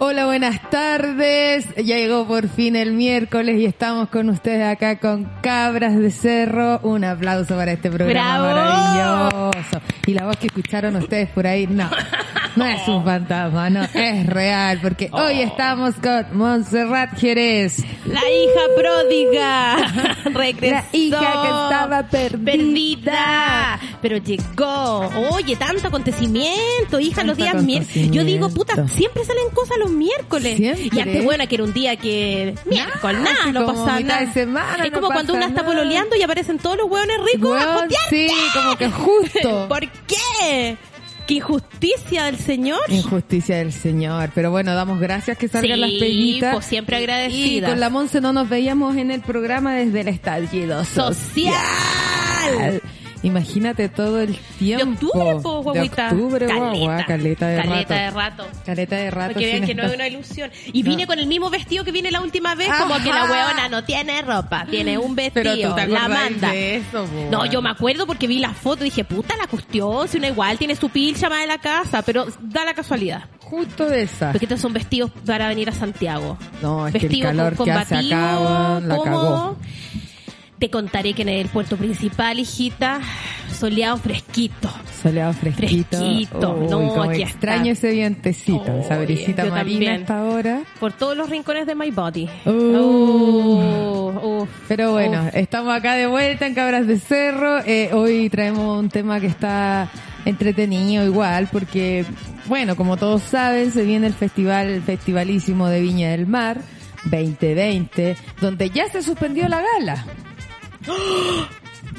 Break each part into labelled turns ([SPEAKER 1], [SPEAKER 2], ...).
[SPEAKER 1] Hola, buenas tardes. Ya llegó por fin el miércoles y estamos con ustedes acá con Cabras de Cerro. Un aplauso para este programa
[SPEAKER 2] ¡Bravo!
[SPEAKER 1] maravilloso. Y la voz que escucharon ustedes por ahí, no, no es un fantasma, no, es real, porque
[SPEAKER 2] Oh.
[SPEAKER 1] hoy estamos con Montserrat Jerez.
[SPEAKER 2] La hija pródiga regresó.
[SPEAKER 1] La hija que estaba perdida.
[SPEAKER 2] Perdida. Pero llegó. Oye, tanto acontecimiento, hija, los
[SPEAKER 1] Tanto
[SPEAKER 2] días miércoles. Yo digo, puta,
[SPEAKER 1] acontecimiento.
[SPEAKER 2] siempre salen cosas los miércoles.
[SPEAKER 1] Siempre.
[SPEAKER 2] Y antes, bueno, que era un día que... Miércoles,
[SPEAKER 1] Nada,
[SPEAKER 2] nada,
[SPEAKER 1] así
[SPEAKER 2] no
[SPEAKER 1] como
[SPEAKER 2] pasa
[SPEAKER 1] mitad
[SPEAKER 2] nada.
[SPEAKER 1] de semana,
[SPEAKER 2] es
[SPEAKER 1] no
[SPEAKER 2] como cuando
[SPEAKER 1] pasa
[SPEAKER 2] una está
[SPEAKER 1] nada.
[SPEAKER 2] pololeando y aparecen todos los hueones ricos a
[SPEAKER 1] Weón,
[SPEAKER 2] jotearte.
[SPEAKER 1] sí, como que justo.
[SPEAKER 2] ¿Por qué? ¡Qué injusticia del señor!
[SPEAKER 1] Injusticia del Señor. Pero bueno, damos gracias que salgan
[SPEAKER 2] Sí,
[SPEAKER 1] las pellitas.
[SPEAKER 2] pues siempre
[SPEAKER 1] Y
[SPEAKER 2] agradecida.
[SPEAKER 1] con la Monse no nos veíamos en el programa desde el estallido
[SPEAKER 2] social.
[SPEAKER 1] Imagínate todo el
[SPEAKER 2] De
[SPEAKER 1] tiempo.
[SPEAKER 2] octubre, po, guaguita.
[SPEAKER 1] De octubre, guagua, caleta de
[SPEAKER 2] Caleta de
[SPEAKER 1] rato.
[SPEAKER 2] rato.
[SPEAKER 1] Caleta de rato.
[SPEAKER 2] Para que vean
[SPEAKER 1] sin
[SPEAKER 2] que no es
[SPEAKER 1] estar-
[SPEAKER 2] una ilusión. Y vine
[SPEAKER 1] No.
[SPEAKER 2] con el mismo vestido que vine la última vez, como
[SPEAKER 1] Ajá.
[SPEAKER 2] que la weona no tiene ropa, tiene un
[SPEAKER 1] Pero
[SPEAKER 2] vestido,
[SPEAKER 1] tú te
[SPEAKER 2] la
[SPEAKER 1] acordás
[SPEAKER 2] manda.
[SPEAKER 1] de este. eso, po.
[SPEAKER 2] No, yo me acuerdo porque vi la foto y dije, puta, la cuestión, si una igual tiene su pilcha más de la casa, pero da la casualidad.
[SPEAKER 1] Justo de esa.
[SPEAKER 2] Porque estos son vestidos para venir a Santiago.
[SPEAKER 1] No, es que el
[SPEAKER 2] Vestidos
[SPEAKER 1] calor que hace
[SPEAKER 2] combativo,
[SPEAKER 1] acá, weón, la
[SPEAKER 2] cómodo.
[SPEAKER 1] cagó.
[SPEAKER 2] Te contaré que en el puerto principal, hijita, soleado fresquito.
[SPEAKER 1] Soleado fresquito.
[SPEAKER 2] Fresquito.
[SPEAKER 1] Uy,
[SPEAKER 2] No,
[SPEAKER 1] como
[SPEAKER 2] aquí
[SPEAKER 1] extraño
[SPEAKER 2] está.
[SPEAKER 1] ese vientecito, esa
[SPEAKER 2] Oye,
[SPEAKER 1] brisita
[SPEAKER 2] yo
[SPEAKER 1] marina
[SPEAKER 2] también.
[SPEAKER 1] hasta ahora.
[SPEAKER 2] Por todos los rincones de My Body.
[SPEAKER 1] Uh.
[SPEAKER 2] Uh, uf,
[SPEAKER 1] Pero bueno,
[SPEAKER 2] uf.
[SPEAKER 1] estamos acá de vuelta en Cabras de Cerro. Eh, hoy traemos un tema que está entretenido igual, porque, bueno, como todos saben, se viene el festival, el festivalísimo de Viña del Mar 2020, donde ya se suspendió la gala.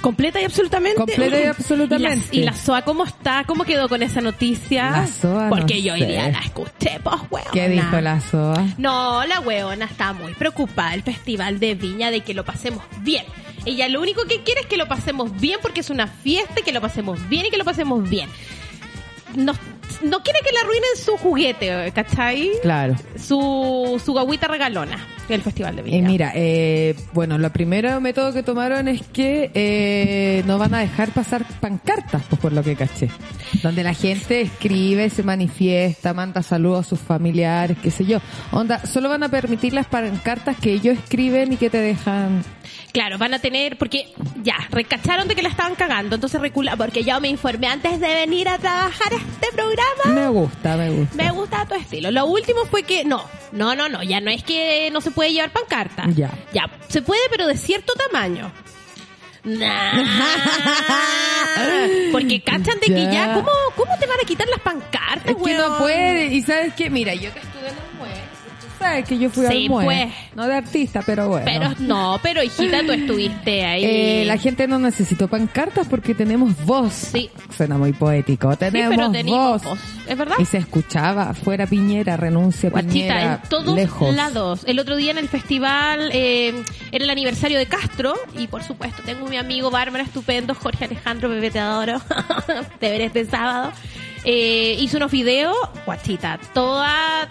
[SPEAKER 2] Completa y absolutamente.
[SPEAKER 1] Completa y absolutamente.
[SPEAKER 2] Y la, y la SOA, ¿cómo está? ¿Cómo quedó con esa noticia?
[SPEAKER 1] La SOA,
[SPEAKER 2] Porque
[SPEAKER 1] no
[SPEAKER 2] yo
[SPEAKER 1] sé.
[SPEAKER 2] hoy día la escuché, pues, huevona.
[SPEAKER 1] ¿Qué dijo ah? la SOA?
[SPEAKER 2] No, la huevona está muy preocupada el festival de Viña de que lo pasemos bien. Ella lo único que quiere es que lo pasemos bien porque es una fiesta y que lo pasemos bien y que lo pasemos bien. No, no quiere que le arruinen su juguete, ¿cachai?
[SPEAKER 1] Claro.
[SPEAKER 2] Su, su guaguita regalona del festival de Viña.
[SPEAKER 1] Eh, mira, eh, bueno, lo primero método que tomaron es que eh, no van a dejar pasar pancartas, pues por lo que caché. Donde la gente escribe, se manifiesta, manda saludos a sus familiares, qué sé yo. Onda, solo van a permitir las pancartas que ellos escriben y que te dejan.
[SPEAKER 2] Claro, van a tener, porque ya, recacharon de que la estaban cagando, entonces recula, porque yo me informé antes de venir a trabajar a este programa.
[SPEAKER 1] Me gusta, me gusta.
[SPEAKER 2] Me gusta tu estilo. Lo último fue que no, no, no, no, ya no es que no se puede llevar pancarta.
[SPEAKER 1] Ya.
[SPEAKER 2] Ya, se puede, pero de cierto tamaño. Nah. Porque cachan de que
[SPEAKER 1] Ya.
[SPEAKER 2] ya, ¿cómo, ¿cómo te van a quitar las pancartas,
[SPEAKER 1] es que no
[SPEAKER 2] Ah, weón?
[SPEAKER 1] puede. Y sabes qué, mira, yo que estuve en un juez, tú sabes que yo fui
[SPEAKER 2] Sí,
[SPEAKER 1] al MUE.
[SPEAKER 2] pues.
[SPEAKER 1] No de artista, pero bueno.
[SPEAKER 2] Pero no, pero hijita, tú estuviste ahí.
[SPEAKER 1] Eh, la gente no necesitó pancartas porque tenemos voz.
[SPEAKER 2] Sí.
[SPEAKER 1] Suena muy poético.
[SPEAKER 2] Sí,
[SPEAKER 1] Tenemos
[SPEAKER 2] pero
[SPEAKER 1] voz.
[SPEAKER 2] teníamos voz. ¿Es verdad?
[SPEAKER 1] Y se escuchaba, fuera Piñera, renuncia
[SPEAKER 2] Guachita,
[SPEAKER 1] Piñera,
[SPEAKER 2] en todos
[SPEAKER 1] lejos.
[SPEAKER 2] lados. El otro día en el festival eh, era el aniversario de Castro y por supuesto tengo mi amigo Bárbara estupendo, Jorge Alejandro, bebé te adoro, te veré este sábado. Eh, hizo unos videos, guachita, toda...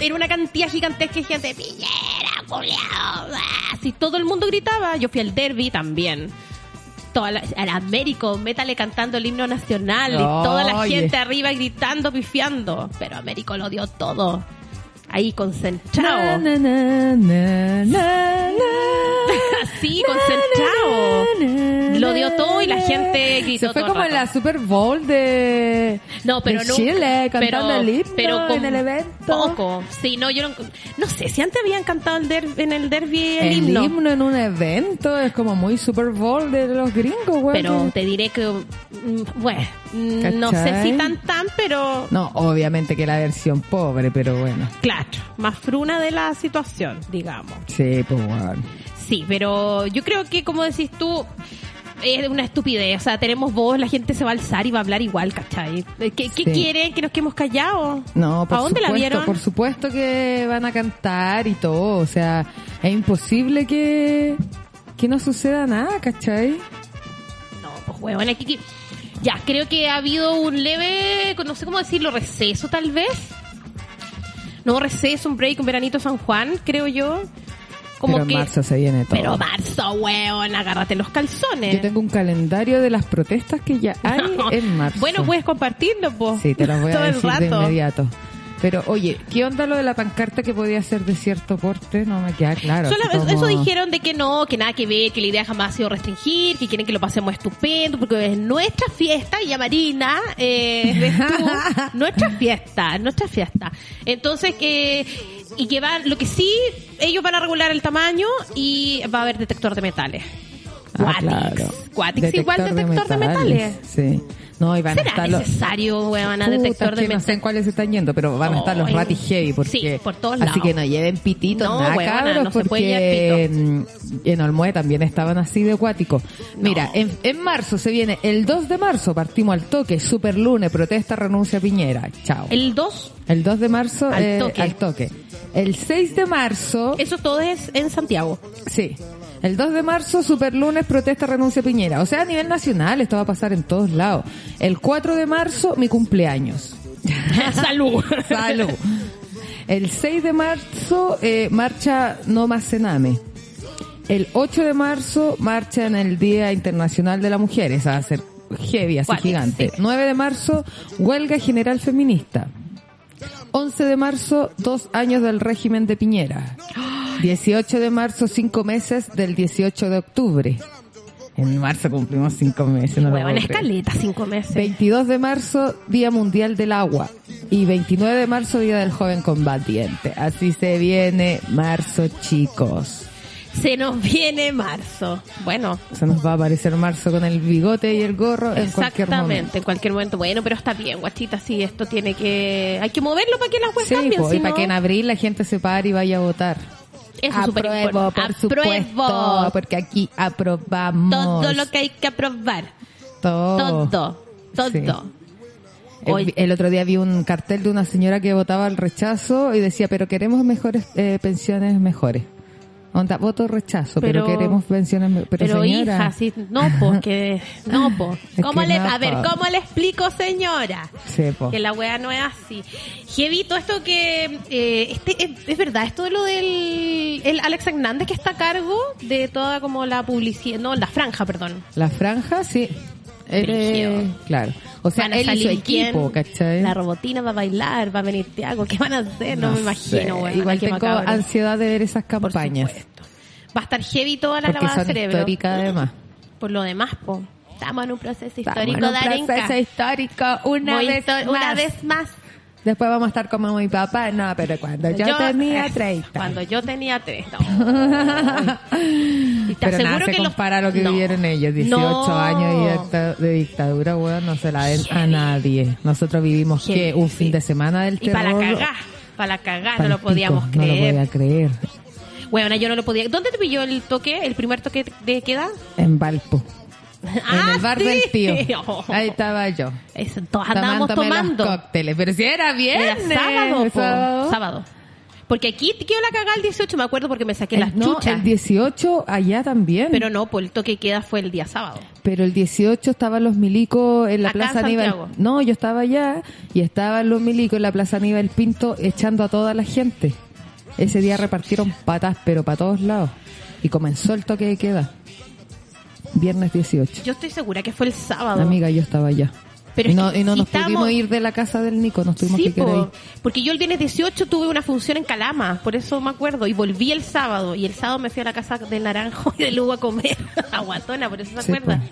[SPEAKER 2] Era una cantidad gigantesca de gente, Piñera, culiao, así todo el mundo gritaba. Yo fui al derby también. Toda la- al Américo, métale cantando el himno nacional y toda la
[SPEAKER 1] Oye.
[SPEAKER 2] gente arriba gritando, pifiando. Pero Américo lo dio todo. Ahí
[SPEAKER 1] Na,
[SPEAKER 2] concentrado.
[SPEAKER 1] na, na, na, na, na.
[SPEAKER 2] Así, concentrado.
[SPEAKER 1] Na, na,
[SPEAKER 2] Lo dio todo y la
[SPEAKER 1] na,
[SPEAKER 2] gente
[SPEAKER 1] na.
[SPEAKER 2] gritó
[SPEAKER 1] Se fue
[SPEAKER 2] todo el
[SPEAKER 1] como en
[SPEAKER 2] rato.
[SPEAKER 1] la Super Bowl de,
[SPEAKER 2] No, pero
[SPEAKER 1] de
[SPEAKER 2] nunca-
[SPEAKER 1] Chile, cantando
[SPEAKER 2] pero-
[SPEAKER 1] el himno
[SPEAKER 2] pero con
[SPEAKER 1] en el evento.
[SPEAKER 2] Poco. Sí, no, yo no, no sé si antes habían cantado el der- en el derby el,
[SPEAKER 1] El
[SPEAKER 2] himno.
[SPEAKER 1] himno. en un evento es como muy Super Bowl de los gringos, güey.
[SPEAKER 2] Pero te diré que, mm, bueno, mm, no sé
[SPEAKER 1] ¿Cachai?
[SPEAKER 2] si tan tan, pero
[SPEAKER 1] No, obviamente que la versión pobre, pero bueno.
[SPEAKER 2] claro, más fruna de la situación, digamos.
[SPEAKER 1] Sí, pues bueno.
[SPEAKER 2] Sí, pero yo creo que, como decís tú, es una estupidez. O sea, tenemos voz, la gente se va a alzar y va a hablar igual, ¿cachai? ¿Qué, qué
[SPEAKER 1] Sí.
[SPEAKER 2] quieren? ¿Que nos quedemos callados?
[SPEAKER 1] No, por
[SPEAKER 2] ¿A
[SPEAKER 1] supuesto,
[SPEAKER 2] dónde la vieron?
[SPEAKER 1] por supuesto que van a cantar y todo, o sea, es imposible que, que no suceda nada, ¿cachai?
[SPEAKER 2] No, pues huevón, aquí que- ya, creo que ha habido un leve, no sé cómo decirlo, receso tal vez. No, receso, un break, un veranito San Juan, creo yo. Como
[SPEAKER 1] Pero en
[SPEAKER 2] que,
[SPEAKER 1] marzo se viene todo.
[SPEAKER 2] Pero marzo, huevón, agárrate los calzones.
[SPEAKER 1] Yo tengo un calendario de las protestas que ya hay en marzo.
[SPEAKER 2] Bueno, puedes compartirlo, po.
[SPEAKER 1] Sí, te los voy a
[SPEAKER 2] Todo el
[SPEAKER 1] decir de
[SPEAKER 2] rato.
[SPEAKER 1] inmediato. Pero oye, ¿qué onda lo de la pancarta que podía ser de cierto porte? No me queda claro.
[SPEAKER 2] Solo-
[SPEAKER 1] así como-
[SPEAKER 2] Eso dijeron de que no, que nada que ver, que la idea jamás ha sido restringir, que quieren que lo pasemos estupendo, porque es nuestra fiesta, Villa Marina, eh, ves tú, nuestra fiesta, nuestra fiesta. Entonces, que y que van, lo que sí, ellos van a regular el tamaño y va a haber detector de metales.
[SPEAKER 1] Ah,
[SPEAKER 2] Cuatix,
[SPEAKER 1] claro.
[SPEAKER 2] Cuatix igual detector de metales.
[SPEAKER 1] Sí. No, y van a
[SPEAKER 2] ¿Será
[SPEAKER 1] estar los...
[SPEAKER 2] necesario, huevona,
[SPEAKER 1] Puta,
[SPEAKER 2] detector
[SPEAKER 1] es
[SPEAKER 2] de
[SPEAKER 1] que no
[SPEAKER 2] metales?
[SPEAKER 1] sé en cuáles están yendo, pero van a estar los
[SPEAKER 2] Ay.
[SPEAKER 1] ratis heavy. Porque,
[SPEAKER 2] Sí, por todos
[SPEAKER 1] Así
[SPEAKER 2] lados.
[SPEAKER 1] que no lleven pititos,
[SPEAKER 2] No,
[SPEAKER 1] nada,
[SPEAKER 2] huevona,
[SPEAKER 1] cabros,
[SPEAKER 2] no se
[SPEAKER 1] porque
[SPEAKER 2] puede llevar
[SPEAKER 1] mm, en Olmué también estaban así de acuáticos.
[SPEAKER 2] No.
[SPEAKER 1] Mira, en, en marzo se viene, el 2 de marzo partimos al toque, super lunes, protesta, renuncia Piñera, chao. El,
[SPEAKER 2] El 2,
[SPEAKER 1] 2 de marzo
[SPEAKER 2] Al
[SPEAKER 1] eh,
[SPEAKER 2] toque.
[SPEAKER 1] al toque. El 6 de marzo...
[SPEAKER 2] eso todo es en Santiago.
[SPEAKER 1] Sí. El 2 de marzo, Superlunes, protesta, renuncia Piñera. O sea, a nivel nacional, esto va a pasar en todos lados. El 4 de marzo, mi cumpleaños.
[SPEAKER 2] Salud.
[SPEAKER 1] Salud. El 6 de marzo, eh, marcha No Más Cename. El 8 de marzo, marcha en el Día Internacional de la Mujer. Esa va a ser heavy, así
[SPEAKER 2] Cuático,
[SPEAKER 1] gigante.
[SPEAKER 2] sí.
[SPEAKER 1] 9 de marzo, huelga general feminista. 11 de marzo, dos años del régimen de Piñera. 18 de marzo, cinco meses del 18 de octubre. En marzo cumplimos cinco meses. No lo
[SPEAKER 2] Huevona,
[SPEAKER 1] puedo creer.
[SPEAKER 2] escaleta, cinco meses.
[SPEAKER 1] 22 de marzo, Día Mundial del Agua. Y 29 de marzo, Día del Joven Combatiente. Así se viene marzo, chicos.
[SPEAKER 2] Se nos viene marzo. Bueno,
[SPEAKER 1] Se nos va a aparecer marzo con el bigote y el gorro en cualquier momento.
[SPEAKER 2] exactamente, en cualquier momento. Bueno, pero está bien, guachita, sí, esto tiene que... Hay que moverlo para que las cosas
[SPEAKER 1] Sí,
[SPEAKER 2] cambien,
[SPEAKER 1] po,
[SPEAKER 2] Pues si
[SPEAKER 1] y para
[SPEAKER 2] no-
[SPEAKER 1] que en abril la gente se pare y vaya a votar.
[SPEAKER 2] Eso es súper
[SPEAKER 1] Apruebo, por
[SPEAKER 2] importante.
[SPEAKER 1] supuesto,
[SPEAKER 2] Apruebo
[SPEAKER 1] porque aquí aprobamos
[SPEAKER 2] todo lo que hay que aprobar.
[SPEAKER 1] Todo.
[SPEAKER 2] Todo,
[SPEAKER 1] Oh. Sí.
[SPEAKER 2] todo.
[SPEAKER 1] El-
[SPEAKER 2] Hoy-
[SPEAKER 1] El, otro día vi un cartel de una señora que votaba al rechazo y decía, pero queremos mejores eh, pensiones mejores. Onda, voto rechazo, pero,
[SPEAKER 2] Pero-
[SPEAKER 1] queremos pensiones mejores. Pero,
[SPEAKER 2] Pero
[SPEAKER 1] señora,
[SPEAKER 2] hija, sí, no, porque... No, po.
[SPEAKER 1] Es
[SPEAKER 2] ¿Cómo
[SPEAKER 1] que
[SPEAKER 2] le,
[SPEAKER 1] no, pues.
[SPEAKER 2] a ver,
[SPEAKER 1] po.
[SPEAKER 2] ¿cómo le explico, señora?
[SPEAKER 1] Sí, po.
[SPEAKER 2] Que la wea no es así. Heavy, todo esto que... eh, este, es, es verdad, esto de lo del el Alex Hernández que está a cargo de toda como la publicidad... No, la franja, perdón.
[SPEAKER 1] La franja, sí. Él,
[SPEAKER 2] Brígido.
[SPEAKER 1] eh, claro. O sea,
[SPEAKER 2] Van a
[SPEAKER 1] él y su
[SPEAKER 2] salir
[SPEAKER 1] equipo,
[SPEAKER 2] quién,
[SPEAKER 1] ¿cachai?
[SPEAKER 2] La robotina va a bailar, va a venir Tiago. ¿Qué van a hacer? No, me
[SPEAKER 1] sé.
[SPEAKER 2] imagino, weón.
[SPEAKER 1] Igual
[SPEAKER 2] qué
[SPEAKER 1] tengo
[SPEAKER 2] macabro.
[SPEAKER 1] ansiedad de ver esas
[SPEAKER 2] Por
[SPEAKER 1] campañas.
[SPEAKER 2] supuesto. Va a estar heavy toda la
[SPEAKER 1] Porque
[SPEAKER 2] lavada de
[SPEAKER 1] son
[SPEAKER 2] cerebro.
[SPEAKER 1] históricas además.
[SPEAKER 2] Por lo demás, po. Estamos en un proceso
[SPEAKER 1] Estamos
[SPEAKER 2] histórico
[SPEAKER 1] en un
[SPEAKER 2] de arenca.
[SPEAKER 1] proceso histórico una
[SPEAKER 2] Muy
[SPEAKER 1] vez
[SPEAKER 2] histo- una
[SPEAKER 1] más.
[SPEAKER 2] vez más.
[SPEAKER 1] Después vamos a estar como mi papá. No, pero cuando yo, tenía 30.
[SPEAKER 2] Cuando yo tenía 30. No. Y te
[SPEAKER 1] Pero
[SPEAKER 2] aseguro
[SPEAKER 1] nada se
[SPEAKER 2] que los-
[SPEAKER 1] compara a lo que
[SPEAKER 2] No.
[SPEAKER 1] vivieron ellos. 18
[SPEAKER 2] No.
[SPEAKER 1] años y dicta- de dictadura, weón, no se la den a nadie. Nosotros vivimos,
[SPEAKER 2] Heavy,
[SPEAKER 1] ¿qué? Un
[SPEAKER 2] sí.
[SPEAKER 1] fin de semana del
[SPEAKER 2] Y
[SPEAKER 1] terror.
[SPEAKER 2] para la cagá. Para la cagá, no
[SPEAKER 1] Palpico,
[SPEAKER 2] lo podíamos
[SPEAKER 1] No lo
[SPEAKER 2] creer.
[SPEAKER 1] podía creer.
[SPEAKER 2] Bueno, yo no lo podía. ¿Dónde te pilló el toque? ¿El primer toque de queda?
[SPEAKER 1] En Valpo. en
[SPEAKER 2] Ah,
[SPEAKER 1] el bar
[SPEAKER 2] sí.
[SPEAKER 1] del tío.
[SPEAKER 2] Oh.
[SPEAKER 1] Ahí estaba yo.
[SPEAKER 2] Eso, todos andábamos
[SPEAKER 1] tomándome
[SPEAKER 2] tomando.
[SPEAKER 1] los cócteles. Pero si era
[SPEAKER 2] Era
[SPEAKER 1] viernes.
[SPEAKER 2] sábado, po.
[SPEAKER 1] sábado.
[SPEAKER 2] Sábado. Porque aquí te quedó la cagada el 18, me acuerdo porque me saqué
[SPEAKER 1] El-
[SPEAKER 2] las
[SPEAKER 1] Eh, no,
[SPEAKER 2] chuchas.
[SPEAKER 1] el 18 allá también.
[SPEAKER 2] Pero no, pues el toque de queda fue el día sábado.
[SPEAKER 1] Pero el 18 estaban los milicos en la
[SPEAKER 2] Acá en
[SPEAKER 1] Plaza Aníbal.
[SPEAKER 2] Santiago.
[SPEAKER 1] No, yo estaba allá y estaban los milicos en la Plaza Aníbal Pinto echando a toda la gente. Ese día repartieron patas, pero para todos lados. Y comenzó el toque de queda. Viernes 18.
[SPEAKER 2] Yo estoy segura que fue el sábado.
[SPEAKER 1] Amiga, yo estaba allá.
[SPEAKER 2] Pero
[SPEAKER 1] y
[SPEAKER 2] es
[SPEAKER 1] no,
[SPEAKER 2] que
[SPEAKER 1] y no
[SPEAKER 2] si
[SPEAKER 1] nos
[SPEAKER 2] estamos-
[SPEAKER 1] pudimos ir de la casa del Nico, nos tuvimos
[SPEAKER 2] Sí,
[SPEAKER 1] que quedar
[SPEAKER 2] po,
[SPEAKER 1] ahí.
[SPEAKER 2] porque yo el viernes 18 tuve una función en Calama, por eso me acuerdo, y volví el sábado, y el sábado me fui a la casa del Naranjo y del Hugo a comer a Guatona, por eso se
[SPEAKER 1] Sí,
[SPEAKER 2] acuerda.
[SPEAKER 1] po.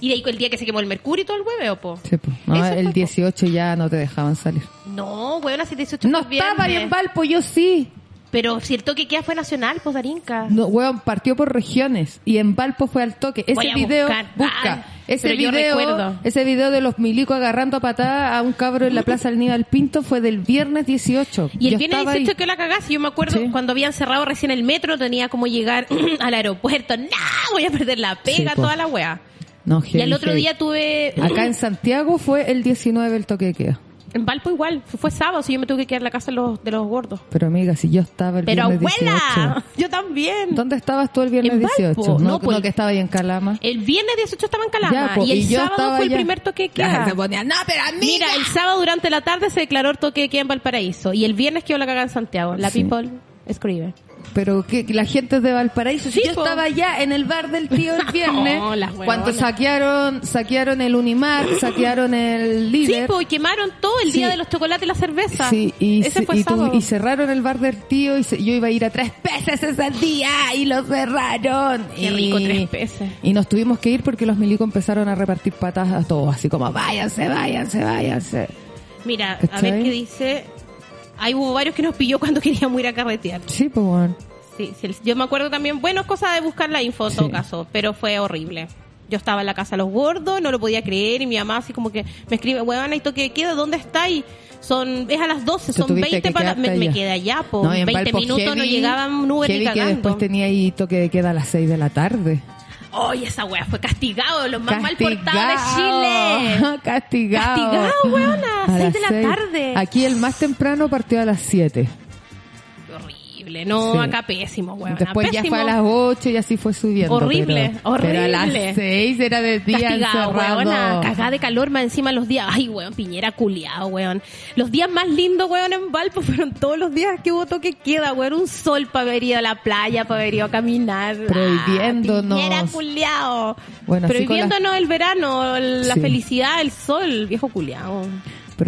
[SPEAKER 2] Y de ahí el día que se quemó el mercurio y todo el hueveo, po.
[SPEAKER 1] Sí, po. No,
[SPEAKER 2] Eso fue,
[SPEAKER 1] el
[SPEAKER 2] po.
[SPEAKER 1] 18 ya no te dejaban salir.
[SPEAKER 2] No, huevona, si el 18
[SPEAKER 1] No
[SPEAKER 2] fue
[SPEAKER 1] estaba ahí
[SPEAKER 2] viernes.
[SPEAKER 1] en Valpo, yo sí.
[SPEAKER 2] Pero si el toque de queda fue nacional, pues Darinka.
[SPEAKER 1] No, weón, partió por regiones y en Valpo fue al toque. Ese
[SPEAKER 2] Voy a
[SPEAKER 1] video,
[SPEAKER 2] buscar.
[SPEAKER 1] busca.
[SPEAKER 2] Ay,
[SPEAKER 1] ese
[SPEAKER 2] pero yo
[SPEAKER 1] video,
[SPEAKER 2] recuerdo.
[SPEAKER 1] ese video de los milicos agarrando a patada a un cabro en la Plaza Aníbal Pinto fue del viernes 18.
[SPEAKER 2] Y el
[SPEAKER 1] Yo
[SPEAKER 2] viernes
[SPEAKER 1] estaba ahí.
[SPEAKER 2] 18 que la cagás, yo me acuerdo
[SPEAKER 1] Sí.
[SPEAKER 2] cuando habían cerrado recién el metro, tenía como llegar al aeropuerto. ¡No! Voy a perder la pega,
[SPEAKER 1] Sí, po.
[SPEAKER 2] toda la wea.
[SPEAKER 1] No,
[SPEAKER 2] y al
[SPEAKER 1] heavy,
[SPEAKER 2] otro
[SPEAKER 1] heavy.
[SPEAKER 2] día tuve...
[SPEAKER 1] Acá en Santiago fue el 19 el toque de queda.
[SPEAKER 2] En Valpo igual, fue, fue sábado, si yo me tuve que quedar en la casa de los, de los gordos.
[SPEAKER 1] Pero amiga, si yo estaba el
[SPEAKER 2] Pero
[SPEAKER 1] viernes
[SPEAKER 2] abuela,
[SPEAKER 1] 18.
[SPEAKER 2] yo también.
[SPEAKER 1] ¿Dónde estabas tú el viernes
[SPEAKER 2] En Valpo.
[SPEAKER 1] 18?
[SPEAKER 2] No,
[SPEAKER 1] No,
[SPEAKER 2] pues-
[SPEAKER 1] no, que estaba ahí en Calama.
[SPEAKER 2] El viernes 18 estaba en Calama
[SPEAKER 1] Ya, po,
[SPEAKER 2] y el
[SPEAKER 1] y yo
[SPEAKER 2] sábado
[SPEAKER 1] estaba
[SPEAKER 2] fue el
[SPEAKER 1] allá.
[SPEAKER 2] primer toque de
[SPEAKER 1] La
[SPEAKER 2] queda.
[SPEAKER 1] gente ponía, no, pero amiga.
[SPEAKER 2] Mira, el sábado durante la tarde se declaró el toque de queda en Valparaíso y el viernes quedó la cagada en Santiago. La
[SPEAKER 1] Sí.
[SPEAKER 2] people escribe.
[SPEAKER 1] Pero que que la gente de Valparaíso,
[SPEAKER 2] Sí,
[SPEAKER 1] si yo
[SPEAKER 2] po.
[SPEAKER 1] estaba allá en el bar del tío el viernes,
[SPEAKER 2] No, las huevonas.
[SPEAKER 1] cuando saquearon, saquearon el Unimar, saquearon el líder.
[SPEAKER 2] Sí, pues quemaron todo el día
[SPEAKER 1] Sí.
[SPEAKER 2] de los chocolates y la cerveza.
[SPEAKER 1] Sí, y,
[SPEAKER 2] Ese
[SPEAKER 1] se-
[SPEAKER 2] fue
[SPEAKER 1] y tu-
[SPEAKER 2] sábado.
[SPEAKER 1] y cerraron el bar del tío y se- yo iba a ir a tres peces ese día y lo cerraron.
[SPEAKER 2] Qué
[SPEAKER 1] y,
[SPEAKER 2] rico, Tres Peces.
[SPEAKER 1] Y nos tuvimos que ir porque los milicos empezaron a repartir patas a todos, así como váyanse, váyanse, váyanse.
[SPEAKER 2] Mira, a
[SPEAKER 1] ¿Cachai?
[SPEAKER 2] ver qué dice. Ahí hubo varios que nos pilló cuando queríamos ir a carretear.
[SPEAKER 1] Sí, pues bueno.
[SPEAKER 2] Sí, sí, el- yo me acuerdo también, bueno, es cosa de buscar la info en todo
[SPEAKER 1] Sí.
[SPEAKER 2] caso, pero fue horrible. Yo estaba en la casa de los gordos, no lo podía creer, y mi mamá así como que me escribe, huevana, ¿y toque de queda? ¿Dónde estáis? Son, es a las 12,
[SPEAKER 1] Te
[SPEAKER 2] son
[SPEAKER 1] tuviste
[SPEAKER 2] 20
[SPEAKER 1] que
[SPEAKER 2] para...
[SPEAKER 1] quedarte
[SPEAKER 2] Me, me
[SPEAKER 1] allá.
[SPEAKER 2] quedé allá, po.
[SPEAKER 1] No, y en
[SPEAKER 2] 20
[SPEAKER 1] Valpo
[SPEAKER 2] minutos no
[SPEAKER 1] heavy,
[SPEAKER 2] llegaban nubes
[SPEAKER 1] heavy
[SPEAKER 2] ni
[SPEAKER 1] que
[SPEAKER 2] cagando.
[SPEAKER 1] después tenía ahí toque de queda a las 6 de la tarde.
[SPEAKER 2] ¡Ay, esa wea fue castigado! Los más mal
[SPEAKER 1] Castigado.
[SPEAKER 2] portados de Chile.
[SPEAKER 1] Castigado.
[SPEAKER 2] Castigado, weona,
[SPEAKER 1] A
[SPEAKER 2] seis
[SPEAKER 1] las
[SPEAKER 2] de la
[SPEAKER 1] seis.
[SPEAKER 2] tarde.
[SPEAKER 1] Aquí el más temprano partió a las 7.
[SPEAKER 2] Horrible, no,
[SPEAKER 1] Sí.
[SPEAKER 2] acá pésimo, huevona.
[SPEAKER 1] Después ya
[SPEAKER 2] pésimo.
[SPEAKER 1] fue a las 8 y así fue subiendo.
[SPEAKER 2] Horrible,
[SPEAKER 1] pero,
[SPEAKER 2] horrible.
[SPEAKER 1] Pero a las 6 era de día
[SPEAKER 2] Castigado,
[SPEAKER 1] encerrado.
[SPEAKER 2] weón. ah, Cagada de calor más encima los días. Ay, weón, Piñera culiado, weón. Los días más lindos, weón, en Valpo fueron todos los días que hubo toque queda, weón. Un sol para haber ido a la playa, para haber ido a caminar. Ah,
[SPEAKER 1] Prohibiéndonos.
[SPEAKER 2] Piñera culiado.
[SPEAKER 1] Bueno, así con
[SPEAKER 2] Prohibiéndonos el verano, la
[SPEAKER 1] Sí.
[SPEAKER 2] felicidad, el sol, viejo culiado.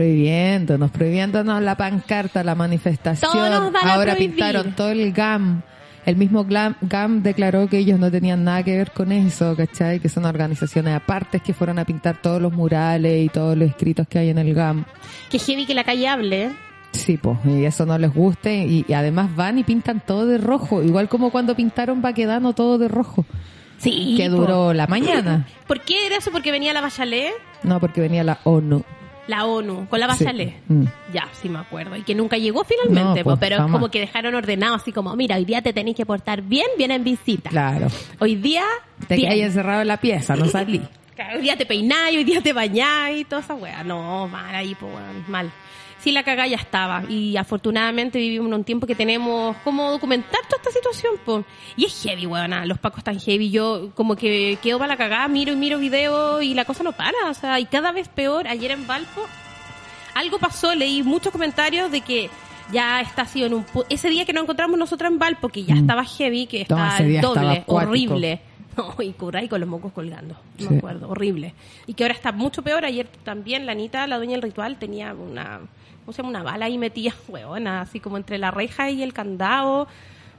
[SPEAKER 1] Prohibiéndonos, prohibiéndonos la pancarta, la manifestación.
[SPEAKER 2] Todo nos van a
[SPEAKER 1] Ahora
[SPEAKER 2] prohibir.
[SPEAKER 1] pintaron todo el GAM. El mismo GAM, GAM declaró que ellos no tenían nada que ver con eso, ¿cachai? Que son organizaciones aparte que fueron a pintar todos los murales y todos los escritos que hay en el GAM.
[SPEAKER 2] Que heavy que la calle hable, ¿eh?
[SPEAKER 1] Sí, pues, y eso no les guste. Y, y además van y pintan todo de rojo. Igual como cuando pintaron Baquedano todo de rojo.
[SPEAKER 2] Sí.
[SPEAKER 1] que
[SPEAKER 2] po.
[SPEAKER 1] duró la mañana.
[SPEAKER 2] ¿Por qué era eso? Porque venía la Bachelet,
[SPEAKER 1] No, porque venía la ONU.
[SPEAKER 2] la ONU, con la
[SPEAKER 1] Sí.
[SPEAKER 2] Bachelet.
[SPEAKER 1] Mm.
[SPEAKER 2] Ya, sí me acuerdo. Y que nunca llegó finalmente,
[SPEAKER 1] No,
[SPEAKER 2] po,
[SPEAKER 1] pues,
[SPEAKER 2] pero es
[SPEAKER 1] jamás.
[SPEAKER 2] como que dejaron ordenado así como, mira, hoy día te tenéis que portar bien, vienen visita.
[SPEAKER 1] Claro.
[SPEAKER 2] Hoy día,
[SPEAKER 1] Te
[SPEAKER 2] bien.
[SPEAKER 1] quedas encerrado en la pieza, no salí.
[SPEAKER 2] Claro, hoy día te peináis, hoy día te bañáis y toda esa wea. No, mal ahí, pues, mal. Sí, la cagada ya estaba. Y afortunadamente vivimos en un tiempo que tenemos cómo documentar toda esta situación, po. Y es heavy, weona. Los pacos están heavy. Yo como que quedo para la cagada, miro y miro videos y la cosa no para. O sea, y cada vez peor. Ayer en Valpo, algo pasó, leí muchos comentarios de que ya está sido en un pu- ese día que nos encontramos nosotros en Valpo que ya estaba heavy, que
[SPEAKER 1] No,
[SPEAKER 2] estaba
[SPEAKER 1] Mm. ese
[SPEAKER 2] el
[SPEAKER 1] día estaba
[SPEAKER 2] doble,
[SPEAKER 1] acuático.
[SPEAKER 2] horrible. No, y Kurai con los mocos colgando, no
[SPEAKER 1] Sí.
[SPEAKER 2] me acuerdo, horrible. Y que ahora está mucho peor, ayer también la Anita, la dueña del ritual, tenía una, ¿cómo se llama? Una bala ahí metida, huevona, así como entre la reja y el candado.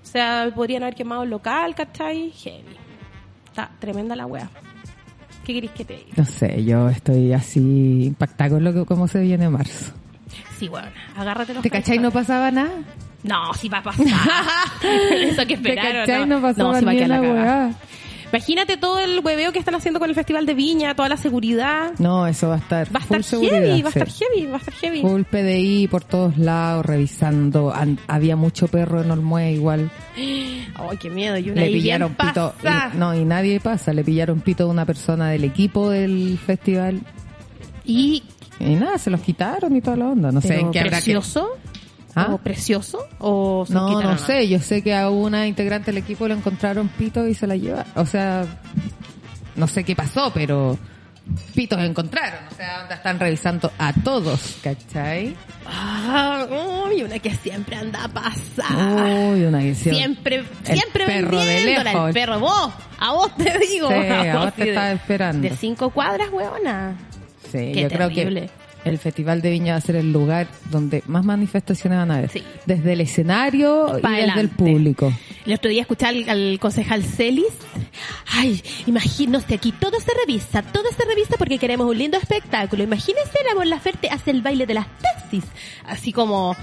[SPEAKER 2] O sea, podrían haber quemado el local, ¿cachai? Heavy. Está tremenda la wea. ¿Qué querés que te diga?
[SPEAKER 1] No sé, yo estoy así impactada con lo que cómo se viene marzo.
[SPEAKER 2] Sí, huevona, agárrate los
[SPEAKER 1] ¿Te cachai? No
[SPEAKER 2] calzones.
[SPEAKER 1] pasaba nada.
[SPEAKER 2] No, sí va a pasar. Eso que
[SPEAKER 1] ¿Te
[SPEAKER 2] esperaron.
[SPEAKER 1] cachai? No pasaba
[SPEAKER 2] sí va a
[SPEAKER 1] ni
[SPEAKER 2] quedar
[SPEAKER 1] la
[SPEAKER 2] la cagada.
[SPEAKER 1] weá.
[SPEAKER 2] Imagínate todo el hueveo que están haciendo con el Festival de Viña, toda la seguridad.
[SPEAKER 1] No, eso va a estar.
[SPEAKER 2] Va a
[SPEAKER 1] full
[SPEAKER 2] estar
[SPEAKER 1] seguridad,
[SPEAKER 2] heavy, va a
[SPEAKER 1] sí.
[SPEAKER 2] estar heavy, va a estar heavy.
[SPEAKER 1] Full PDI por todos lados, revisando. An- había mucho perro en Olmué igual.
[SPEAKER 2] Ay, qué miedo. Y
[SPEAKER 1] Le
[SPEAKER 2] una ahí bien
[SPEAKER 1] pillaron pito.
[SPEAKER 2] pasa.
[SPEAKER 1] y- no, y nadie pasa. Le pillaron pito a una persona del equipo del festival.
[SPEAKER 2] Y
[SPEAKER 1] Y nada, se los quitaron y toda la onda. No sé
[SPEAKER 2] pero
[SPEAKER 1] en qué habrá que.
[SPEAKER 2] precioso.
[SPEAKER 1] ¿Ah?
[SPEAKER 2] ¿O precioso? ¿O se
[SPEAKER 1] No,
[SPEAKER 2] quitaron
[SPEAKER 1] no
[SPEAKER 2] a-
[SPEAKER 1] sé. Yo sé que a una integrante del equipo lo encontraron pito y se la lleva. O sea, no sé qué pasó, pero pitos encontraron. O sea, onda, están revisando a todos, ¿cachai?
[SPEAKER 2] Ah, uy, una que siempre anda a pasar.
[SPEAKER 1] Uy, una edición.
[SPEAKER 2] Siempre,
[SPEAKER 1] El
[SPEAKER 2] siempre
[SPEAKER 1] perro de
[SPEAKER 2] vendiéndola,
[SPEAKER 1] lejos.
[SPEAKER 2] el perro, vos, a vos te digo.
[SPEAKER 1] Sí, a vos
[SPEAKER 2] sí,
[SPEAKER 1] te estaba
[SPEAKER 2] de-
[SPEAKER 1] esperando.
[SPEAKER 2] De cinco cuadras, huevona.
[SPEAKER 1] Sí,
[SPEAKER 2] Qué
[SPEAKER 1] yo
[SPEAKER 2] terrible.
[SPEAKER 1] creo que el Festival de Viña va a ser el lugar donde más manifestaciones van a haber.
[SPEAKER 2] Sí.
[SPEAKER 1] Desde el escenario y
[SPEAKER 2] Pa'
[SPEAKER 1] desde el
[SPEAKER 2] adelante.
[SPEAKER 1] público.
[SPEAKER 2] El otro día escuché al, al concejal Celis. Ay, imagínate, aquí todo se revisa, todo se revisa porque queremos un lindo espectáculo. Imagínense, la Mon Laferte hace el baile de las taxis, así como...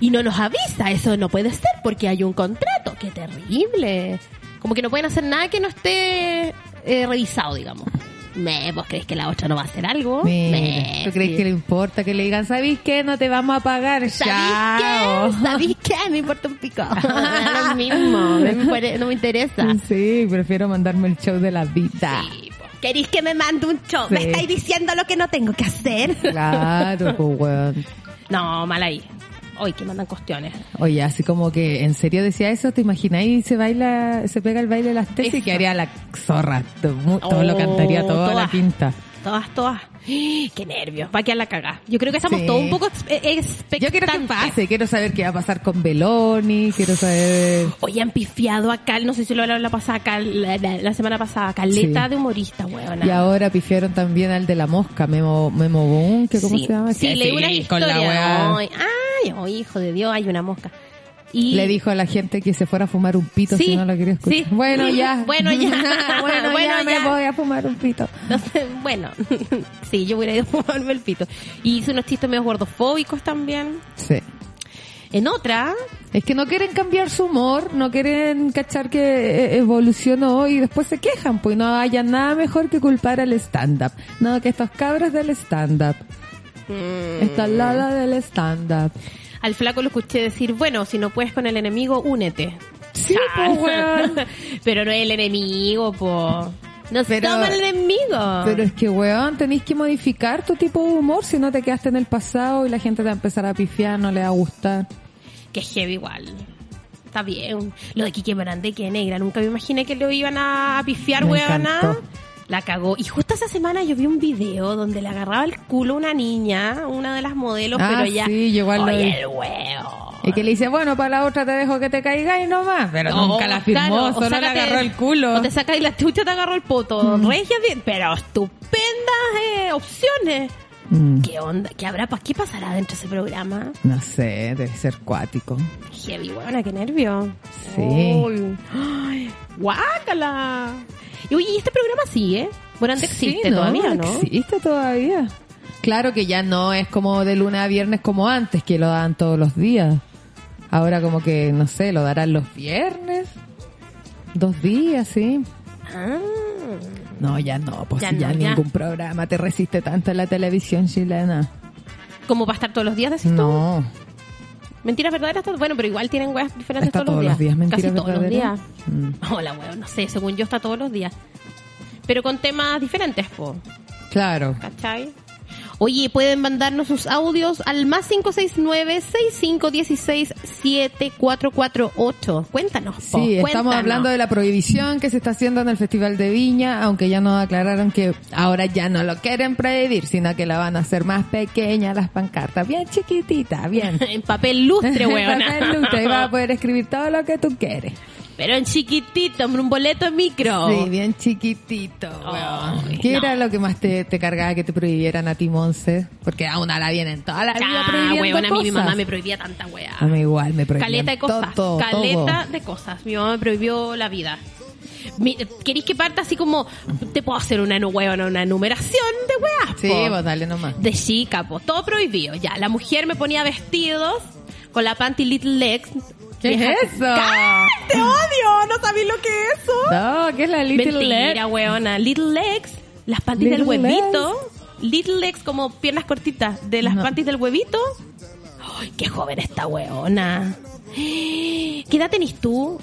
[SPEAKER 2] Y no nos avisa, eso no puede ser porque hay un contrato. ¡Qué terrible! Como que no pueden hacer nada que no esté eh, revisado, digamos. Me, ¿Vos crees que la otra no va a hacer algo?
[SPEAKER 1] Mira,
[SPEAKER 2] Me,
[SPEAKER 1] ¿tú crees
[SPEAKER 2] sí.
[SPEAKER 1] que le importa que le digan, ¿sabéis qué? No te vamos a pagar. Chao.
[SPEAKER 2] ¿Sabís qué? ¿Sabís qué? Me importa un pico. Da lo mismo. Me pare- no me interesa. Ah.
[SPEAKER 1] Sí, prefiero mandarme el show de la vida.
[SPEAKER 2] Sí, po. ¿Queréis que me mande un show? ¿Me
[SPEAKER 1] Sí.
[SPEAKER 2] estáis diciendo lo que no tengo que hacer?
[SPEAKER 1] Claro, pues, weón.
[SPEAKER 2] No, mal ahí. Hoy que mandan cuestiones.
[SPEAKER 1] Oye, así como que en serio decía eso, ¿te imagináis? Se baila, se pega el baile de las tesis
[SPEAKER 2] Eso.
[SPEAKER 1] que haría la zorra. Todo, mu- todo lo
[SPEAKER 2] Oh,
[SPEAKER 1] cantaría, todo a la
[SPEAKER 2] todas.
[SPEAKER 1] quinta.
[SPEAKER 2] Todas, todas. Qué nervios. Va a quedar la cagada. Yo creo que estamos
[SPEAKER 1] Sí.
[SPEAKER 2] todos un poco ex- eh, expectantes.
[SPEAKER 1] Yo quiero que pase, quiero saber qué va a pasar con Beloni, quiero saber...
[SPEAKER 2] Hoy han pifiado a Cal, no sé si lo hablaron la pasada, Cal- la, la- la semana pasada, Caleta
[SPEAKER 1] Sí.
[SPEAKER 2] de humorista, weona.
[SPEAKER 1] Y ahora pifiaron también al de la mosca, Memo, Memo Boom, que cómo
[SPEAKER 2] sí,
[SPEAKER 1] se llama.
[SPEAKER 2] Sí,
[SPEAKER 1] Que
[SPEAKER 2] leí
[SPEAKER 1] sí,
[SPEAKER 2] una
[SPEAKER 1] con la
[SPEAKER 2] historia.
[SPEAKER 1] weá.
[SPEAKER 2] Ay, ay, oh, hijo de Dios, hay una mosca. Y
[SPEAKER 1] Le dijo a la gente que se fuera a fumar un pito
[SPEAKER 2] Sí,
[SPEAKER 1] si no lo quería escuchar.
[SPEAKER 2] sí.
[SPEAKER 1] Bueno, ya.
[SPEAKER 2] Bueno, ya.
[SPEAKER 1] bueno,
[SPEAKER 2] Bueno,
[SPEAKER 1] ya, me
[SPEAKER 2] ya.
[SPEAKER 1] voy a fumar un pito.
[SPEAKER 2] Entonces, bueno, sí, yo hubiera ido a fumarme el pito. Y hizo unos chistes medio gordofóbicos también.
[SPEAKER 1] Sí.
[SPEAKER 2] En otra,
[SPEAKER 1] Es que no quieren cambiar su humor, no quieren cachar que eh, evolucionó y después se quejan, pues no haya nada mejor que culpar al stand-up. No, que estos cabros del stand-up.
[SPEAKER 2] Mm.
[SPEAKER 1] Esta lada del stand-up.
[SPEAKER 2] al flaco lo escuché decir, bueno, si no puedes con el enemigo, únete.
[SPEAKER 1] Sí,
[SPEAKER 2] Ah,
[SPEAKER 1] pues, weón.
[SPEAKER 2] Pero no es el enemigo, po. No se
[SPEAKER 1] Pero-
[SPEAKER 2] toma el enemigo.
[SPEAKER 1] Pero es que, weón, tenés que modificar tu tipo de humor, si no te quedaste en el pasado y la gente te va a empezar a pifiar, no le va a gustar.
[SPEAKER 2] Que es heavy igual. Está bien. Lo de Quique Morandé, que negra. Nunca me imaginé que lo iban a pifiar,
[SPEAKER 1] Me
[SPEAKER 2] weona.
[SPEAKER 1] encantó.
[SPEAKER 2] La cagó. Y justo esa semana yo vi un video donde le agarraba el culo a una niña, una de las modelos,
[SPEAKER 1] Ah,
[SPEAKER 2] pero ya.
[SPEAKER 1] sí, yo igual lo vi.
[SPEAKER 2] Oye, el huevo.
[SPEAKER 1] Y que le dice, bueno, para la otra te dejo que te caigas y no más. Pero
[SPEAKER 2] No,
[SPEAKER 1] nunca la firmó,
[SPEAKER 2] claro, o
[SPEAKER 1] solo le
[SPEAKER 2] sácate-
[SPEAKER 1] agarró el culo. Mm.
[SPEAKER 2] O te sacas y la chucha te agarró el poto. Regia, bien, pero estupendas eh, opciones.
[SPEAKER 1] Mm,
[SPEAKER 2] ¿Qué onda? ¿Qué habrá? pa- ¿Qué pasará dentro de ese programa?
[SPEAKER 1] no sé, debe ser cuático.
[SPEAKER 2] Heavy, weona, qué nervio.
[SPEAKER 1] Sí.
[SPEAKER 2] Uy. Ay, guácala. Y oye, ¿y este programa sigue? Morante existe
[SPEAKER 1] Sí, no,
[SPEAKER 2] todavía, ¿no?
[SPEAKER 1] Existe todavía. Claro que ya no es como de luna a viernes como antes, que lo daban todos los días. Ahora como que, no sé, lo darán los viernes. Dos días, sí.
[SPEAKER 2] Ah.
[SPEAKER 1] No, ya no, pues
[SPEAKER 2] Ya
[SPEAKER 1] ya,
[SPEAKER 2] no, ya.
[SPEAKER 1] ningún programa te resiste tanto a la televisión chilena.
[SPEAKER 2] ¿Cómo va a estar todos los días? Decís tú?
[SPEAKER 1] No,
[SPEAKER 2] Mentiras verdaderas, todo- bueno, pero igual tienen weas diferentes
[SPEAKER 1] está
[SPEAKER 2] todos los días.
[SPEAKER 1] mentira
[SPEAKER 2] Casi todos
[SPEAKER 1] verdadera.
[SPEAKER 2] los días.
[SPEAKER 1] Mm,
[SPEAKER 2] Hola, weón, no sé, según yo está todos los días. Pero con temas diferentes, po,
[SPEAKER 1] Claro.
[SPEAKER 2] ¿cachai? Oye, pueden mandarnos sus audios al más 569-6516-7448. Cuéntanos, po,
[SPEAKER 1] Sí, estamos
[SPEAKER 2] cuéntanos.
[SPEAKER 1] hablando de la prohibición que se está haciendo en el Festival de Viña, aunque ya nos aclararon que ahora ya no lo quieren prohibir, sino que la van a hacer más pequeña las pancartas, bien chiquitita, bien.
[SPEAKER 2] En papel lustre,
[SPEAKER 1] Papel lustre, y vas a
[SPEAKER 2] weona.
[SPEAKER 1] poder escribir todo lo que tú quieres.
[SPEAKER 2] Pero en chiquitito, hombre, un boleto en micro.
[SPEAKER 1] Sí, bien chiquitito,
[SPEAKER 2] Oh. Ay,
[SPEAKER 1] weón. ¿Qué
[SPEAKER 2] no.
[SPEAKER 1] era lo que más te, te cargaba que te prohibieran a ti, Monse? Porque a una la vienen toda la vida
[SPEAKER 2] Ya,
[SPEAKER 1] prohibiendo
[SPEAKER 2] Ah, weona, a mí mi
[SPEAKER 1] cosas.
[SPEAKER 2] mamá me prohibía tanta wea.
[SPEAKER 1] A mí igual me prohibían
[SPEAKER 2] Caleta de cosas.
[SPEAKER 1] todo, todo,
[SPEAKER 2] caleta de cosas. Mi mamá me prohibió la vida. Mi- ¿Queréis que parta así como te puedo hacer una nu- weona, una numeración de weas?
[SPEAKER 1] Sí,
[SPEAKER 2] po?
[SPEAKER 1] vos dale nomás.
[SPEAKER 2] De chica, po. Todo prohibido, ya. La mujer me ponía vestidos con la panty Little Legs.
[SPEAKER 1] ¿Qué
[SPEAKER 2] Vieja-
[SPEAKER 1] es eso?
[SPEAKER 2] ¡Ay, ¡Te odio! ¿No sabéis lo que es eso?
[SPEAKER 1] No, ¿qué es la Little
[SPEAKER 2] Mentira,
[SPEAKER 1] Leg?
[SPEAKER 2] weona. Little legs, las panties del
[SPEAKER 1] Little
[SPEAKER 2] huevito. Little legs como piernas cortitas de las
[SPEAKER 1] No.
[SPEAKER 2] panties del huevito. Ay, qué joven esta weona. ¿Qué edad tenés tú?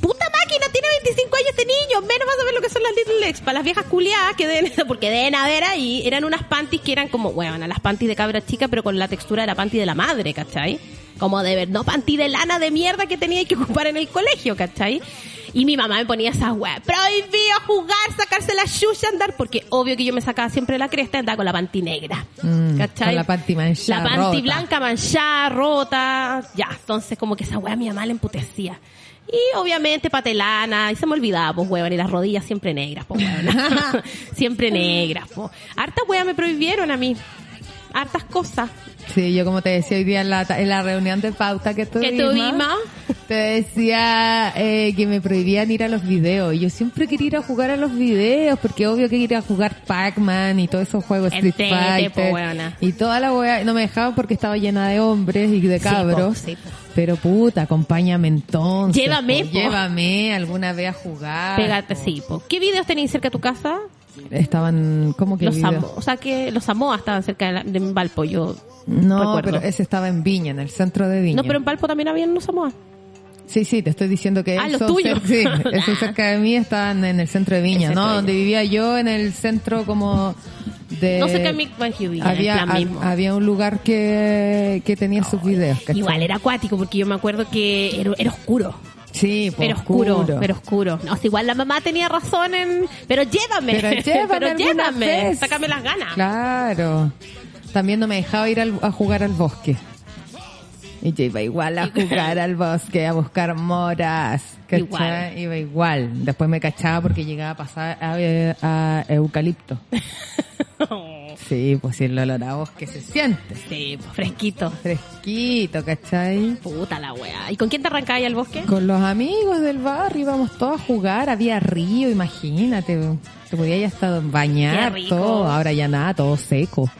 [SPEAKER 2] Puta máquina, tiene 25 años este niño. Menos vas a ver lo que son las Little Legs. Para las viejas culiadas que deben, porque deben haber ahí, eran unas panties que eran como, weona, las panties de cabra chica, pero con la textura de la panty de la madre, ¿cachai? Como de ver, no panty de lana de mierda que tenía que ocupar en el colegio, ¿cachai? Y mi mamá me ponía esas weas. Prohibido jugar, sacarse la chucha, andar, porque obvio que yo me sacaba siempre la cresta y andaba con la panty negra.
[SPEAKER 1] Mm,
[SPEAKER 2] ¿Cachai?
[SPEAKER 1] con la panty manchada,
[SPEAKER 2] La panty
[SPEAKER 1] rota.
[SPEAKER 2] blanca manchada, rota. Ya, entonces como que esa weá mi mamá le emputecía. Y obviamente patelana, y se me olvidaba, pues weón, y las rodillas siempre negras, pues weón. siempre negras, pues. Hartas weas me prohibieron a mí. Hartas cosas.
[SPEAKER 1] Sí, yo como te decía hoy día en la, en la reunión de pauta que tuvimos,
[SPEAKER 2] tuvimos.
[SPEAKER 1] te decía eh, que me prohibían ir a los videos. Y Yo siempre quería ir a jugar a los videos, porque obvio que ir a jugar Pac-Man y todos esos juegos Street
[SPEAKER 2] Entérate, po,
[SPEAKER 1] Fighter.
[SPEAKER 2] weona.
[SPEAKER 1] y toda la wea, no me dejaban porque estaba llena de hombres y de
[SPEAKER 2] Sí, po,
[SPEAKER 1] cabros.
[SPEAKER 2] sí, po.
[SPEAKER 1] Pero puta, acompáñame entonces.
[SPEAKER 2] Llévame,
[SPEAKER 1] po,
[SPEAKER 2] po.
[SPEAKER 1] Llévame alguna vez a jugar.
[SPEAKER 2] Pégate,
[SPEAKER 1] po.
[SPEAKER 2] sí, pues. ¿Qué videos tenéis cerca de tu casa?
[SPEAKER 1] Estaban, ¿cómo que
[SPEAKER 2] Los
[SPEAKER 1] videos?
[SPEAKER 2] Samo- o sea que los Samoa estaban cerca de, la- de Valpo, yo
[SPEAKER 1] No,
[SPEAKER 2] recuerdo.
[SPEAKER 1] pero ese estaba en Viña, en el centro de Viña.
[SPEAKER 2] No, pero en Valpo también había unos Samoa.
[SPEAKER 1] Sí, sí, te estoy diciendo que
[SPEAKER 2] Ah,
[SPEAKER 1] eso,
[SPEAKER 2] los tuyos.
[SPEAKER 1] cer- sí, eso cerca de mí estaban en el centro de Viña,
[SPEAKER 2] El centro
[SPEAKER 1] ¿no?
[SPEAKER 2] de
[SPEAKER 1] Donde vivía yo, en el centro como de...
[SPEAKER 2] No sé qué mi que vivía,
[SPEAKER 1] Eh, había,
[SPEAKER 2] en plan
[SPEAKER 1] ha-
[SPEAKER 2] mismo.
[SPEAKER 1] había un lugar que, que tenía sus videos. ¿cachai?
[SPEAKER 2] Igual era acuático porque yo me acuerdo que era, era oscuro.
[SPEAKER 1] Sí, pues, po,
[SPEAKER 2] Pero oscuro, pero oscuro. No, o sea, igual la mamá tenía razón en. Pero llévame,
[SPEAKER 1] Pero llévame
[SPEAKER 2] pero
[SPEAKER 1] alguna
[SPEAKER 2] llévame,
[SPEAKER 1] vez.
[SPEAKER 2] sácame las ganas.
[SPEAKER 1] Claro. También no me dejaba ir al- a jugar al bosque. Y yo iba igual a jugar al bosque, a buscar moras. ¿cachai?
[SPEAKER 2] Igual.
[SPEAKER 1] Iba igual. Después me cachaba porque llegaba a pasar a, a eucalipto. Sí, pues sí, el olor a bosque se siente.
[SPEAKER 2] sí, pues, fresquito.
[SPEAKER 1] Fresquito, ¿cachai?
[SPEAKER 2] Puta la wea. ¿Y con quién te arrancabas ahí al bosque?
[SPEAKER 1] Con los amigos del barrio íbamos todos a jugar, había río, imagínate. Te podías hasta bañar,
[SPEAKER 2] Qué rico.
[SPEAKER 1] todo. Ahora ya nada, todo seco.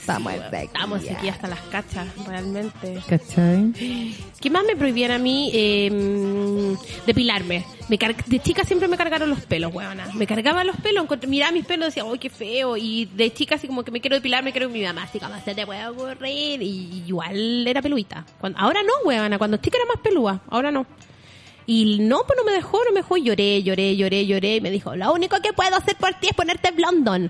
[SPEAKER 1] Estamos en sequía.
[SPEAKER 2] Estamos aquí hasta las cachas, realmente.
[SPEAKER 1] ¿Cachai?
[SPEAKER 2] ¿Qué más me prohibían a mí eh, depilarme? Me car- de chica siempre me cargaron los pelos, huevona. Me cargaban los pelos, encontr- miraba mis pelos y decía, ¡ay, qué feo! Y de chica así como que me quiero depilar, me quiero mi mamá, así como se te puede ocurrir. Y igual era peluita. Cuando- ahora no, huevona. Cuando chica era más pelúa, ahora no. Y no, pues no me dejó, no me dejó. Y Lloré, lloré, lloré, lloré. Y me dijo, lo único que puedo hacer por ti es ponerte blondon.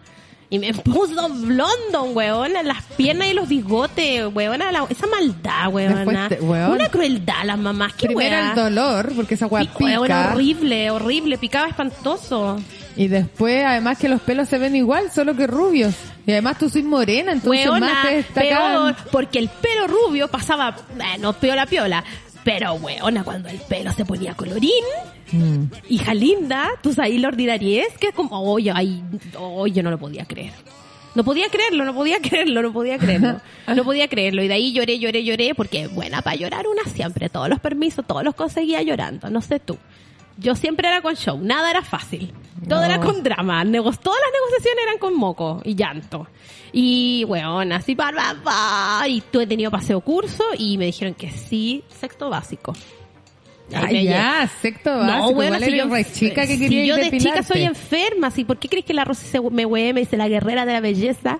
[SPEAKER 2] Y me puso blondon, weona, en las piernas y los bigotes, weona. la- esa maldad, weona.
[SPEAKER 1] Después te- weón.
[SPEAKER 2] Una crueldad, las mamás. Qué
[SPEAKER 1] Primero
[SPEAKER 2] weá.
[SPEAKER 1] el dolor, porque esa
[SPEAKER 2] Sí, weona,
[SPEAKER 1] guapica.
[SPEAKER 2] horrible, horrible. Picaba espantoso.
[SPEAKER 1] Y después, además que los pelos se ven igual, solo que rubios. Y además tú soy morena, entonces
[SPEAKER 2] Weona,
[SPEAKER 1] más te
[SPEAKER 2] peor,
[SPEAKER 1] destacan.
[SPEAKER 2] porque el pelo rubio pasaba, eh, no piola piola, pero weona, cuando el pelo se ponía colorín,
[SPEAKER 1] Mm.
[SPEAKER 2] hija linda, tus ahí la ordinariez, que es como, oye, ay, oye, yo no lo podía creer. No podía creerlo, no podía creerlo, no podía creerlo. No podía creerlo. Y de ahí lloré, lloré, lloré, porque buena para llorar una siempre. Todos los permisos, todos los conseguía llorando. No sé tú. Yo siempre era con show, nada era fácil. Todo
[SPEAKER 1] No.
[SPEAKER 2] era con drama. Nego- todas las negociaciones eran con moco y llanto. Y, weón, así, pa, pa, pa. Y tú he tenido paseo curso y me dijeron que sí, sexto básico. Y ahí
[SPEAKER 1] Ay,
[SPEAKER 2] me
[SPEAKER 1] Ah, ya, sexto básico.
[SPEAKER 2] no, bueno,
[SPEAKER 1] igual
[SPEAKER 2] si
[SPEAKER 1] eres
[SPEAKER 2] yo,
[SPEAKER 1] re chica que
[SPEAKER 2] si
[SPEAKER 1] quería
[SPEAKER 2] yo de
[SPEAKER 1] depilarte.
[SPEAKER 2] chica soy enferma, ¿sí? ¿por qué crees que la Rosy se- me hueve, me dice la guerrera de la belleza?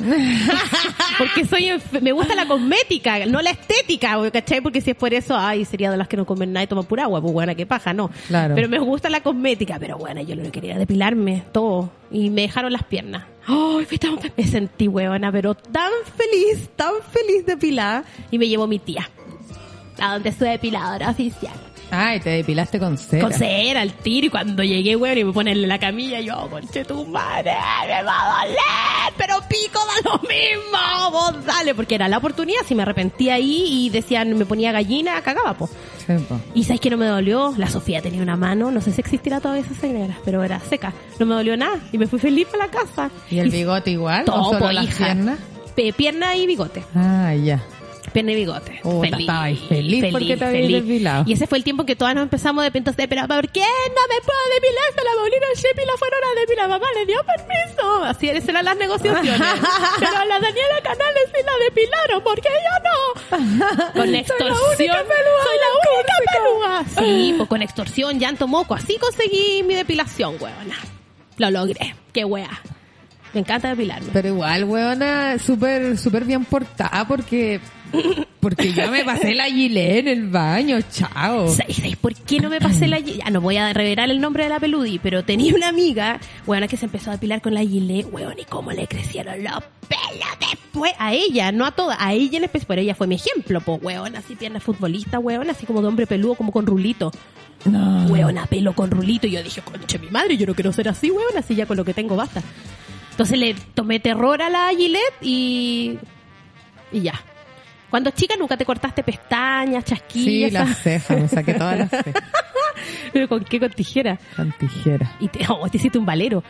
[SPEAKER 2] Porque soy enf- me gusta la cosmética, no la estética, güey, ¿cachai? Porque si es por eso, ay, sería de las que no comen nada y toman pura agua, pues buena, qué paja, no.
[SPEAKER 1] Claro.
[SPEAKER 2] Pero me gusta la cosmética, pero bueno, yo lo que quería era depilarme todo y me dejaron las piernas. Ay, fui tan fe- me sentí huevona, pero tan feliz, tan feliz depilada y me llevó mi tía a donde su depiladora oficial.
[SPEAKER 1] Ay, te depilaste con cera.
[SPEAKER 2] Con cera, al tiro, y cuando llegué, weón, y me ponen en la camilla, yo, conche tu madre, me va a doler, pero pico da lo mismo, vos dale, porque era la oportunidad, si me arrepentía ahí y decían, me ponía gallina, cagaba, po.
[SPEAKER 1] Sí, po.
[SPEAKER 2] Y sabes que no me dolió, la Sofía tenía una mano, no sé si existirá todavía esa señora, pero era seca, no me dolió nada, y me fui feliz para la casa.
[SPEAKER 1] ¿Y el bigote igual? ¿O
[SPEAKER 2] Topo,
[SPEAKER 1] solo las
[SPEAKER 2] hija.
[SPEAKER 1] piernas?
[SPEAKER 2] Pe- pierna y bigote.
[SPEAKER 1] Ah, ya.
[SPEAKER 2] Pierna y bigote.
[SPEAKER 1] Oh, estaba ahí feliz porque te habías depilado.
[SPEAKER 2] Y ese fue el tiempo que todas nos empezamos de pintas de, pero ¿por qué no me puedo depilar? Se la Paulina Shepi la fueron a depilar. Mamá le dio permiso. Así eran eran las negociaciones. pero a la Daniela Canales sí la depilaron, porque yo no. Con extorsión. Soy la única pelúa. Sí, pues con extorsión, llanto, moco. Así conseguí mi depilación, huevona. Lo logré. Qué wea. Me encanta depilarme.
[SPEAKER 1] Pero igual, huevona, súper súper bien portada porque porque yo me pasé la gilet en el baño, chao.
[SPEAKER 2] ¿Sabes sabes por qué no me pasé la Gillette? Ya no voy a revelar el nombre de la peludi, pero tenía una amiga, weona, que se empezó a depilar con la Gillette, weón, y cómo le crecieron los pelos después. A ella, no a todas, a ella en especial, pero ella fue mi ejemplo, pues, weón, así pierna futbolista, weón, así como de hombre peludo, como con rulito.
[SPEAKER 1] No.
[SPEAKER 2] Weona, pelo con rulito. Y yo dije, conche, mi madre, yo no quiero ser así, weón, así ya con lo que tengo basta. Entonces le tomé terror a la Gillette y. y ya. Cuando chica nunca te cortaste pestañas,
[SPEAKER 1] Sí,
[SPEAKER 2] chasquillas.
[SPEAKER 1] las cejas, me saqué todas las cejas
[SPEAKER 2] ¿Pero con qué? Con tijera.
[SPEAKER 1] con tijera.
[SPEAKER 2] Y te, oh, te hiciste un valero.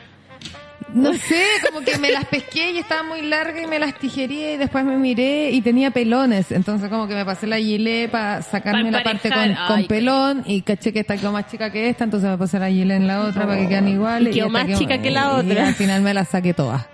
[SPEAKER 1] No sé, como que me las pesqué y estaba muy larga y me las tijeré y después me miré y tenía pelones. Entonces como que me pasé la gilet para sacarme
[SPEAKER 2] Pa
[SPEAKER 1] la parte con,
[SPEAKER 2] emparejar,
[SPEAKER 1] con
[SPEAKER 2] ay.
[SPEAKER 1] pelón y caché que esta quedó más chica que esta, entonces me pasé la gilet en la otra para que quedan iguales.
[SPEAKER 2] Y quedó
[SPEAKER 1] esta eh,
[SPEAKER 2] más chica que la
[SPEAKER 1] y
[SPEAKER 2] otra.
[SPEAKER 1] al final me las saqué todas.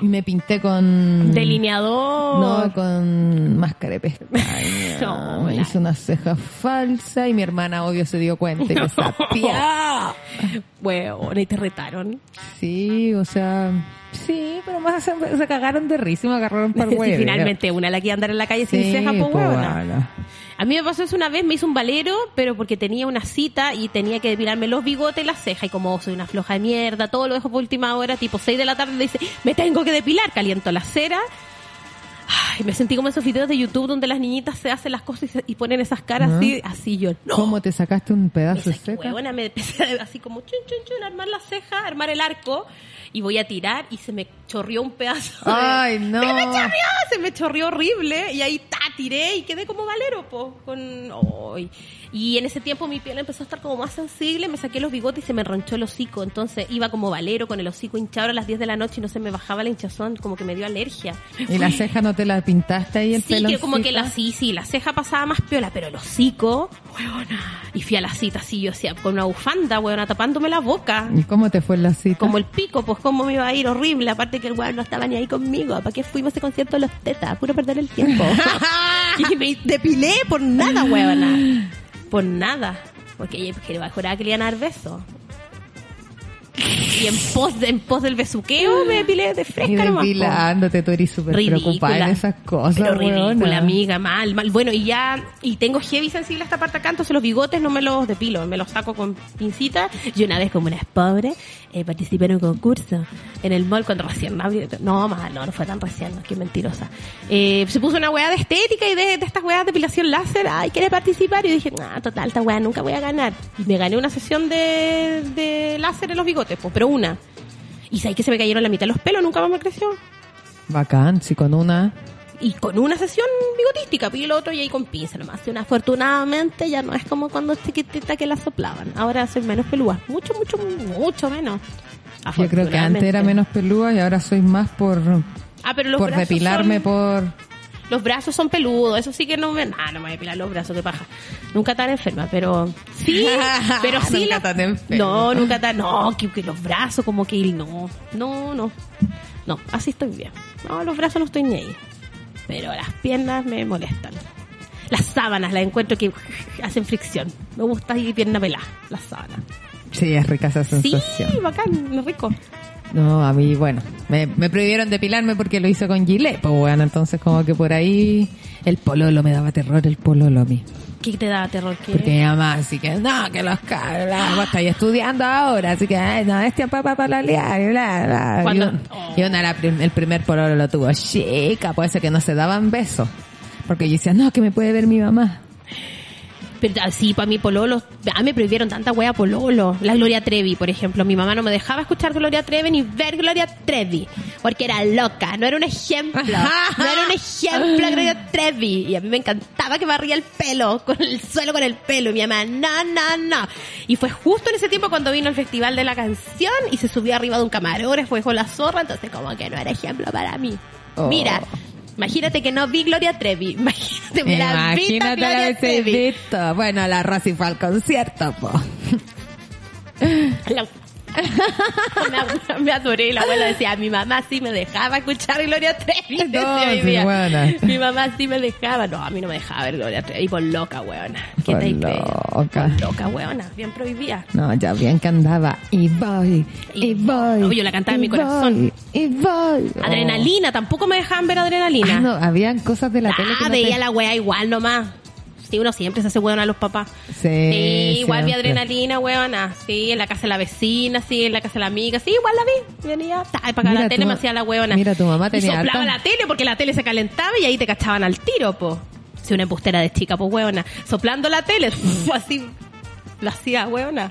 [SPEAKER 1] Y me pinté con...
[SPEAKER 2] Delineador.
[SPEAKER 1] Mm. No, con máscara de
[SPEAKER 2] No,
[SPEAKER 1] pestaña. me
[SPEAKER 2] la-
[SPEAKER 1] hizo una ceja falsa y mi hermana obvio se dio cuenta y me sapía.
[SPEAKER 2] ¡Pia! Huevona, y te retaron.
[SPEAKER 1] Sí, o sea, sí, pero más se, se cagaron de risa y me agarraron para
[SPEAKER 2] Y
[SPEAKER 1] huevo.
[SPEAKER 2] finalmente una la que iba a andar en la calle sin
[SPEAKER 1] Sí,
[SPEAKER 2] ceja, pues
[SPEAKER 1] po,
[SPEAKER 2] huevona.
[SPEAKER 1] huevona.
[SPEAKER 2] A mí me pasó eso una vez, me hizo un valero, pero porque tenía una cita y tenía que depilarme los bigotes y las cejas. Y como soy una floja de mierda, todo lo dejo por última hora, tipo 6 de la tarde, dice, me tengo que depilar, caliento la cera. Ay, me sentí como esos videos de YouTube donde las niñitas se hacen las cosas y, se- y ponen esas caras
[SPEAKER 1] Ajá.
[SPEAKER 2] así, así yo.
[SPEAKER 1] ¿Ah?
[SPEAKER 2] No.
[SPEAKER 1] ¿Cómo te sacaste un pedazo de
[SPEAKER 2] Esa
[SPEAKER 1] seta?
[SPEAKER 2] huevona, me empecé a- así como chun, chun, chun, armar la ceja, armar el arco y voy a tirar y se me chorrió un pedazo. de-
[SPEAKER 1] Ay, no.
[SPEAKER 2] Se me chorrió, se me chorrió horrible y ahí ta, tiré y quedé como valero, po, con ay. Y en ese tiempo mi piel empezó a estar como más sensible, me saqué los bigotes y se me ronchó el hocico, entonces iba como valero con el hocico hinchado a las 10 de la noche y no se me bajaba la hinchazón, como que me dio alergia.
[SPEAKER 1] ¿Y la ceja no te la pintaste ahí el
[SPEAKER 2] Sí,
[SPEAKER 1] pelo?
[SPEAKER 2] que como que la, sí, sí, la ceja pasaba más piola, pero el hocico, huevona. Y fui a la cita así, yo hacía con una bufanda, huevona, tapándome la boca.
[SPEAKER 1] ¿Y cómo te fue en la cita?
[SPEAKER 2] Como el pico, pues cómo me iba a ir horrible. Aparte que el huevón no estaba ni ahí conmigo. ¿Para qué fuimos a ese concierto de los tetas? Puro perder el tiempo. y me depilé por nada, huevona. Por nada. Porque ella que juraba que le iban a dar besos. Y en pos, en pos del besuqueo me depilé de
[SPEAKER 1] Y
[SPEAKER 2] fresca nomás, po.
[SPEAKER 1] depilándote, tú eres súper preocupada en esas cosas,
[SPEAKER 2] Pero ridícula,
[SPEAKER 1] weona.
[SPEAKER 2] amiga, mal, mal. Bueno, y ya, y tengo heavy sensible esta parte acá, entonces los bigotes no me los depilo, me los saco con pincita. Y una vez, como una pobre, eh, participé en un concurso en el mall cuando recién abrí. No, mal, no, no fue tan recién, no, qué mentirosa. Eh, se puso una weá de estética y de, de estas weas de depilación láser, ay, quiere participar. Y dije, no, total, esta weá nunca voy a ganar. Y me gané una sesión de, de láser en los bigotes, pues, pero una. Y sabes que se me cayeron la mitad de los pelos, nunca más me creció.
[SPEAKER 1] Bacán, sí, con una...
[SPEAKER 2] Y con una sesión bigotística, pues, y el otro y ahí con pinza nomás. Y una- afortunadamente ya no es como cuando chiquitita que la soplaban. Ahora soy menos pelúa. Mucho, mucho, mucho menos.
[SPEAKER 1] Yo creo que antes era
[SPEAKER 2] Afortunadamente.
[SPEAKER 1] menos pelúa y ahora soy más por,
[SPEAKER 2] Ah, pero los
[SPEAKER 1] por
[SPEAKER 2] brazos
[SPEAKER 1] depilarme,
[SPEAKER 2] son-
[SPEAKER 1] por...
[SPEAKER 2] Los brazos son peludos, eso sí que no me... Nah, no me voy a depilar los brazos, qué paja. Nunca tan enferma, pero... Sí, pero sí...
[SPEAKER 1] Nunca
[SPEAKER 2] la-
[SPEAKER 1] tan enferma.
[SPEAKER 2] No, nunca tan... No, que, que los brazos como que... No, no, no. No, así estoy bien. No, los brazos no estoy ni ahí. Pero las piernas me molestan. Las sábanas las encuentro que hacen fricción. Me gusta ir pierna pelada, las sábanas.
[SPEAKER 1] Sí, es rica esa
[SPEAKER 2] Sí,
[SPEAKER 1] sensación.
[SPEAKER 2] bacán, es rico.
[SPEAKER 1] No, a mí, bueno, me, me prohibieron depilarme porque lo hizo con Gillette, pues bueno, entonces como que por ahí el pololo me daba terror, el pololo a mí.
[SPEAKER 2] ¿Qué te da terror? ¿Qué?
[SPEAKER 1] Porque mi mamá, así que, no, que los cabros, bla, vos estáis estudiando ahora, así que, ay, no, este papá para liar, y bla, bla. Y
[SPEAKER 2] Cuando-
[SPEAKER 1] un- Y una, la prim- el primer pololo lo tuvo chica, puede ser que no se daban besos. Porque yo decía, no, que me puede ver mi mamá.
[SPEAKER 2] Pero ah, sí, para mí pololo, a me prohibieron tanta wea pololo. La Gloria Trevi, por ejemplo, mi mamá no me dejaba escuchar Gloria Trevi ni ver Gloria Trevi, porque era loca, no era un ejemplo, no era un ejemplo Gloria Trevi. Y a mí me encantaba que barría el pelo, con el suelo con el pelo, y mi mamá, no, no, no. Y fue justo en ese tiempo cuando vino el Festival de la Canción y se subió arriba de un camarógrafo, dejó la zorra, entonces como que no era ejemplo para mí.
[SPEAKER 1] Oh.
[SPEAKER 2] Mira. Imagínate que no vi Gloria Trevi. Imagínate, me la vi tan
[SPEAKER 1] Imagínate
[SPEAKER 2] Gloria
[SPEAKER 1] la vez
[SPEAKER 2] Trevi.
[SPEAKER 1] visto. Bueno, la Rosy fue al concierto, po.
[SPEAKER 2] La- Me ab- me adoré, la abuela decía, mi mamá sí me dejaba escuchar Gloria Trevi.
[SPEAKER 1] No,
[SPEAKER 2] decía mi,
[SPEAKER 1] sí,
[SPEAKER 2] tía.
[SPEAKER 1] buena.
[SPEAKER 2] Mi mamá sí me dejaba, no, a mí no me dejaba ver Gloria Trevi, por loca, weona. ¿Qué
[SPEAKER 1] Por
[SPEAKER 2] te crees?
[SPEAKER 1] loca.
[SPEAKER 2] Por loca, weona, bien prohibida.
[SPEAKER 1] No, ya bien que andaba. Y voy,
[SPEAKER 2] Y
[SPEAKER 1] y, voy.
[SPEAKER 2] no, yo la cantaba en
[SPEAKER 1] y
[SPEAKER 2] mi corazón.
[SPEAKER 1] voy, Y voy. Oh.
[SPEAKER 2] Adrenalina, tampoco me dejaban ver adrenalina.
[SPEAKER 1] Ah, no, habían cosas de la tele que
[SPEAKER 2] Ah,
[SPEAKER 1] no
[SPEAKER 2] veía
[SPEAKER 1] te-
[SPEAKER 2] la wea igual nomás. Sí, uno siempre se hace weón a los papás.
[SPEAKER 1] Sí,
[SPEAKER 2] igual vi
[SPEAKER 1] siempre.
[SPEAKER 2] adrenalina, weona. Sí, en la casa de la vecina, sí, en la casa de la amiga. Sí, igual la vi. Venía, ta, y para acá
[SPEAKER 1] Mira
[SPEAKER 2] la
[SPEAKER 1] tu
[SPEAKER 2] tele me
[SPEAKER 1] ma-
[SPEAKER 2] hacía la weona.
[SPEAKER 1] mira, tu mamá tenía
[SPEAKER 2] Y soplaba
[SPEAKER 1] harta-
[SPEAKER 2] la tele porque la tele se calentaba y ahí te cachaban al tiro, po. Si una embustera de chica, po, weona. Soplando la tele, así, la hacía, weona.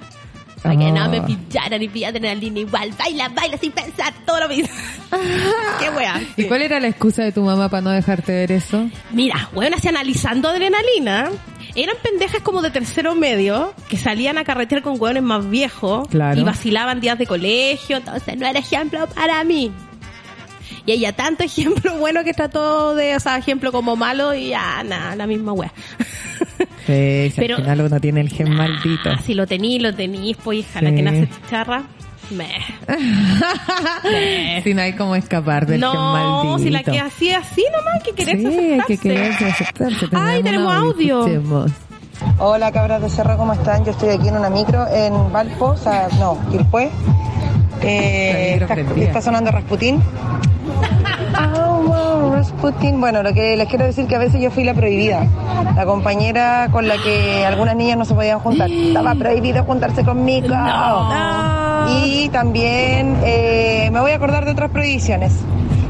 [SPEAKER 2] Para que
[SPEAKER 1] Oh.
[SPEAKER 2] no me pillaran y vi adrenalina igual. Baila, baila sin pensar, todo lo mismo. Qué wea.
[SPEAKER 1] ¿Y cuál era la excusa de tu mamá para no dejarte ver eso?
[SPEAKER 2] Mira, weón, así analizando adrenalina, eran pendejas como de tercero medio que salían a carretear con hueones más viejos
[SPEAKER 1] Claro.
[SPEAKER 2] y vacilaban días de colegio, entonces no era ejemplo para mí. Y ella tanto ejemplo bueno que trató de, o sea, ejemplo como malo y ya, nada, la misma wea.
[SPEAKER 1] Sí, si
[SPEAKER 2] Pero-
[SPEAKER 1] al final uno tiene el gen maldito.
[SPEAKER 2] Ah, si lo tení, lo tenís, pues hija, la
[SPEAKER 1] Sí.
[SPEAKER 2] que nace chicharra, meh.
[SPEAKER 1] Si no hay cómo escapar del gen
[SPEAKER 2] no,
[SPEAKER 1] maldito.
[SPEAKER 2] si la que así es así nomás, que querés
[SPEAKER 1] Sí, hay
[SPEAKER 2] aceptarse.
[SPEAKER 1] que quererse aceptarse.
[SPEAKER 2] Ay, tenemos
[SPEAKER 1] un
[SPEAKER 2] audio.
[SPEAKER 1] escuchemos.
[SPEAKER 3] Hola cabras de Cerro, ¿cómo están? Yo estoy aquí en una micro en Valpo, o sea, no, Quilpué. Eh,
[SPEAKER 1] La micro
[SPEAKER 3] está,
[SPEAKER 1] prendida.
[SPEAKER 3] está sonando Rasputín. I want Rasputin. Putin, bueno, lo que les quiero decir que a veces yo fui la prohibida, la compañera con la que algunas niñas no se podían juntar. Estaba prohibido juntarse conmigo. Y también eh, me voy a acordar de otras prohibiciones.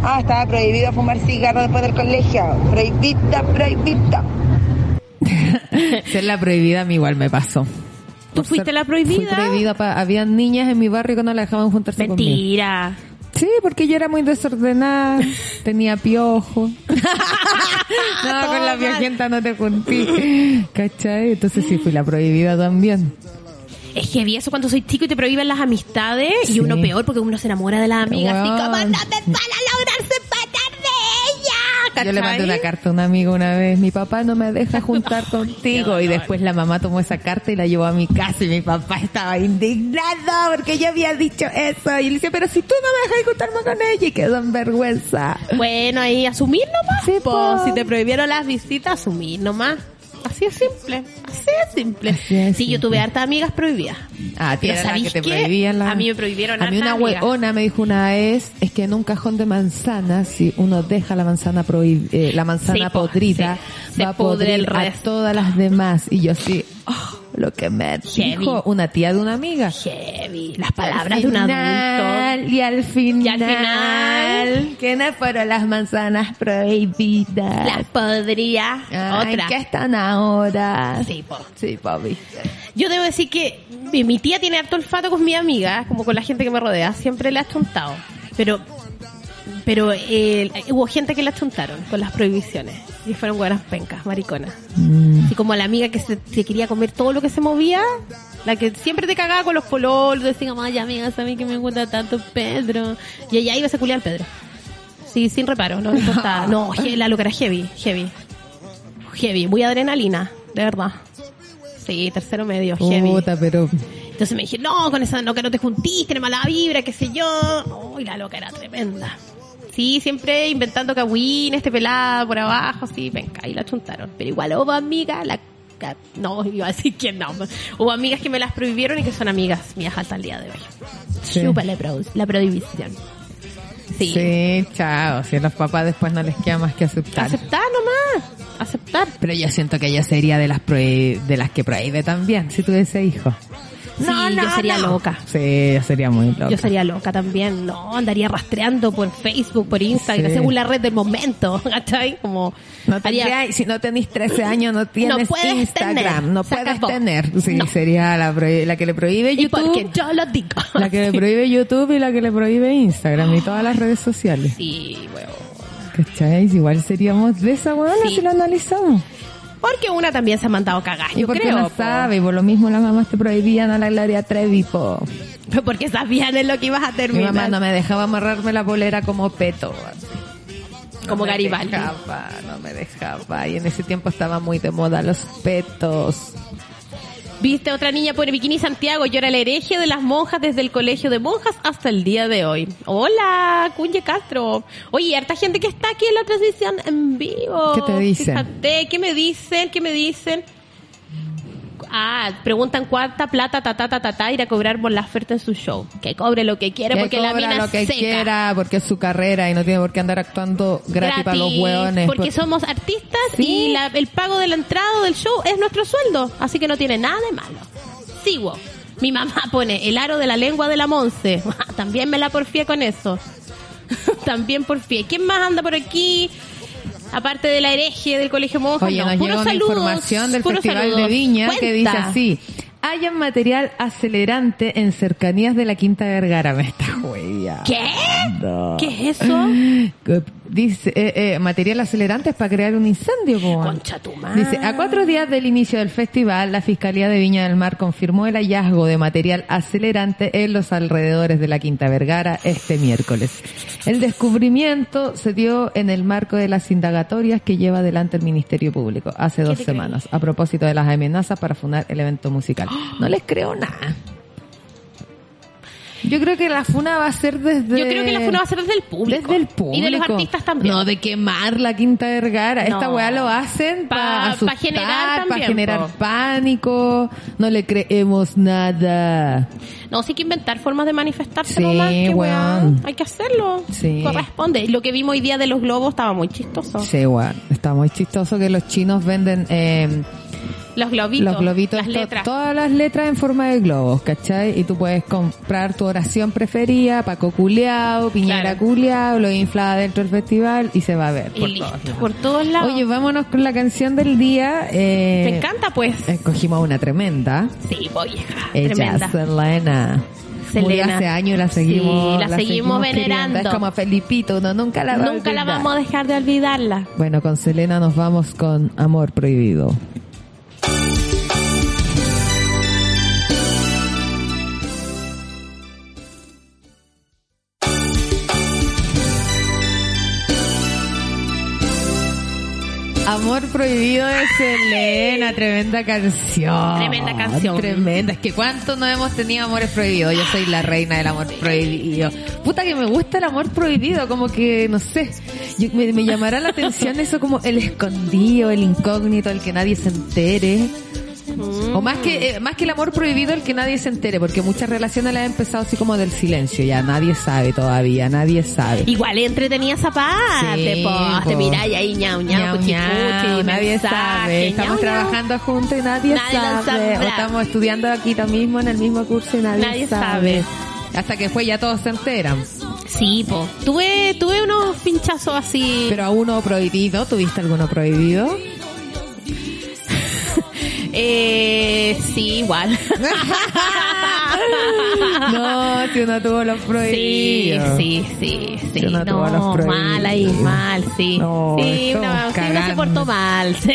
[SPEAKER 3] Ah, estaba prohibido fumar cigarro después del colegio. Prohibida, prohibida.
[SPEAKER 1] Ser la prohibida a mí igual me pasó.
[SPEAKER 2] ¿Tú
[SPEAKER 1] Por
[SPEAKER 2] fuiste
[SPEAKER 1] ser-
[SPEAKER 2] la prohibida?
[SPEAKER 1] Fui prohibida. pa- habían niñas en mi barrio que no la dejaban juntarse conmigo.
[SPEAKER 2] Mentira.
[SPEAKER 1] Sí, porque yo era muy desordenada, tenía piojo. no, con la piojenta no te juntí. ¿Cachai? Entonces sí, fui la prohibida también.
[SPEAKER 2] Es que vi eso cuando soy chico y te prohíben las amistades
[SPEAKER 1] Sí.
[SPEAKER 2] y uno peor porque uno se enamora de las amigas. Así
[SPEAKER 1] Weón.
[SPEAKER 2] como no me van a lograr separar de ella.
[SPEAKER 1] Yo le mandé
[SPEAKER 2] ¿cachai?
[SPEAKER 1] una carta a un amigo una vez, mi papá no me deja juntar contigo. Y después la mamá tomó esa carta y la llevó a mi casa y mi papá estaba indignado porque yo había dicho eso. Y le decía, pero si tú no me dejas juntarme con ella y quedó en vergüenza.
[SPEAKER 2] Bueno, ahí asumir nomás.
[SPEAKER 1] Sí,
[SPEAKER 2] po.
[SPEAKER 1] po.
[SPEAKER 2] Si te prohibieron las visitas, asumir nomás. Así es simple. Así es simple.
[SPEAKER 1] Así es
[SPEAKER 2] sí, yo
[SPEAKER 1] simple.
[SPEAKER 2] tuve hartas amigas prohibidas.
[SPEAKER 1] Ah, tía,
[SPEAKER 2] Pero
[SPEAKER 1] era la que
[SPEAKER 2] ¿sabís
[SPEAKER 1] te
[SPEAKER 2] qué?
[SPEAKER 1] prohibían la-
[SPEAKER 2] A mí me prohibieron
[SPEAKER 1] A mí una
[SPEAKER 2] hartas amigas.
[SPEAKER 1] hueona me dijo una vez, es que en un cajón de manzanas, si uno deja la manzana prohib- eh, la manzana
[SPEAKER 2] Sí, po,
[SPEAKER 1] podrida,
[SPEAKER 2] sí. Se
[SPEAKER 1] va a
[SPEAKER 2] pudre el
[SPEAKER 1] podrir a
[SPEAKER 2] resto.
[SPEAKER 1] todas las demás. Y yo así, oh, lo que me
[SPEAKER 2] Heavy.
[SPEAKER 1] dijo una tía de una amiga.
[SPEAKER 2] Heavy. Las palabras
[SPEAKER 1] Al
[SPEAKER 2] de un
[SPEAKER 1] final,
[SPEAKER 2] adulto.
[SPEAKER 1] Y al final,
[SPEAKER 2] Y al final.
[SPEAKER 1] que no fueron las manzanas prohibidas.
[SPEAKER 2] Las podría.
[SPEAKER 1] Ay,
[SPEAKER 2] otra.
[SPEAKER 1] ¿qué están ahora?
[SPEAKER 2] Sí, po.
[SPEAKER 1] sí, papi.
[SPEAKER 2] Yo debo decir que mi, mi tía tiene harto olfato con mi amiga, como con la gente que me rodea, siempre la ha chuntado. Pero pero eh, hubo gente que la chuntaron con las prohibiciones y fueron buenas pencas, mariconas. Así como la amiga que se, se quería comer todo lo que se movía, la que siempre te cagaba con los pololos, decía, mamá, ya amiga, sabes que me gusta tanto Pedro. Y ella iba a culiar al Pedro. Sí, sin reparo, no me importaba. No, je- la loca era heavy, heavy. Heavy, muy adrenalina, de verdad. Sí, tercero medio, heavy.
[SPEAKER 1] Puta, pero
[SPEAKER 2] Entonces me dije, no, con esa loca no te juntís, tiene mala vibra, qué sé yo. Uy, la loca era tremenda. Sí, siempre inventando cagüines, este pelada por abajo, sí, venga, y la chuntaron. Pero igual hubo amigas, la, la- no, iba a decir que no. Hubo amigas que me las prohibieron y que son amigas mías hasta el día de hoy.
[SPEAKER 1] Sí.
[SPEAKER 2] Chupa la, pro- la prohibición. Sí.
[SPEAKER 1] Sí, chao. Si a los papás después no les queda más que aceptar.
[SPEAKER 2] Aceptar nomás, aceptar.
[SPEAKER 1] Pero yo siento que ella sería de las prohi- de las que prohíbe también, si tuviese hijos.
[SPEAKER 2] sí, yo sería loca.
[SPEAKER 1] Sí, ella sería muy loca.
[SPEAKER 2] Yo sería loca también, no, andaría rastreando por Facebook, por Instagram,
[SPEAKER 1] Sí.
[SPEAKER 2] según la red del momento, ¿cachai? Como
[SPEAKER 1] No
[SPEAKER 2] haría-
[SPEAKER 1] tendría- si no tenés 13 años, no tienes
[SPEAKER 2] No puedes
[SPEAKER 1] Instagram,
[SPEAKER 2] tener.
[SPEAKER 1] no
[SPEAKER 2] Se
[SPEAKER 1] puedes
[SPEAKER 2] acabó.
[SPEAKER 1] tener. Sí,
[SPEAKER 2] No.
[SPEAKER 1] sería la, prohi- la que le prohíbe
[SPEAKER 2] y porque
[SPEAKER 1] YouTube,
[SPEAKER 2] yo lo digo.
[SPEAKER 1] la que le prohíbe YouTube y la que le prohíbe Instagram y todas las redes sociales.
[SPEAKER 2] Sí, huevo.
[SPEAKER 1] ¿Cachai? Igual seríamos de esa huevona
[SPEAKER 2] Sí.
[SPEAKER 1] si lo analizamos.
[SPEAKER 2] Porque una también se ha mandado cagar,
[SPEAKER 1] y
[SPEAKER 2] yo
[SPEAKER 1] porque
[SPEAKER 2] creo.
[SPEAKER 1] no
[SPEAKER 2] po.
[SPEAKER 1] sabe, y por lo mismo las mamás te prohibían a la Gloria Trevi, po.
[SPEAKER 2] Porque sabían en lo que ibas a
[SPEAKER 1] Mi
[SPEAKER 2] terminar.
[SPEAKER 1] mamá no me dejaba amarrarme la polera como peto.
[SPEAKER 2] Como
[SPEAKER 1] no me
[SPEAKER 2] Garibaldi.
[SPEAKER 1] Dejaba, no me dejaba. Y en ese tiempo estaba muy de moda los petos.
[SPEAKER 2] Viste a otra niña por Bikini Santiago, yo era el hereje de las monjas desde el colegio de monjas hasta el día de hoy. Hola, Cunye Castro. Oye, harta gente que está aquí en la transmisión en vivo.
[SPEAKER 1] ¿Qué te dicen?
[SPEAKER 2] Fíjate, ¿qué me dicen? ¿Qué me dicen? Ah, preguntan cuánta plata ta ta ta ta, ta, irá a cobrar por la oferta en su show. Que cobre lo que quiera
[SPEAKER 1] Que
[SPEAKER 2] porque la
[SPEAKER 1] cobra
[SPEAKER 2] mina
[SPEAKER 1] lo
[SPEAKER 2] es
[SPEAKER 1] que
[SPEAKER 2] seca.
[SPEAKER 1] quiera, porque es su carrera y no tiene por qué andar actuando gratis, para los
[SPEAKER 2] Gratis,
[SPEAKER 1] hueones.
[SPEAKER 2] Porque
[SPEAKER 1] Por-
[SPEAKER 2] somos artistas
[SPEAKER 1] Sí.
[SPEAKER 2] y la- el pago de la entrada o del show es nuestro sueldo. Así que no tiene nada de malo. Sigo. Mi mamá pone el aro de la lengua de la Monse. También me la porfié con eso. También porfié. ¿Quién más anda por aquí? Aparte de la hereje del Colegio Monja.
[SPEAKER 1] Pues, Oye,
[SPEAKER 2] no,
[SPEAKER 1] nos
[SPEAKER 2] puros
[SPEAKER 1] llega una
[SPEAKER 2] saludos,
[SPEAKER 1] información del
[SPEAKER 2] puros
[SPEAKER 1] Festival de
[SPEAKER 2] saludos.
[SPEAKER 1] Viña que dice
[SPEAKER 2] Cuenta.
[SPEAKER 1] así. Hayan material acelerante en cercanías de la Quinta Vergara. Me está hueviando.
[SPEAKER 2] ¿Qué? ¿Qué es eso?
[SPEAKER 1] Mm. Que Dice, eh, eh, material acelerante es para crear un incendio, po.
[SPEAKER 2] Concha tu madre.
[SPEAKER 1] Dice, a cuatro días del inicio del festival, la Fiscalía de Viña del Mar confirmó el hallazgo de material acelerante en los alrededores de la Quinta Vergara este miércoles. El descubrimiento se dio en el marco de las indagatorias que lleva adelante el Ministerio Público hace dos
[SPEAKER 2] te creí?
[SPEAKER 1] semanas, a propósito de las
[SPEAKER 2] ¡Ah!
[SPEAKER 1] amenazas para fundar el evento musical. No les creo nada. Yo creo que la funa va a ser desde...
[SPEAKER 2] Yo creo que la funa va a ser desde el público.
[SPEAKER 1] Desde el público.
[SPEAKER 2] Y de los artistas también.
[SPEAKER 1] No, de quemar la Quinta de Vergara. Esta
[SPEAKER 2] No.
[SPEAKER 1] weá lo hacen
[SPEAKER 2] Pa-
[SPEAKER 1] para
[SPEAKER 2] pa
[SPEAKER 1] asustar,
[SPEAKER 2] generar
[SPEAKER 1] pa'
[SPEAKER 2] también,
[SPEAKER 1] generar
[SPEAKER 2] po.
[SPEAKER 1] pánico. No le creemos nada.
[SPEAKER 2] No, sí hay que inventar formas de manifestarse
[SPEAKER 1] Sí,
[SPEAKER 2] nomás. qué weá.
[SPEAKER 1] weón.
[SPEAKER 2] Hay que hacerlo.
[SPEAKER 1] Sí.
[SPEAKER 2] Corresponde. Lo que vimos hoy día de los globos estaba muy chistoso.
[SPEAKER 1] Sí, weón. Está muy chistoso que los chinos venden... eh,
[SPEAKER 2] Los globitos.
[SPEAKER 1] los globitos,
[SPEAKER 2] Las
[SPEAKER 1] to-
[SPEAKER 2] letras.
[SPEAKER 1] todas las letras en forma de globos, ¿cachai? Y tú puedes comprar tu oración preferida, Paco Culeao, Piñera
[SPEAKER 2] Claro.
[SPEAKER 1] Culeao, lo infla dentro del festival y se va a ver.
[SPEAKER 2] y
[SPEAKER 1] por
[SPEAKER 2] listo.
[SPEAKER 1] todos lados.
[SPEAKER 2] por todos lados.
[SPEAKER 1] Oye, vámonos con la canción del día. eh,
[SPEAKER 2] Me encanta, pues.
[SPEAKER 1] Escogimos una tremenda.
[SPEAKER 2] Sí, voy, hija.
[SPEAKER 1] Ella,
[SPEAKER 2] Tremenda.
[SPEAKER 1] Selena.
[SPEAKER 2] Selena.
[SPEAKER 1] Murió hace años y la seguimos,
[SPEAKER 2] Sí, la seguimos
[SPEAKER 1] queriendo.
[SPEAKER 2] venerando.
[SPEAKER 1] Es como a Felipito, uno nunca la va a
[SPEAKER 2] Nunca la
[SPEAKER 1] olvidar.
[SPEAKER 2] vamos a dejar de olvidarla.
[SPEAKER 1] Bueno, con Selena nos vamos con Amor Prohibido. Amor prohibido de Selena, tremenda canción.
[SPEAKER 2] Tremenda canción.
[SPEAKER 1] Tremenda, es que cuánto no hemos tenido amores prohibidos. Yo soy la reina del amor prohibido. Puta que me gusta el amor prohibido, como que no sé. Yo- me, me llamará la atención eso como el escondido, el incógnito, el que nadie se entere.
[SPEAKER 2] Mm.
[SPEAKER 1] O más que eh, más que el amor prohibido, el que nadie se entere, porque muchas relaciones las he empezado así como del silencio, ya nadie sabe todavía, nadie sabe.
[SPEAKER 2] Igual entretenía esa parte,
[SPEAKER 1] Sí,
[SPEAKER 2] po.
[SPEAKER 1] po.
[SPEAKER 2] Te mirá y ahí ñau, ñau,
[SPEAKER 1] Ñau,
[SPEAKER 2] cuchi,
[SPEAKER 1] ñau,
[SPEAKER 2] cuchi,
[SPEAKER 1] nadie
[SPEAKER 2] mensaje,
[SPEAKER 1] sabe. Estamos
[SPEAKER 2] ñau, ñau.
[SPEAKER 1] trabajando juntos y nadie,
[SPEAKER 2] Nadie lo
[SPEAKER 1] sabe. O
[SPEAKER 2] sabrá.
[SPEAKER 1] estamos estudiando aquí también mismo en el mismo curso y nadie,
[SPEAKER 2] Nadie sabe.
[SPEAKER 1] sabe. Hasta que fue ya todos se enteran.
[SPEAKER 2] Sí, po. Tuve, tuve unos pinchazos así.
[SPEAKER 1] Pero a uno prohibido, ¿tuviste alguno prohibido?
[SPEAKER 2] Eh, sí, igual.
[SPEAKER 1] No, si uno tuvo los
[SPEAKER 2] Sí,
[SPEAKER 1] prohibidos.
[SPEAKER 2] sí, sí, sí.
[SPEAKER 1] Yo no tuve a
[SPEAKER 2] No,
[SPEAKER 1] los prohibidos.
[SPEAKER 2] mal ahí, mal, sí.
[SPEAKER 1] No,
[SPEAKER 2] sí,
[SPEAKER 1] estamos
[SPEAKER 2] una, sí, una se
[SPEAKER 1] cagando.
[SPEAKER 2] portó mal.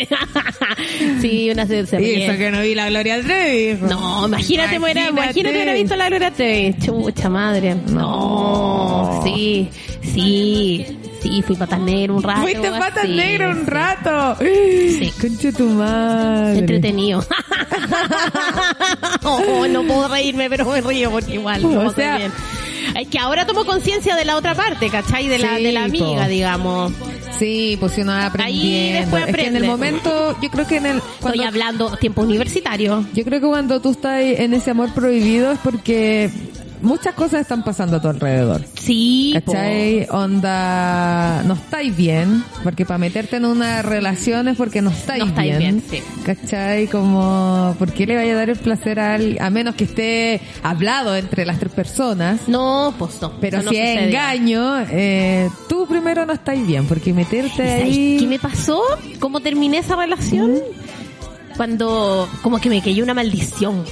[SPEAKER 2] Sí, una se, se
[SPEAKER 1] Y
[SPEAKER 2] ríe.
[SPEAKER 1] eso que no vi la Gloria Trevi. hijo.
[SPEAKER 2] No, imagínate, me hubiera-
[SPEAKER 1] Imagínate.
[SPEAKER 2] imagínate hubiera visto la Gloria Trevi. Chucha madre. No, sí, sí, sí, fui patas negras un rato.
[SPEAKER 1] Fuiste
[SPEAKER 2] así.
[SPEAKER 1] patas negras un rato. Concha tu madre.
[SPEAKER 2] Entretenido. Oh, no puedo reírme, pero me río porque igual. no
[SPEAKER 1] O
[SPEAKER 2] me acuerdo
[SPEAKER 1] sea-
[SPEAKER 2] bien. Es que ahora tomo conciencia de la otra parte, ¿cachai? De la,
[SPEAKER 1] Sí,
[SPEAKER 2] de la
[SPEAKER 1] po.
[SPEAKER 2] amiga, digamos.
[SPEAKER 1] Sí, pues si uno va aprendiendo.
[SPEAKER 2] después
[SPEAKER 1] Es que en el
[SPEAKER 2] aprende.
[SPEAKER 1] momento, yo creo que en el cuando
[SPEAKER 2] Estoy hablando tiempo universitario.
[SPEAKER 1] Yo creo que cuando tú estás en ese amor prohibido es porque muchas cosas están pasando a tu alrededor.
[SPEAKER 2] Sí, po.
[SPEAKER 1] ¿Cachai? Onda, no estáis bien, porque para meterte en una relación es porque no estáis
[SPEAKER 2] No estáis
[SPEAKER 1] bien.
[SPEAKER 2] bien, sí.
[SPEAKER 1] ¿Cachai? Como, ¿por qué le vaya a dar el placer a alguien? A menos que esté hablado entre las tres personas.
[SPEAKER 2] No, pues no.
[SPEAKER 1] Pero
[SPEAKER 2] Eso no
[SPEAKER 1] si es
[SPEAKER 2] sucede.
[SPEAKER 1] engaño, eh, tú primero no estáis bien, porque meterte
[SPEAKER 2] ¿Y sabes
[SPEAKER 1] ahí...
[SPEAKER 2] ¿Qué me pasó? ¿Cómo terminé esa relación?
[SPEAKER 1] Mm.
[SPEAKER 2] Cuando como que me cayó una maldición.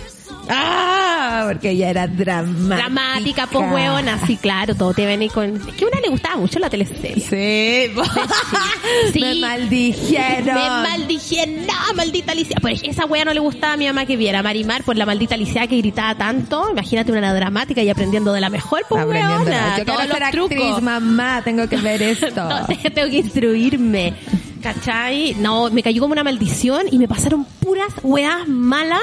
[SPEAKER 1] ¡Ah! Porque ella era dramática.
[SPEAKER 2] Dramática, pues hueona, sí, claro, todo te venía con... Es que a una le gustaba mucho la teleserie.
[SPEAKER 1] Sí,
[SPEAKER 2] Sí.
[SPEAKER 1] me maldijeron.
[SPEAKER 2] Me maldije, no, maldita Alicia. Pero esa wea no le gustaba a mi mamá que viera. Marimar, por la maldita Alicia que gritaba tanto. Imagínate una dramática y aprendiendo de la mejor, pues
[SPEAKER 1] Aprendiendo.
[SPEAKER 2] weona.
[SPEAKER 1] Yo quiero
[SPEAKER 2] todos los
[SPEAKER 1] ser actriz,
[SPEAKER 2] trucos.
[SPEAKER 1] mamá, tengo que ver esto.
[SPEAKER 2] No, te- tengo que instruirme. ¿Cachai? No, me cayó como una maldición y me pasaron puras weas malas.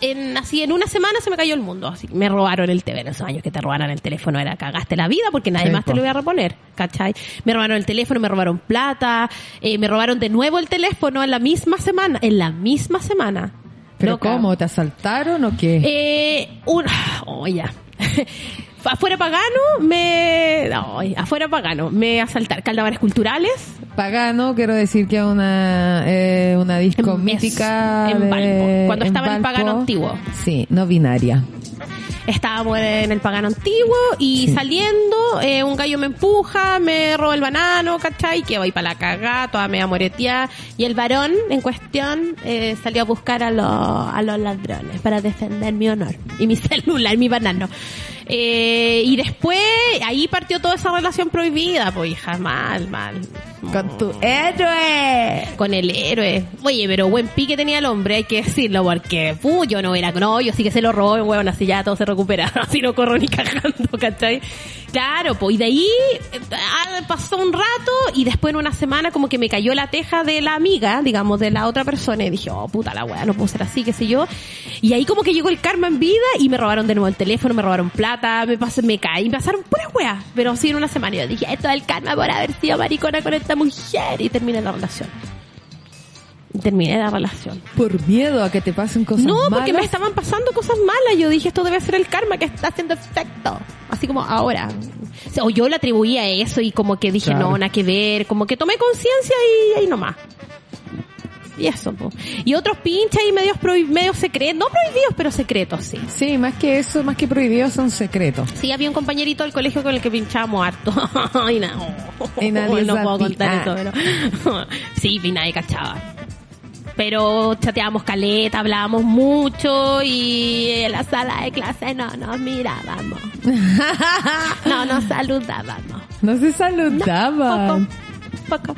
[SPEAKER 2] En, así en una semana se me cayó el mundo. Así que me robaron el TV en esos años que te robaran el teléfono. Era cagaste la vida porque nadie
[SPEAKER 1] Sí,
[SPEAKER 2] más te
[SPEAKER 1] po.
[SPEAKER 2] lo iba a reponer. ¿Cachai? Me robaron el teléfono, me robaron plata, eh, me robaron de nuevo el teléfono en la misma semana. En la misma semana.
[SPEAKER 1] ¿Pero
[SPEAKER 2] Loca.
[SPEAKER 1] cómo? ¿Te asaltaron o qué?
[SPEAKER 2] Eh, un, oh, ya. afuera pagano me no, afuera pagano me asaltar caldabares culturales
[SPEAKER 1] Pagano, quiero decir que es una, eh, una disco
[SPEAKER 2] En-
[SPEAKER 1] mítica.
[SPEAKER 2] en
[SPEAKER 1] de-
[SPEAKER 2] Valpo, cuando estaba en el Pagano antiguo.
[SPEAKER 1] Sí, no binaria.
[SPEAKER 2] estábamos en el pagano antiguo y
[SPEAKER 1] Sí.
[SPEAKER 2] saliendo eh, un gallo me empuja me roba el banano ¿cachai? que voy para la cagada toda media moreteada y el varón en cuestión eh, salió a buscar a los a los ladrones para defender mi honor y mi celular mi banano Eh, y después ahí partió toda esa relación prohibida pues hija mal mal
[SPEAKER 1] Con tu héroe.
[SPEAKER 2] con el héroe. Oye, pero buen pique tenía el hombre, hay que decirlo, porque puh, yo no era, no, yo sí que se lo robó, weón, así ya todo se recupera, así no corro ni cagando, ¿cachai? Claro, pues, y de ahí eh, ah, pasó un rato y después en una semana como que me cayó la teja de la amiga, digamos, de la otra persona y dije, oh, puta la weá, no puedo ser así, qué sé yo. Y ahí como que llegó el karma en vida y me robaron de nuevo el teléfono, me robaron plata, me pasé, me caí, me pasaron puras weas, pero sí en una semana. Yo dije, esto es el karma por haber sido maricona con esta mujer y terminé la relación. Y Terminé la relación.
[SPEAKER 1] Por miedo a que te pasen cosas
[SPEAKER 2] No,
[SPEAKER 1] malas.
[SPEAKER 2] porque me estaban pasando cosas malas. Yo dije, esto debe ser el karma que está haciendo efecto. Así como ahora. O, sea, o yo le atribuía eso y como que dije,
[SPEAKER 1] Claro.
[SPEAKER 2] no, nada que ver. Como que tomé conciencia y ahí nomás. Y eso, po. Y otros pinches y medios, prohi- medios secretos. No prohibidos, pero secretos, sí.
[SPEAKER 1] Sí, más que eso, más que prohibido, son secretos.
[SPEAKER 2] Sí, había un compañerito del colegio con el que pinchábamos harto. y nada.
[SPEAKER 1] Y nadie
[SPEAKER 2] no puedo
[SPEAKER 1] sabía.
[SPEAKER 2] contar eso, pero. sí, y nadie cachaba. Pero chateábamos caleta, hablábamos mucho y en la sala de clase no nos mirábamos. No nos saludábamos.
[SPEAKER 1] No se
[SPEAKER 2] Poco,
[SPEAKER 1] saludaban.
[SPEAKER 2] poco,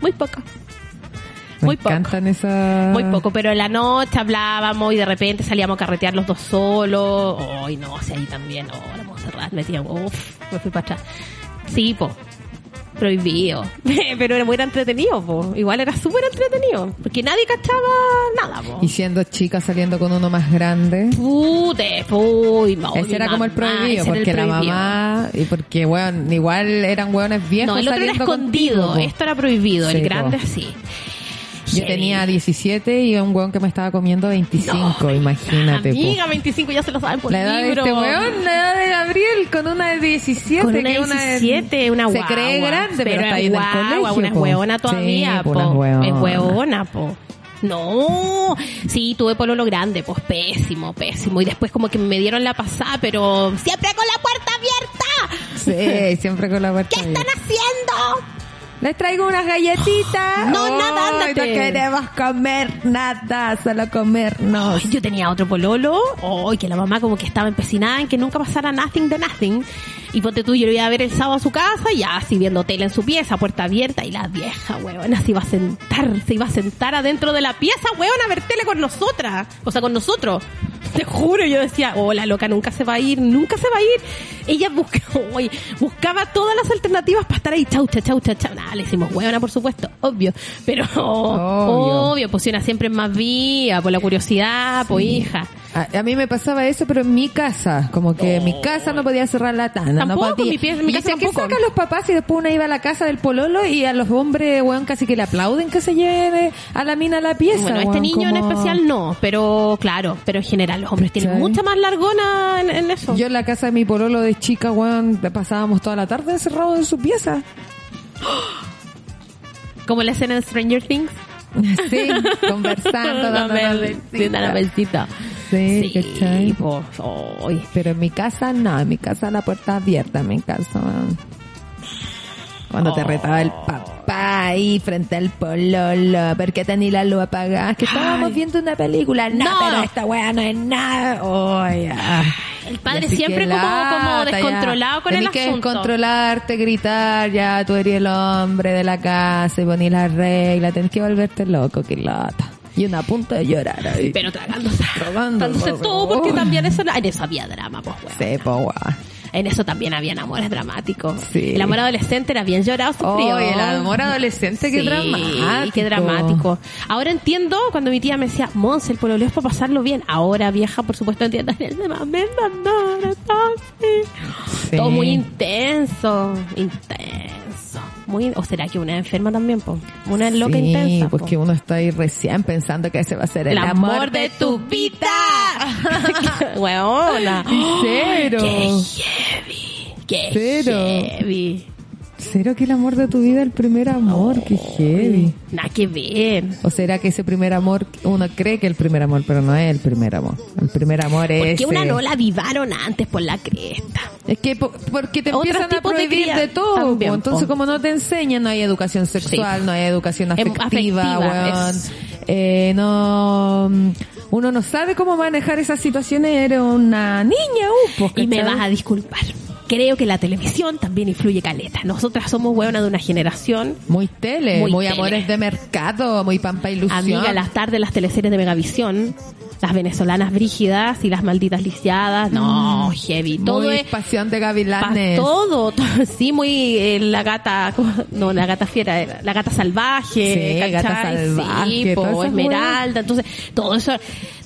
[SPEAKER 2] muy poco.
[SPEAKER 1] Me
[SPEAKER 2] Muy poco.
[SPEAKER 1] encantan esas...
[SPEAKER 2] Muy poco, pero en la noche hablábamos y de repente salíamos a carretear los dos solos. Ay, no, o sea, ahí también, oh, la Montserrat me decía, uff, me fui para atrás. Sí, po, prohibido. pero era muy entretenido, po. Igual era súper entretenido, porque nadie cachaba nada, po.
[SPEAKER 1] Y siendo chica saliendo con uno más grande.
[SPEAKER 2] Pute, puy, no, mi
[SPEAKER 1] Ese era como el
[SPEAKER 2] mamá, ese
[SPEAKER 1] prohibido,
[SPEAKER 2] era el
[SPEAKER 1] porque la
[SPEAKER 2] prohibido.
[SPEAKER 1] mamá, y porque, weón, igual eran weones viejos
[SPEAKER 2] No, el otro era
[SPEAKER 1] saliendo
[SPEAKER 2] escondido,
[SPEAKER 1] contigo, po.
[SPEAKER 2] esto era prohibido,
[SPEAKER 1] Sí,
[SPEAKER 2] el
[SPEAKER 1] po.
[SPEAKER 2] grande sí.
[SPEAKER 1] Yo
[SPEAKER 2] Heavy.
[SPEAKER 1] tenía 17 y un weón que me estaba comiendo 25, imagínate. po.
[SPEAKER 2] Amiga, 25 ya se lo saben por
[SPEAKER 1] La edad
[SPEAKER 2] libro.
[SPEAKER 1] de este weón, la edad de Gabriel, con una de 17.
[SPEAKER 2] Con una
[SPEAKER 1] que
[SPEAKER 2] de 17, una
[SPEAKER 1] Se
[SPEAKER 2] guagua.
[SPEAKER 1] cree grande, pero, está ahí
[SPEAKER 2] es
[SPEAKER 1] en el
[SPEAKER 2] guagua,
[SPEAKER 1] colegio.
[SPEAKER 2] Una es
[SPEAKER 1] po.
[SPEAKER 2] hueona todavía,
[SPEAKER 1] Sí,
[SPEAKER 2] po.
[SPEAKER 1] po, una hueona.
[SPEAKER 2] Es hueona, po. No, sí, tuve pololo grande, pues pésimo, pésimo. Y después como que me dieron la pasada, pero siempre con la puerta abierta.
[SPEAKER 1] Sí, siempre con la puerta
[SPEAKER 2] ¿Qué están
[SPEAKER 1] abierta.
[SPEAKER 2] haciendo?
[SPEAKER 1] Les traigo unas galletitas.
[SPEAKER 2] No,
[SPEAKER 1] Ay,
[SPEAKER 2] nada, ándate.
[SPEAKER 1] No queremos comer nada, solo comernos.
[SPEAKER 2] Ay, yo tenía otro pololo, hoy que la mamá como que estaba empecinada en que nunca pasara nothing de nothing. Y ponte tú, yo lo iba a ver el sábado a su casa, y ya así viendo tele en su pieza, puerta abierta, y la vieja, huevona, se iba a sentar, se iba a sentar adentro de la pieza, huevona, a ver tele con nosotras, o sea, con nosotros. Te juro, yo decía, oh, la loca nunca se va a ir, nunca se va a ir. Ella buscaba, buscaba todas las alternativas para estar ahí, chaucha, chaucha, chau. Nada, le hicimos huevona, por supuesto, obvio. Pero,
[SPEAKER 1] Obvio.
[SPEAKER 2] obvio, pues si una siempre es más vía, por la curiosidad, por hija.
[SPEAKER 1] A, a mí me pasaba eso, pero en mi casa, como que mi casa no podía cerrar la tana, no
[SPEAKER 2] Tampoco,
[SPEAKER 1] podía.
[SPEAKER 2] mi pie- mi
[SPEAKER 1] y
[SPEAKER 2] casa
[SPEAKER 1] sé que
[SPEAKER 2] tampoco.
[SPEAKER 1] sacan los papás y después una iba a la casa del pololo y a los hombres, weón, casi que le aplauden que se lleve a la mina a la pieza.
[SPEAKER 2] Bueno, este
[SPEAKER 1] weón,
[SPEAKER 2] niño en
[SPEAKER 1] como-
[SPEAKER 2] especial no, pero claro, pero en general los hombres tienen
[SPEAKER 1] ¿Cachai?
[SPEAKER 2] mucha más largona en, en eso.
[SPEAKER 1] Yo en la casa de mi pololo de chica, weón, pasábamos toda la tarde encerrados en su pieza.
[SPEAKER 2] Como la escena de Stranger Things.
[SPEAKER 1] Sí, conversando,
[SPEAKER 2] Una
[SPEAKER 1] dando la
[SPEAKER 2] bel- sí, una
[SPEAKER 1] besita.
[SPEAKER 2] besita.
[SPEAKER 1] Sí, ¿cachai?
[SPEAKER 2] po, ay.
[SPEAKER 1] Pero en mi casa no, en mi casa la puerta abierta, en mi casa. Cuando te retaba el
[SPEAKER 2] Oh.
[SPEAKER 1] papá ahí frente al pololo, ¿por qué tenía la luz apagada? Que estábamos viendo una película, no,
[SPEAKER 2] No.
[SPEAKER 1] pero esta weá no es nada. Oh, ya.
[SPEAKER 2] El padre
[SPEAKER 1] Así
[SPEAKER 2] siempre
[SPEAKER 1] que
[SPEAKER 2] como, como
[SPEAKER 1] lata, ya.
[SPEAKER 2] descontrolado con el
[SPEAKER 1] Tenés que
[SPEAKER 2] asunto.
[SPEAKER 1] descontrolarte, gritar, ya, tú eres el hombre de la casa y poní la regla, tenés que volverte loco, que lata. Y una punta de llorar ahí.
[SPEAKER 2] pero tragándose,
[SPEAKER 1] Robando,
[SPEAKER 2] tragándose
[SPEAKER 1] po,
[SPEAKER 2] todo
[SPEAKER 1] po.
[SPEAKER 2] porque también eso, en eso había drama, pues, weón.
[SPEAKER 1] Sí, po, weá.
[SPEAKER 2] En eso también habían amores dramáticos.
[SPEAKER 1] Sí.
[SPEAKER 2] El amor adolescente era bien llorado, sufrido.
[SPEAKER 1] Oye, el amor adolescente, qué
[SPEAKER 2] Oh, Sí,
[SPEAKER 1] dramático.
[SPEAKER 2] Qué dramático. Ahora entiendo cuando mi tía me decía, Monse, el pololeo es para pasarlo bien. Ahora, vieja, por supuesto, entiendo. Mamá, mamá, ahora está así.
[SPEAKER 1] Sí.
[SPEAKER 2] Todo muy intenso. Intenso. Muy, ¿O será que una es enferma también, po? Una es loca
[SPEAKER 1] sí, pues
[SPEAKER 2] intensa. po.
[SPEAKER 1] porque uno está ahí recién pensando que ese va a ser el,
[SPEAKER 2] El amor de tu vida. Hueona.
[SPEAKER 1] Cero.
[SPEAKER 2] Qué heavy. Qué
[SPEAKER 1] Cero.
[SPEAKER 2] heavy.
[SPEAKER 1] Cero que el amor de tu vida, el primer amor, qué heavy.
[SPEAKER 2] Nada que ver.
[SPEAKER 1] O será que ese primer amor, uno cree que el primer amor, pero no es el primer amor. El primer amor es.
[SPEAKER 2] Porque una
[SPEAKER 1] eh,
[SPEAKER 2] no la avivaron antes por la cresta.
[SPEAKER 1] Es que po- porque te
[SPEAKER 2] Otros
[SPEAKER 1] empiezan a
[SPEAKER 2] tipos de
[SPEAKER 1] prohibir de,
[SPEAKER 2] cría-
[SPEAKER 1] todo. po.
[SPEAKER 2] también, po.
[SPEAKER 1] Entonces, como no te enseñan, no hay educación sexual, no hay educación
[SPEAKER 2] Em-
[SPEAKER 1] afectiva,
[SPEAKER 2] afectiva,
[SPEAKER 1] weón.
[SPEAKER 2] es-
[SPEAKER 1] Eh, no, mm, uno no sabe cómo manejar esas situaciones. Eres una niña, uh, po,
[SPEAKER 2] Y me
[SPEAKER 1] ¿cachai?
[SPEAKER 2] vas a disculpar. Creo que la televisión también influye caleta. Nosotras somos hueonas de una generación.
[SPEAKER 1] Muy tele, muy,
[SPEAKER 2] Muy tele.
[SPEAKER 1] amores de mercado, muy pampa ilusión.
[SPEAKER 2] Amiga, las tardes, las teleseries de Megavisión. las venezolanas brígidas y las malditas lisiadas. No, heavy. Todo
[SPEAKER 1] Mm. Muy
[SPEAKER 2] es
[SPEAKER 1] pasión de
[SPEAKER 2] pa'
[SPEAKER 1] gavilanes.
[SPEAKER 2] todo, to- sí, muy eh, la gata, ¿cómo? no, la gata fiera, era, la gata salvaje,
[SPEAKER 1] Sí, gata
[SPEAKER 2] ¿cachai? Sí,
[SPEAKER 1] salvaje,
[SPEAKER 2] po,
[SPEAKER 1] todas esas
[SPEAKER 2] esmeralda, entonces todo eso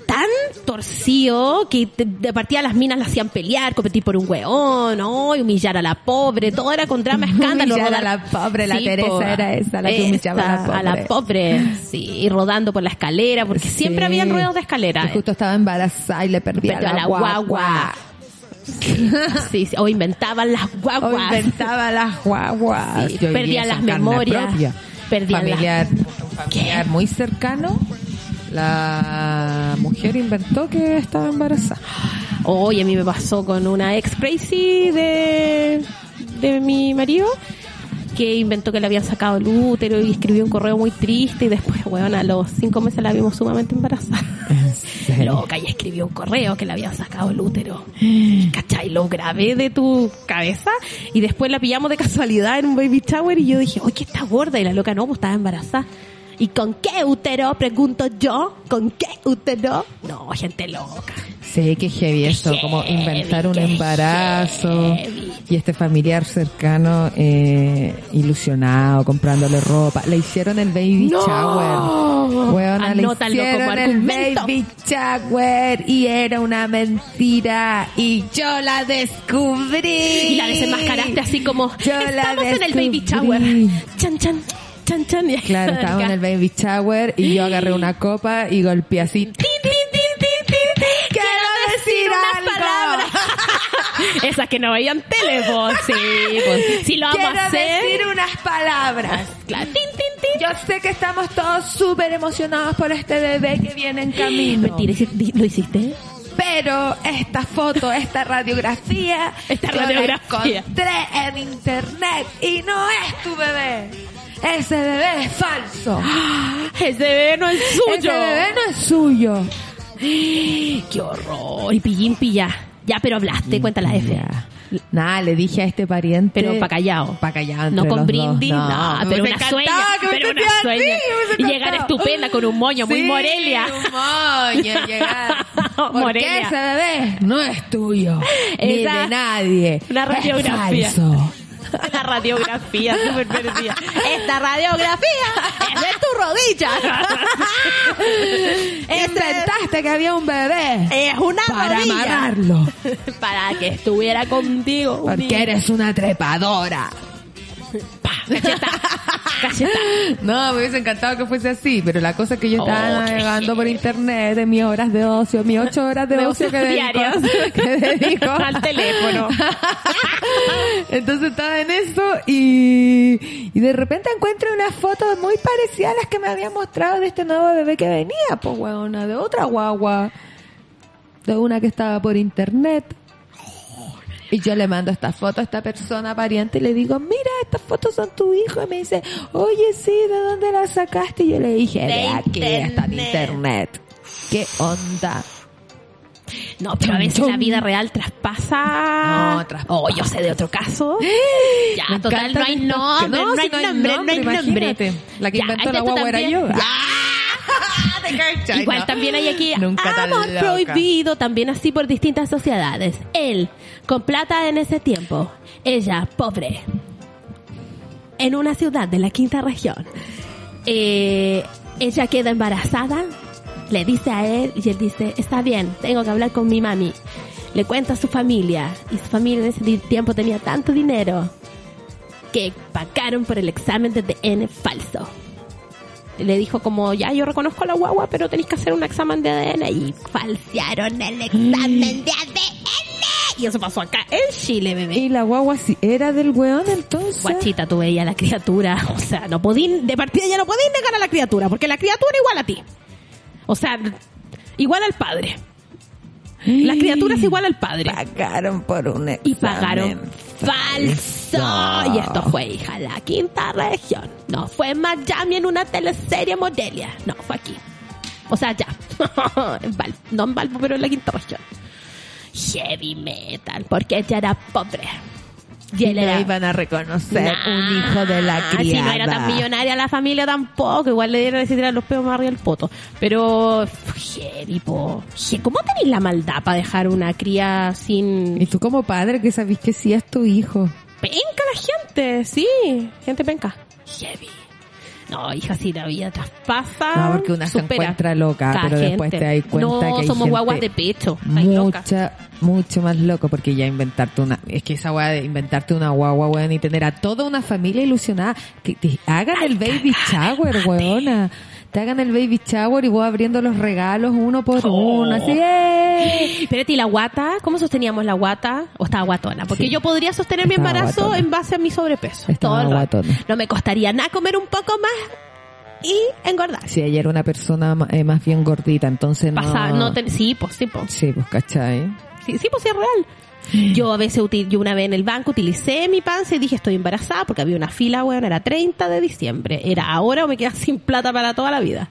[SPEAKER 2] tan torcido que te- de partida las minas las hacían pelear, competir por un hueón, ¿no? y humillar a la pobre, todo era con drama, escándalo.
[SPEAKER 1] Humillar a
[SPEAKER 2] rodar-
[SPEAKER 1] la pobre, la Teresa era esa, la que humillaba a la
[SPEAKER 2] a la pobre, sí, y rodando por la escalera, porque siempre
[SPEAKER 1] Sí.
[SPEAKER 2] habían ruedos de escalera.
[SPEAKER 1] Y justo estaba embarazada y le perdí
[SPEAKER 2] Pero
[SPEAKER 1] a la, guagua.
[SPEAKER 2] Sí, sí, o inventaban las
[SPEAKER 1] O
[SPEAKER 2] guaguas.
[SPEAKER 1] inventaba las guaguas.
[SPEAKER 2] Sí,
[SPEAKER 1] Yo viví
[SPEAKER 2] perdía
[SPEAKER 1] eso
[SPEAKER 2] las
[SPEAKER 1] en carne
[SPEAKER 2] memorias,
[SPEAKER 1] propia.
[SPEAKER 2] perdía
[SPEAKER 1] familiar, un familiar muy cercano. La mujer inventó que estaba embarazada.
[SPEAKER 2] Oye, a mí me pasó con una ex crazy de, de mi marido que inventó que le habían sacado el útero y escribió un correo muy triste y después, weón, a los cinco meses la vimos sumamente embarazada. Loca, y escribió un correo que le habían sacado el útero. ¿Cachai? Lo grabé de tu cabeza y después la pillamos de casualidad en un baby shower y yo dije, oye, que está gorda y la loca no, pues estaba embarazada. ¿Y con qué útero? Pregunto yo. ¿Con qué útero? No, gente loca.
[SPEAKER 1] Sí, qué heavy eso, como inventar un
[SPEAKER 2] qué
[SPEAKER 1] embarazo
[SPEAKER 2] heavy.
[SPEAKER 1] y este familiar cercano eh, ilusionado comprándole ropa. Le hicieron el baby
[SPEAKER 2] ¡No!
[SPEAKER 1] shower. Weona, le
[SPEAKER 2] Anótalo como
[SPEAKER 1] hicieron el
[SPEAKER 2] argumento.
[SPEAKER 1] baby shower y era una mentira y yo la descubrí.
[SPEAKER 2] Y la desenmascaraste así como,
[SPEAKER 1] Yo la
[SPEAKER 2] estamos en el baby shower.
[SPEAKER 1] descubrí.
[SPEAKER 2] Chan, chan, chan, chan. Y acá
[SPEAKER 1] Claro, estábamos en el baby shower y yo agarré una copa y golpeé así.
[SPEAKER 2] Tin, tin, tin, tin, tin, tin. Quiero decir unas
[SPEAKER 1] algo.
[SPEAKER 2] palabras. Esas que no veían tele, vos. Sí, pues, si lo vamos
[SPEAKER 1] Quiero
[SPEAKER 2] a hacer.
[SPEAKER 1] decir unas palabras.
[SPEAKER 2] Claro, tin, tin, tin.
[SPEAKER 1] Yo sé que estamos todos súper emocionados por este bebé que viene en camino.
[SPEAKER 2] Mentira, ¿hici- ¿lo hiciste?
[SPEAKER 1] Pero esta foto, esta radiografía,
[SPEAKER 2] Esta
[SPEAKER 1] yo la
[SPEAKER 2] radiografía.
[SPEAKER 1] encontré en internet y no es tu bebé. Ese bebé es falso.
[SPEAKER 2] Ese bebé no es suyo.
[SPEAKER 1] ¡Ah! Ese bebé no es suyo.
[SPEAKER 2] Qué horror. Y pillín, pilla. Ya, pero
[SPEAKER 1] Mm,
[SPEAKER 2] hablaste, cuenta la F.
[SPEAKER 1] Nada, le dije a este pariente.
[SPEAKER 2] Pero pa' callado.
[SPEAKER 1] Pa' callado.
[SPEAKER 2] No
[SPEAKER 1] entre
[SPEAKER 2] con
[SPEAKER 1] los
[SPEAKER 2] brindis,
[SPEAKER 1] dos,
[SPEAKER 2] no,
[SPEAKER 1] me
[SPEAKER 2] pero
[SPEAKER 1] hubiese
[SPEAKER 2] una sueña,
[SPEAKER 1] encantado que me
[SPEAKER 2] pero una
[SPEAKER 1] hubieses
[SPEAKER 2] sueña.
[SPEAKER 1] así, me hubiese
[SPEAKER 2] Y llegar
[SPEAKER 1] encantado.
[SPEAKER 2] estupenda con un moño, muy
[SPEAKER 1] Sí,
[SPEAKER 2] Morelia.
[SPEAKER 1] Un moño, llegar. Porque
[SPEAKER 2] Morelia.
[SPEAKER 1] ese bebé no es tuyo. ni
[SPEAKER 2] Esa-
[SPEAKER 1] de nadie.
[SPEAKER 2] Una radiografía.
[SPEAKER 1] Es falso.
[SPEAKER 2] La radiografía, súper perdida. Esta radiografía es de tu rodilla. Esta
[SPEAKER 1] Inventaste que había un bebé
[SPEAKER 2] es una
[SPEAKER 1] para
[SPEAKER 2] rodilla.
[SPEAKER 1] amarrarlo.
[SPEAKER 2] Para que estuviera contigo.
[SPEAKER 1] Porque eres una trepadora.
[SPEAKER 2] Cacheta.
[SPEAKER 1] No, me hubiese encantado que fuese así, pero la cosa es que yo estaba
[SPEAKER 2] Oh, qué
[SPEAKER 1] navegando por
[SPEAKER 2] heavy.
[SPEAKER 1] internet en mis horas de ocio, mis ocho horas de,
[SPEAKER 2] De
[SPEAKER 1] ocio,
[SPEAKER 2] ocio
[SPEAKER 1] que dedico,
[SPEAKER 2] diarias.
[SPEAKER 1] que dedico
[SPEAKER 2] Al teléfono.
[SPEAKER 1] Entonces estaba en eso y, y de repente encuentro una foto muy parecida a las que me habían mostrado de este nuevo bebé que venía, pues huevona, de otra guagua, de una que estaba por internet. Y yo le mando esta foto a esta persona pariente y le digo, mira, estas fotos son tu hijo. Y me dice, oye, sí, ¿de dónde las sacaste? Y yo le dije, de,
[SPEAKER 2] De
[SPEAKER 1] aquí, está en
[SPEAKER 2] internet.
[SPEAKER 1] internet. ¿Qué onda?
[SPEAKER 2] No, pero a veces
[SPEAKER 1] Chum, chum.
[SPEAKER 2] la vida real traspasa.
[SPEAKER 1] No, traspasa.
[SPEAKER 2] Oh, yo sé de otro caso. Ya,
[SPEAKER 1] Me
[SPEAKER 2] Ah, total, no hay
[SPEAKER 1] encantan estos-
[SPEAKER 2] nombre,
[SPEAKER 1] No,
[SPEAKER 2] no,
[SPEAKER 1] si
[SPEAKER 2] hay nombre, no hay
[SPEAKER 1] imagínate.
[SPEAKER 2] nombre.
[SPEAKER 1] La que
[SPEAKER 2] Ya, este
[SPEAKER 1] inventó la
[SPEAKER 2] entonces tú
[SPEAKER 1] guagua era
[SPEAKER 2] también-
[SPEAKER 1] yo.
[SPEAKER 2] Igual también hay aquí
[SPEAKER 1] Nunca tan
[SPEAKER 2] amor
[SPEAKER 1] loca.
[SPEAKER 2] prohibido, también así por distintas sociedades. Él, con plata en ese tiempo. Ella, pobre. En una ciudad de la quinta región. Eh, ella queda embarazada, le dice a él y él dice, está bien, tengo que hablar con mi mami. Le cuenta a su familia y su familia en ese di- tiempo tenía tanto dinero que pagaron por el examen de ADN falso le dijo como, ya yo reconozco a la guagua, pero tenéis que hacer un examen de ADN y falsearon el examen de ADN. Y eso pasó acá en Chile, bebé.
[SPEAKER 1] Y la guagua sí era del weón entonces.
[SPEAKER 2] Guachita, tú veías a la criatura, o sea, no podían, de partida ya no podían negar a la criatura, porque la criatura igual a ti. O sea, igual al padre. La criatura es igual al padre.
[SPEAKER 1] Pagaron por un examen.
[SPEAKER 2] Y pagaron falso. Y esto fue, hija, la quinta región. No, fue en Miami en una teleserie Morelia. No, fue aquí. O sea, ya. En Val- no en Valpo, pero en la quinta región. Heavy metal, porque ella era pobre.
[SPEAKER 1] Y
[SPEAKER 2] Yelera.
[SPEAKER 1] no iban a reconocer
[SPEAKER 2] Nah, Ah,
[SPEAKER 1] un hijo de la criada.
[SPEAKER 2] Si no era tan millonaria la familia tampoco. Igual le dieron, le tiraron los peos más arriba del poto. Pero, heavy, po. Je, ¿Cómo tenéis la maldad para dejar una cría sin
[SPEAKER 1] Y tú como padre que sabís que sí es tu hijo.
[SPEAKER 2] penca la gente? Sí, gente penca. Heavy. No, hija, si la vida traspasa.
[SPEAKER 1] No, porque una se
[SPEAKER 2] supera.
[SPEAKER 1] encuentra loca,
[SPEAKER 2] Cada
[SPEAKER 1] pero después
[SPEAKER 2] gente.
[SPEAKER 1] te das cuenta
[SPEAKER 2] no,
[SPEAKER 1] que hay
[SPEAKER 2] somos
[SPEAKER 1] gente
[SPEAKER 2] guaguas de pecho. Ay, loca.
[SPEAKER 1] mucha, mucho más loco porque ya inventarte una, es que esa weá de inventarte una guagua, weón, y tener a toda una familia ilusionada, que te hagan el baby shower, weona. Te hagan el baby shower y vos abriendo los regalos uno por
[SPEAKER 2] Oh.
[SPEAKER 1] uno, así, ¡eh!
[SPEAKER 2] Espérate, ¿y la guata? ¿Cómo sosteníamos la guata? ¿O estaba guatona? Porque
[SPEAKER 1] Sí.
[SPEAKER 2] yo podría sostener mi
[SPEAKER 1] Estaba
[SPEAKER 2] embarazo
[SPEAKER 1] guatona.
[SPEAKER 2] en base a mi sobrepeso.
[SPEAKER 1] Estaba
[SPEAKER 2] todo el rato.
[SPEAKER 1] guatona.
[SPEAKER 2] No me costaría nada comer un poco más y engordar.
[SPEAKER 1] Si ella era una persona ma- eh, más bien gordita, entonces no.
[SPEAKER 2] Pasaba- no ten- sí, pues, sí, pues.
[SPEAKER 1] Sí, pues, ¿cachai?
[SPEAKER 2] Sí, sí, pues sí, es real. Yo a veces, util- yo una vez en el banco utilicé mi panza y dije estoy embarazada porque había una fila, weón, era 30 de diciembre. Era ahora o me quedaba sin plata para toda la vida.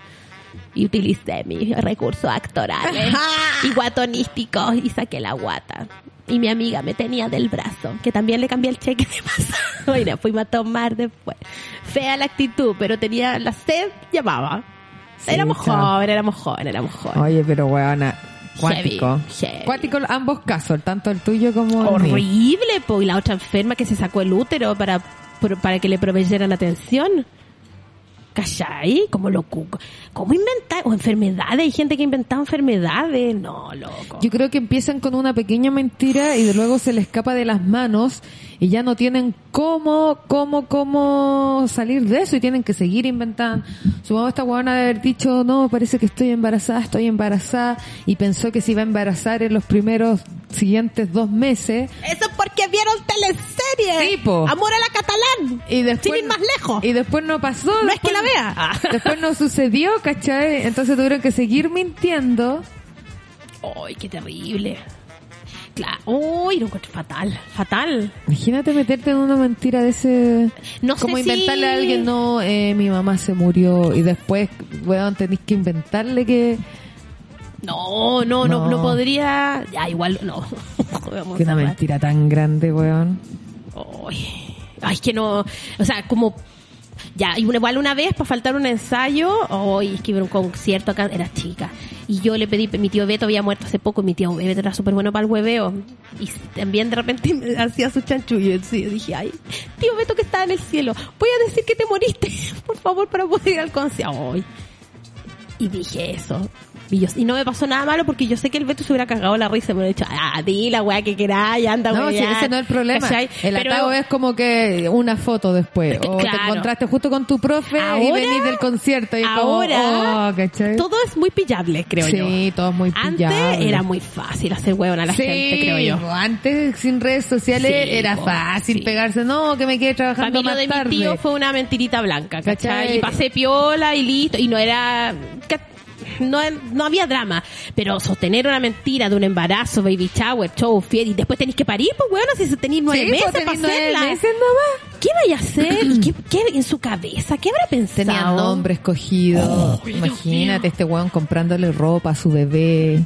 [SPEAKER 2] Y utilicé mis recursos actorales y guatonísticos y saqué la guata. Y mi amiga me tenía del brazo, que también le cambié el cheque de pasado. Mira, fuimos a tomar después. Fea la actitud, pero tenía la sed, llamaba.
[SPEAKER 1] Sí,
[SPEAKER 2] éramos
[SPEAKER 1] chao.
[SPEAKER 2] jóvenes, éramos jóvenes, éramos jóvenes.
[SPEAKER 1] Oye, pero weona, cuático.
[SPEAKER 2] Heavy, heavy.
[SPEAKER 1] Cuático ambos casos, tanto el tuyo como el mío.
[SPEAKER 2] Horrible, po. Y la otra enferma que se sacó el útero para, por- para que le proveyeran atención. ¿Cachai? Como lo cu- ¿Cómo inventar? O enfermedades. Hay gente que ha inventado enfermedades. No, loco.
[SPEAKER 1] Yo creo que empiezan con una pequeña mentira y de luego se les escapa de las manos y ya no tienen cómo, cómo, cómo salir de eso y tienen que seguir inventando. Supongo esta huevona de haber dicho, no, parece que estoy embarazada, estoy embarazada y pensó que se iba a embarazar en los primeros siguientes dos meses.
[SPEAKER 2] Eso es porque vieron teleseries.
[SPEAKER 1] Sí, po.
[SPEAKER 2] Amor a la catalán.
[SPEAKER 1] Y después,
[SPEAKER 2] Sin ir más lejos.
[SPEAKER 1] Y después no pasó.
[SPEAKER 2] no es
[SPEAKER 1] después-
[SPEAKER 2] que la vea. Ah.
[SPEAKER 1] Después no sucedió, ¿cachai? Entonces tuvieron que seguir mintiendo.
[SPEAKER 2] Ay, qué terrible. Claro. Uy, lo encuentro fatal. Fatal.
[SPEAKER 1] Imagínate meterte en una mentira de ese...
[SPEAKER 2] No sé
[SPEAKER 1] Como
[SPEAKER 2] si-
[SPEAKER 1] inventarle a alguien, no, eh, mi mamá se murió y después, weón, tenés que inventarle que,
[SPEAKER 2] No, no, no,
[SPEAKER 1] No.
[SPEAKER 2] no, podría. Ya, igual, no. Vamos
[SPEAKER 1] que una
[SPEAKER 2] a ver.
[SPEAKER 1] mentira tan grande, weón.
[SPEAKER 2] Ay, ay, es que no. O sea, como. Ya, y una- igual una vez para faltar un ensayo, hoy es que iba a un concierto acá, era chica. Y yo le pedí, mi tío Beto había muerto hace poco, y mi tío Beto era súper bueno para el hueveo. Y también de repente me hacía su chanchullo. Entonces yo dije, ay, tío Beto que está en el cielo, voy a decir que te moriste, por favor, para poder ir al concierto. Ay, y dije eso. Y, yo- y no me pasó nada malo porque yo sé que el Beto se hubiera cagado la risa, me hubiera dicho, ah, di la weá que querá, ya anda
[SPEAKER 1] No, si
[SPEAKER 2] weá".
[SPEAKER 1] ese no es el problema.
[SPEAKER 2] ¿Cachai?
[SPEAKER 1] El
[SPEAKER 2] Pero-
[SPEAKER 1] atado es como que una foto después. O te
[SPEAKER 2] Claro.
[SPEAKER 1] encontraste justo con tu profe y
[SPEAKER 2] Ahora-
[SPEAKER 1] venís del concierto y es como,
[SPEAKER 2] ahora
[SPEAKER 1] oh, ¿cachai?
[SPEAKER 2] todo es muy pillable, creo
[SPEAKER 1] Sí,
[SPEAKER 2] yo.
[SPEAKER 1] todo es muy
[SPEAKER 2] Antes
[SPEAKER 1] pillable.
[SPEAKER 2] era muy fácil hacer huevón a la
[SPEAKER 1] sí,
[SPEAKER 2] gente, creo yo.
[SPEAKER 1] po, antes sin redes sociales
[SPEAKER 2] Sí,
[SPEAKER 1] era
[SPEAKER 2] po,
[SPEAKER 1] fácil
[SPEAKER 2] sí.
[SPEAKER 1] pegarse, no, que me quede
[SPEAKER 2] Para
[SPEAKER 1] trabajando
[SPEAKER 2] mí lo
[SPEAKER 1] más
[SPEAKER 2] de
[SPEAKER 1] tarde.
[SPEAKER 2] mi tío fue una mentirita blanca, ¿cachai?
[SPEAKER 1] ¿Cachai?
[SPEAKER 2] Y pasé piola y listo, y no era... ca- No, no había drama, pero sostener una mentira de un embarazo, baby shower, show, fiel, y después tenéis que parir, pues bueno, si tenéis nueve
[SPEAKER 1] Sí, po,
[SPEAKER 2] meses para
[SPEAKER 1] tenía nueve
[SPEAKER 2] hacerla.
[SPEAKER 1] meses nomás.
[SPEAKER 2] ¿Qué vaya a hacer? ¿Y ¿Qué, qué en su cabeza? ¿Qué habrá pensado?
[SPEAKER 1] Tenía nombre escogido.
[SPEAKER 2] Dios
[SPEAKER 1] Imagínate
[SPEAKER 2] mío.
[SPEAKER 1] este weón comprándole ropa a su bebé.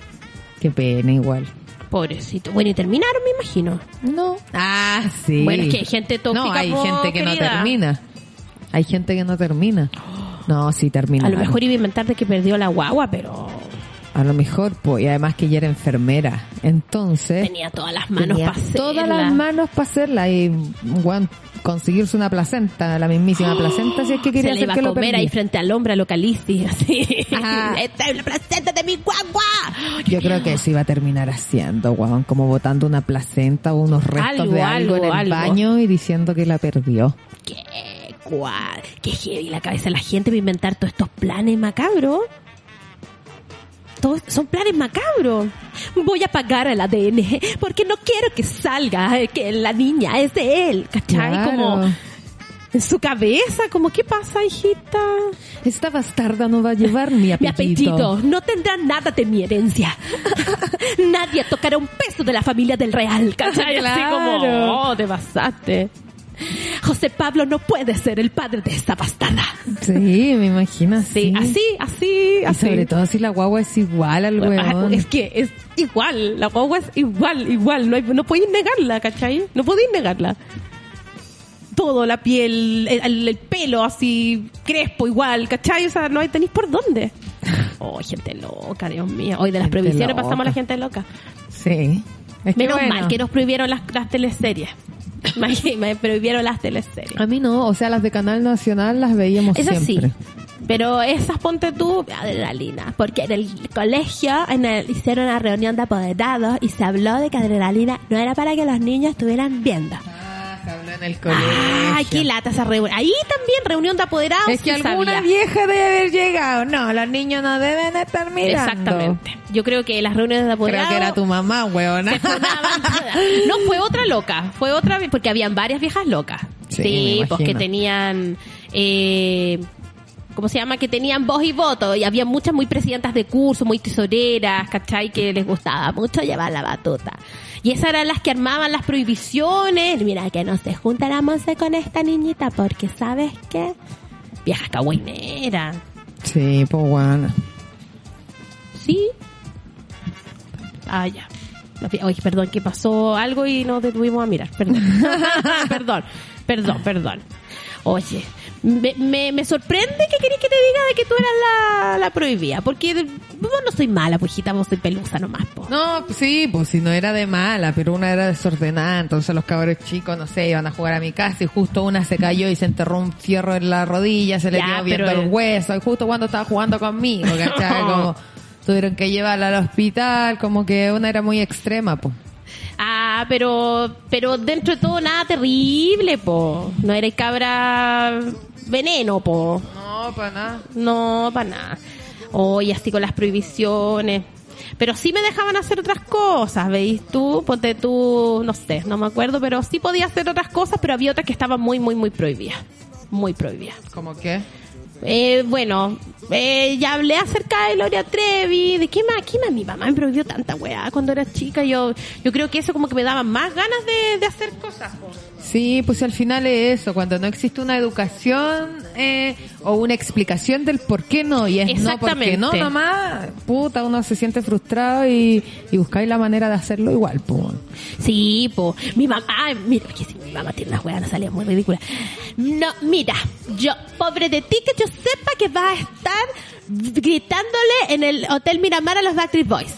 [SPEAKER 1] Qué pena, igual.
[SPEAKER 2] Pobrecito. Bueno, y terminaron, me imagino.
[SPEAKER 1] No. Ah, sí.
[SPEAKER 2] Bueno, es que hay gente tóxica,
[SPEAKER 1] No, hay
[SPEAKER 2] po,
[SPEAKER 1] gente que no
[SPEAKER 2] querida.
[SPEAKER 1] termina. Hay gente que no termina. No, sí termina.
[SPEAKER 2] A lo mejor iba a inventar de que perdió la guagua, pero
[SPEAKER 1] A lo mejor, po, y además que ella era enfermera. Entonces.
[SPEAKER 2] tenía todas las manos
[SPEAKER 1] tenía
[SPEAKER 2] para hacerla.
[SPEAKER 1] todas las manos para hacerla y weón, conseguirse una placenta, la mismísima placenta, si es que
[SPEAKER 2] Se
[SPEAKER 1] quería
[SPEAKER 2] le
[SPEAKER 1] hacer
[SPEAKER 2] iba a
[SPEAKER 1] que lo
[SPEAKER 2] comer ahí
[SPEAKER 1] perdía.
[SPEAKER 2] frente al hombro a localici, así.
[SPEAKER 1] Ah.
[SPEAKER 2] Esta es la placenta de mi guagua.
[SPEAKER 1] Yo creo que eso iba a terminar haciendo, weón, como botando una placenta o unos restos
[SPEAKER 2] Algo,
[SPEAKER 1] de algo, en el
[SPEAKER 2] algo, algo.
[SPEAKER 1] baño y diciendo que la perdió.
[SPEAKER 2] Qué guay. Qué heavy la cabeza de la gente para inventar todos estos planes macabros. Todos son planes macabros. Voy a pagar el ADN porque no quiero que salga eh, que la niña es de él. ¿Cachai?
[SPEAKER 1] Claro.
[SPEAKER 2] Como en su cabeza, como, ¿qué pasa, hijita?
[SPEAKER 1] Esta bastarda no va a llevar mi
[SPEAKER 2] Mi
[SPEAKER 1] apellido.
[SPEAKER 2] apellido no tendrá nada de mi herencia. Nadie tocará un peso de la familia del real. ¿Cachai? Así
[SPEAKER 1] Claro.
[SPEAKER 2] como, oh, te pasaste. José Pablo no puede ser el padre de esta bastarda.
[SPEAKER 1] Sí, me imagino
[SPEAKER 2] Sí,
[SPEAKER 1] así.
[SPEAKER 2] así, ah, así,
[SPEAKER 1] Y
[SPEAKER 2] así.
[SPEAKER 1] sobre todo si la guagua es igual al
[SPEAKER 2] Ah,
[SPEAKER 1] huevón.
[SPEAKER 2] Es que es igual, la guagua es igual, igual, no, hay, no podéis negarla, ¿cachai? No podéis negarla. Todo, la piel, el, el pelo así, crespo igual, ¿cachai? O sea, no hay tenéis por dónde. Oh, gente loca, Dios mío. Hoy de las
[SPEAKER 1] Gente
[SPEAKER 2] prohibiciones
[SPEAKER 1] loca.
[SPEAKER 2] pasamos a la gente loca.
[SPEAKER 1] Sí. Es que
[SPEAKER 2] Menos
[SPEAKER 1] bueno.
[SPEAKER 2] mal que nos prohibieron las, las teleseries. Imagínate, me prohibieron las teleseries.
[SPEAKER 1] A mí no, o sea, las de Canal Nacional las veíamos
[SPEAKER 2] Eso
[SPEAKER 1] siempre.
[SPEAKER 2] sí. Pero esas ponte tú, adrenalina. Porque en el colegio en el- hicieron una reunión de apoderados y se habló de que adrenalina no era para que los niños estuvieran viendo.
[SPEAKER 1] Ah, se habló en el
[SPEAKER 2] Ay, qué lata esa reunión. Ahí también reunión de apoderados.
[SPEAKER 1] Es que
[SPEAKER 2] sí
[SPEAKER 1] alguna
[SPEAKER 2] sabía.
[SPEAKER 1] vieja debe haber llegado. No, los niños no deben estar mirando.
[SPEAKER 2] Exactamente. Yo creo que las reuniones
[SPEAKER 1] Creo
[SPEAKER 2] de apoderados.
[SPEAKER 1] que era tu mamá, weona.
[SPEAKER 2] se formaban todas. No, fue otra loca. Fue otra, porque habían varias viejas locas.
[SPEAKER 1] Sí,
[SPEAKER 2] Sí,
[SPEAKER 1] me
[SPEAKER 2] pues que
[SPEAKER 1] imagino.
[SPEAKER 2] tenían. Eh, ¿Cómo se llama? Que tenían voz y voto. Y había muchas muy presidentas de curso, muy tesoreras, ¿cachai? Que les gustaba mucho llevar la batuta. Y esas eran las que armaban las prohibiciones. Mira, que no se junta la Monse con esta niñita, porque ¿sabes qué? Viejas cagüineras.
[SPEAKER 1] Sí, pues weona.
[SPEAKER 2] Sí. Ah, ya. La fi- Oye, perdón, que pasó algo y nos detuvimos a mirar. Perdón. perdón, perdón, perdón. Oye, me, me, me sorprende que querés que te diga de que tú eras la, la prohibida. Porque de- vos no soy mala, pujita, vos soy pelusa nomás. po.
[SPEAKER 1] No, pues sí, pues si no era de mala, pero una era desordenada, entonces los cabros chicos, no sé, iban a jugar a mi casa y justo una se cayó y se enterró un fierro en la rodilla, se le
[SPEAKER 2] Ya,
[SPEAKER 1] quedó viendo
[SPEAKER 2] pero-
[SPEAKER 1] el hueso, y justo cuando estaba jugando conmigo, ¿cachai? Como tuvieron que llevarla al hospital, como que una era muy extrema, pues.
[SPEAKER 2] Ah, pero, pero dentro de todo nada terrible, po. No eres cabra veneno, po.
[SPEAKER 1] No, para nada.
[SPEAKER 2] No, para nada. Hoy así con las prohibiciones. Pero sí me dejaban hacer otras cosas, ¿veis tú? Ponte tú, no sé, no me acuerdo, pero sí podía hacer otras cosas, pero había otras que estaban muy, muy, muy prohibidas. Muy prohibidas.
[SPEAKER 1] ¿Cómo qué?
[SPEAKER 2] Eh, bueno, eh, ya hablé acerca de Gloria Trevi, de qué más, qué más mi mamá me prohibió tanta weá cuando era chica. Yo, yo creo que eso como que me daba más ganas de, de hacer cosas. po.
[SPEAKER 1] Sí, pues al final es eso, cuando no existe una educación eh, o una explicación del por qué no, y es no porque
[SPEAKER 2] Exactamente.
[SPEAKER 1] no nomás, puta, uno se siente frustrado y, y buscáis la manera de hacerlo igual, pues.
[SPEAKER 2] Sí, po. Mi mamá, ay, mira, que si mi mamá tiene una hueá, no salía muy ridícula. No, mira, yo, pobre de ti, que yo sepa que vas a estar gritándole en el Hotel Miramar a los Backstreet Boys.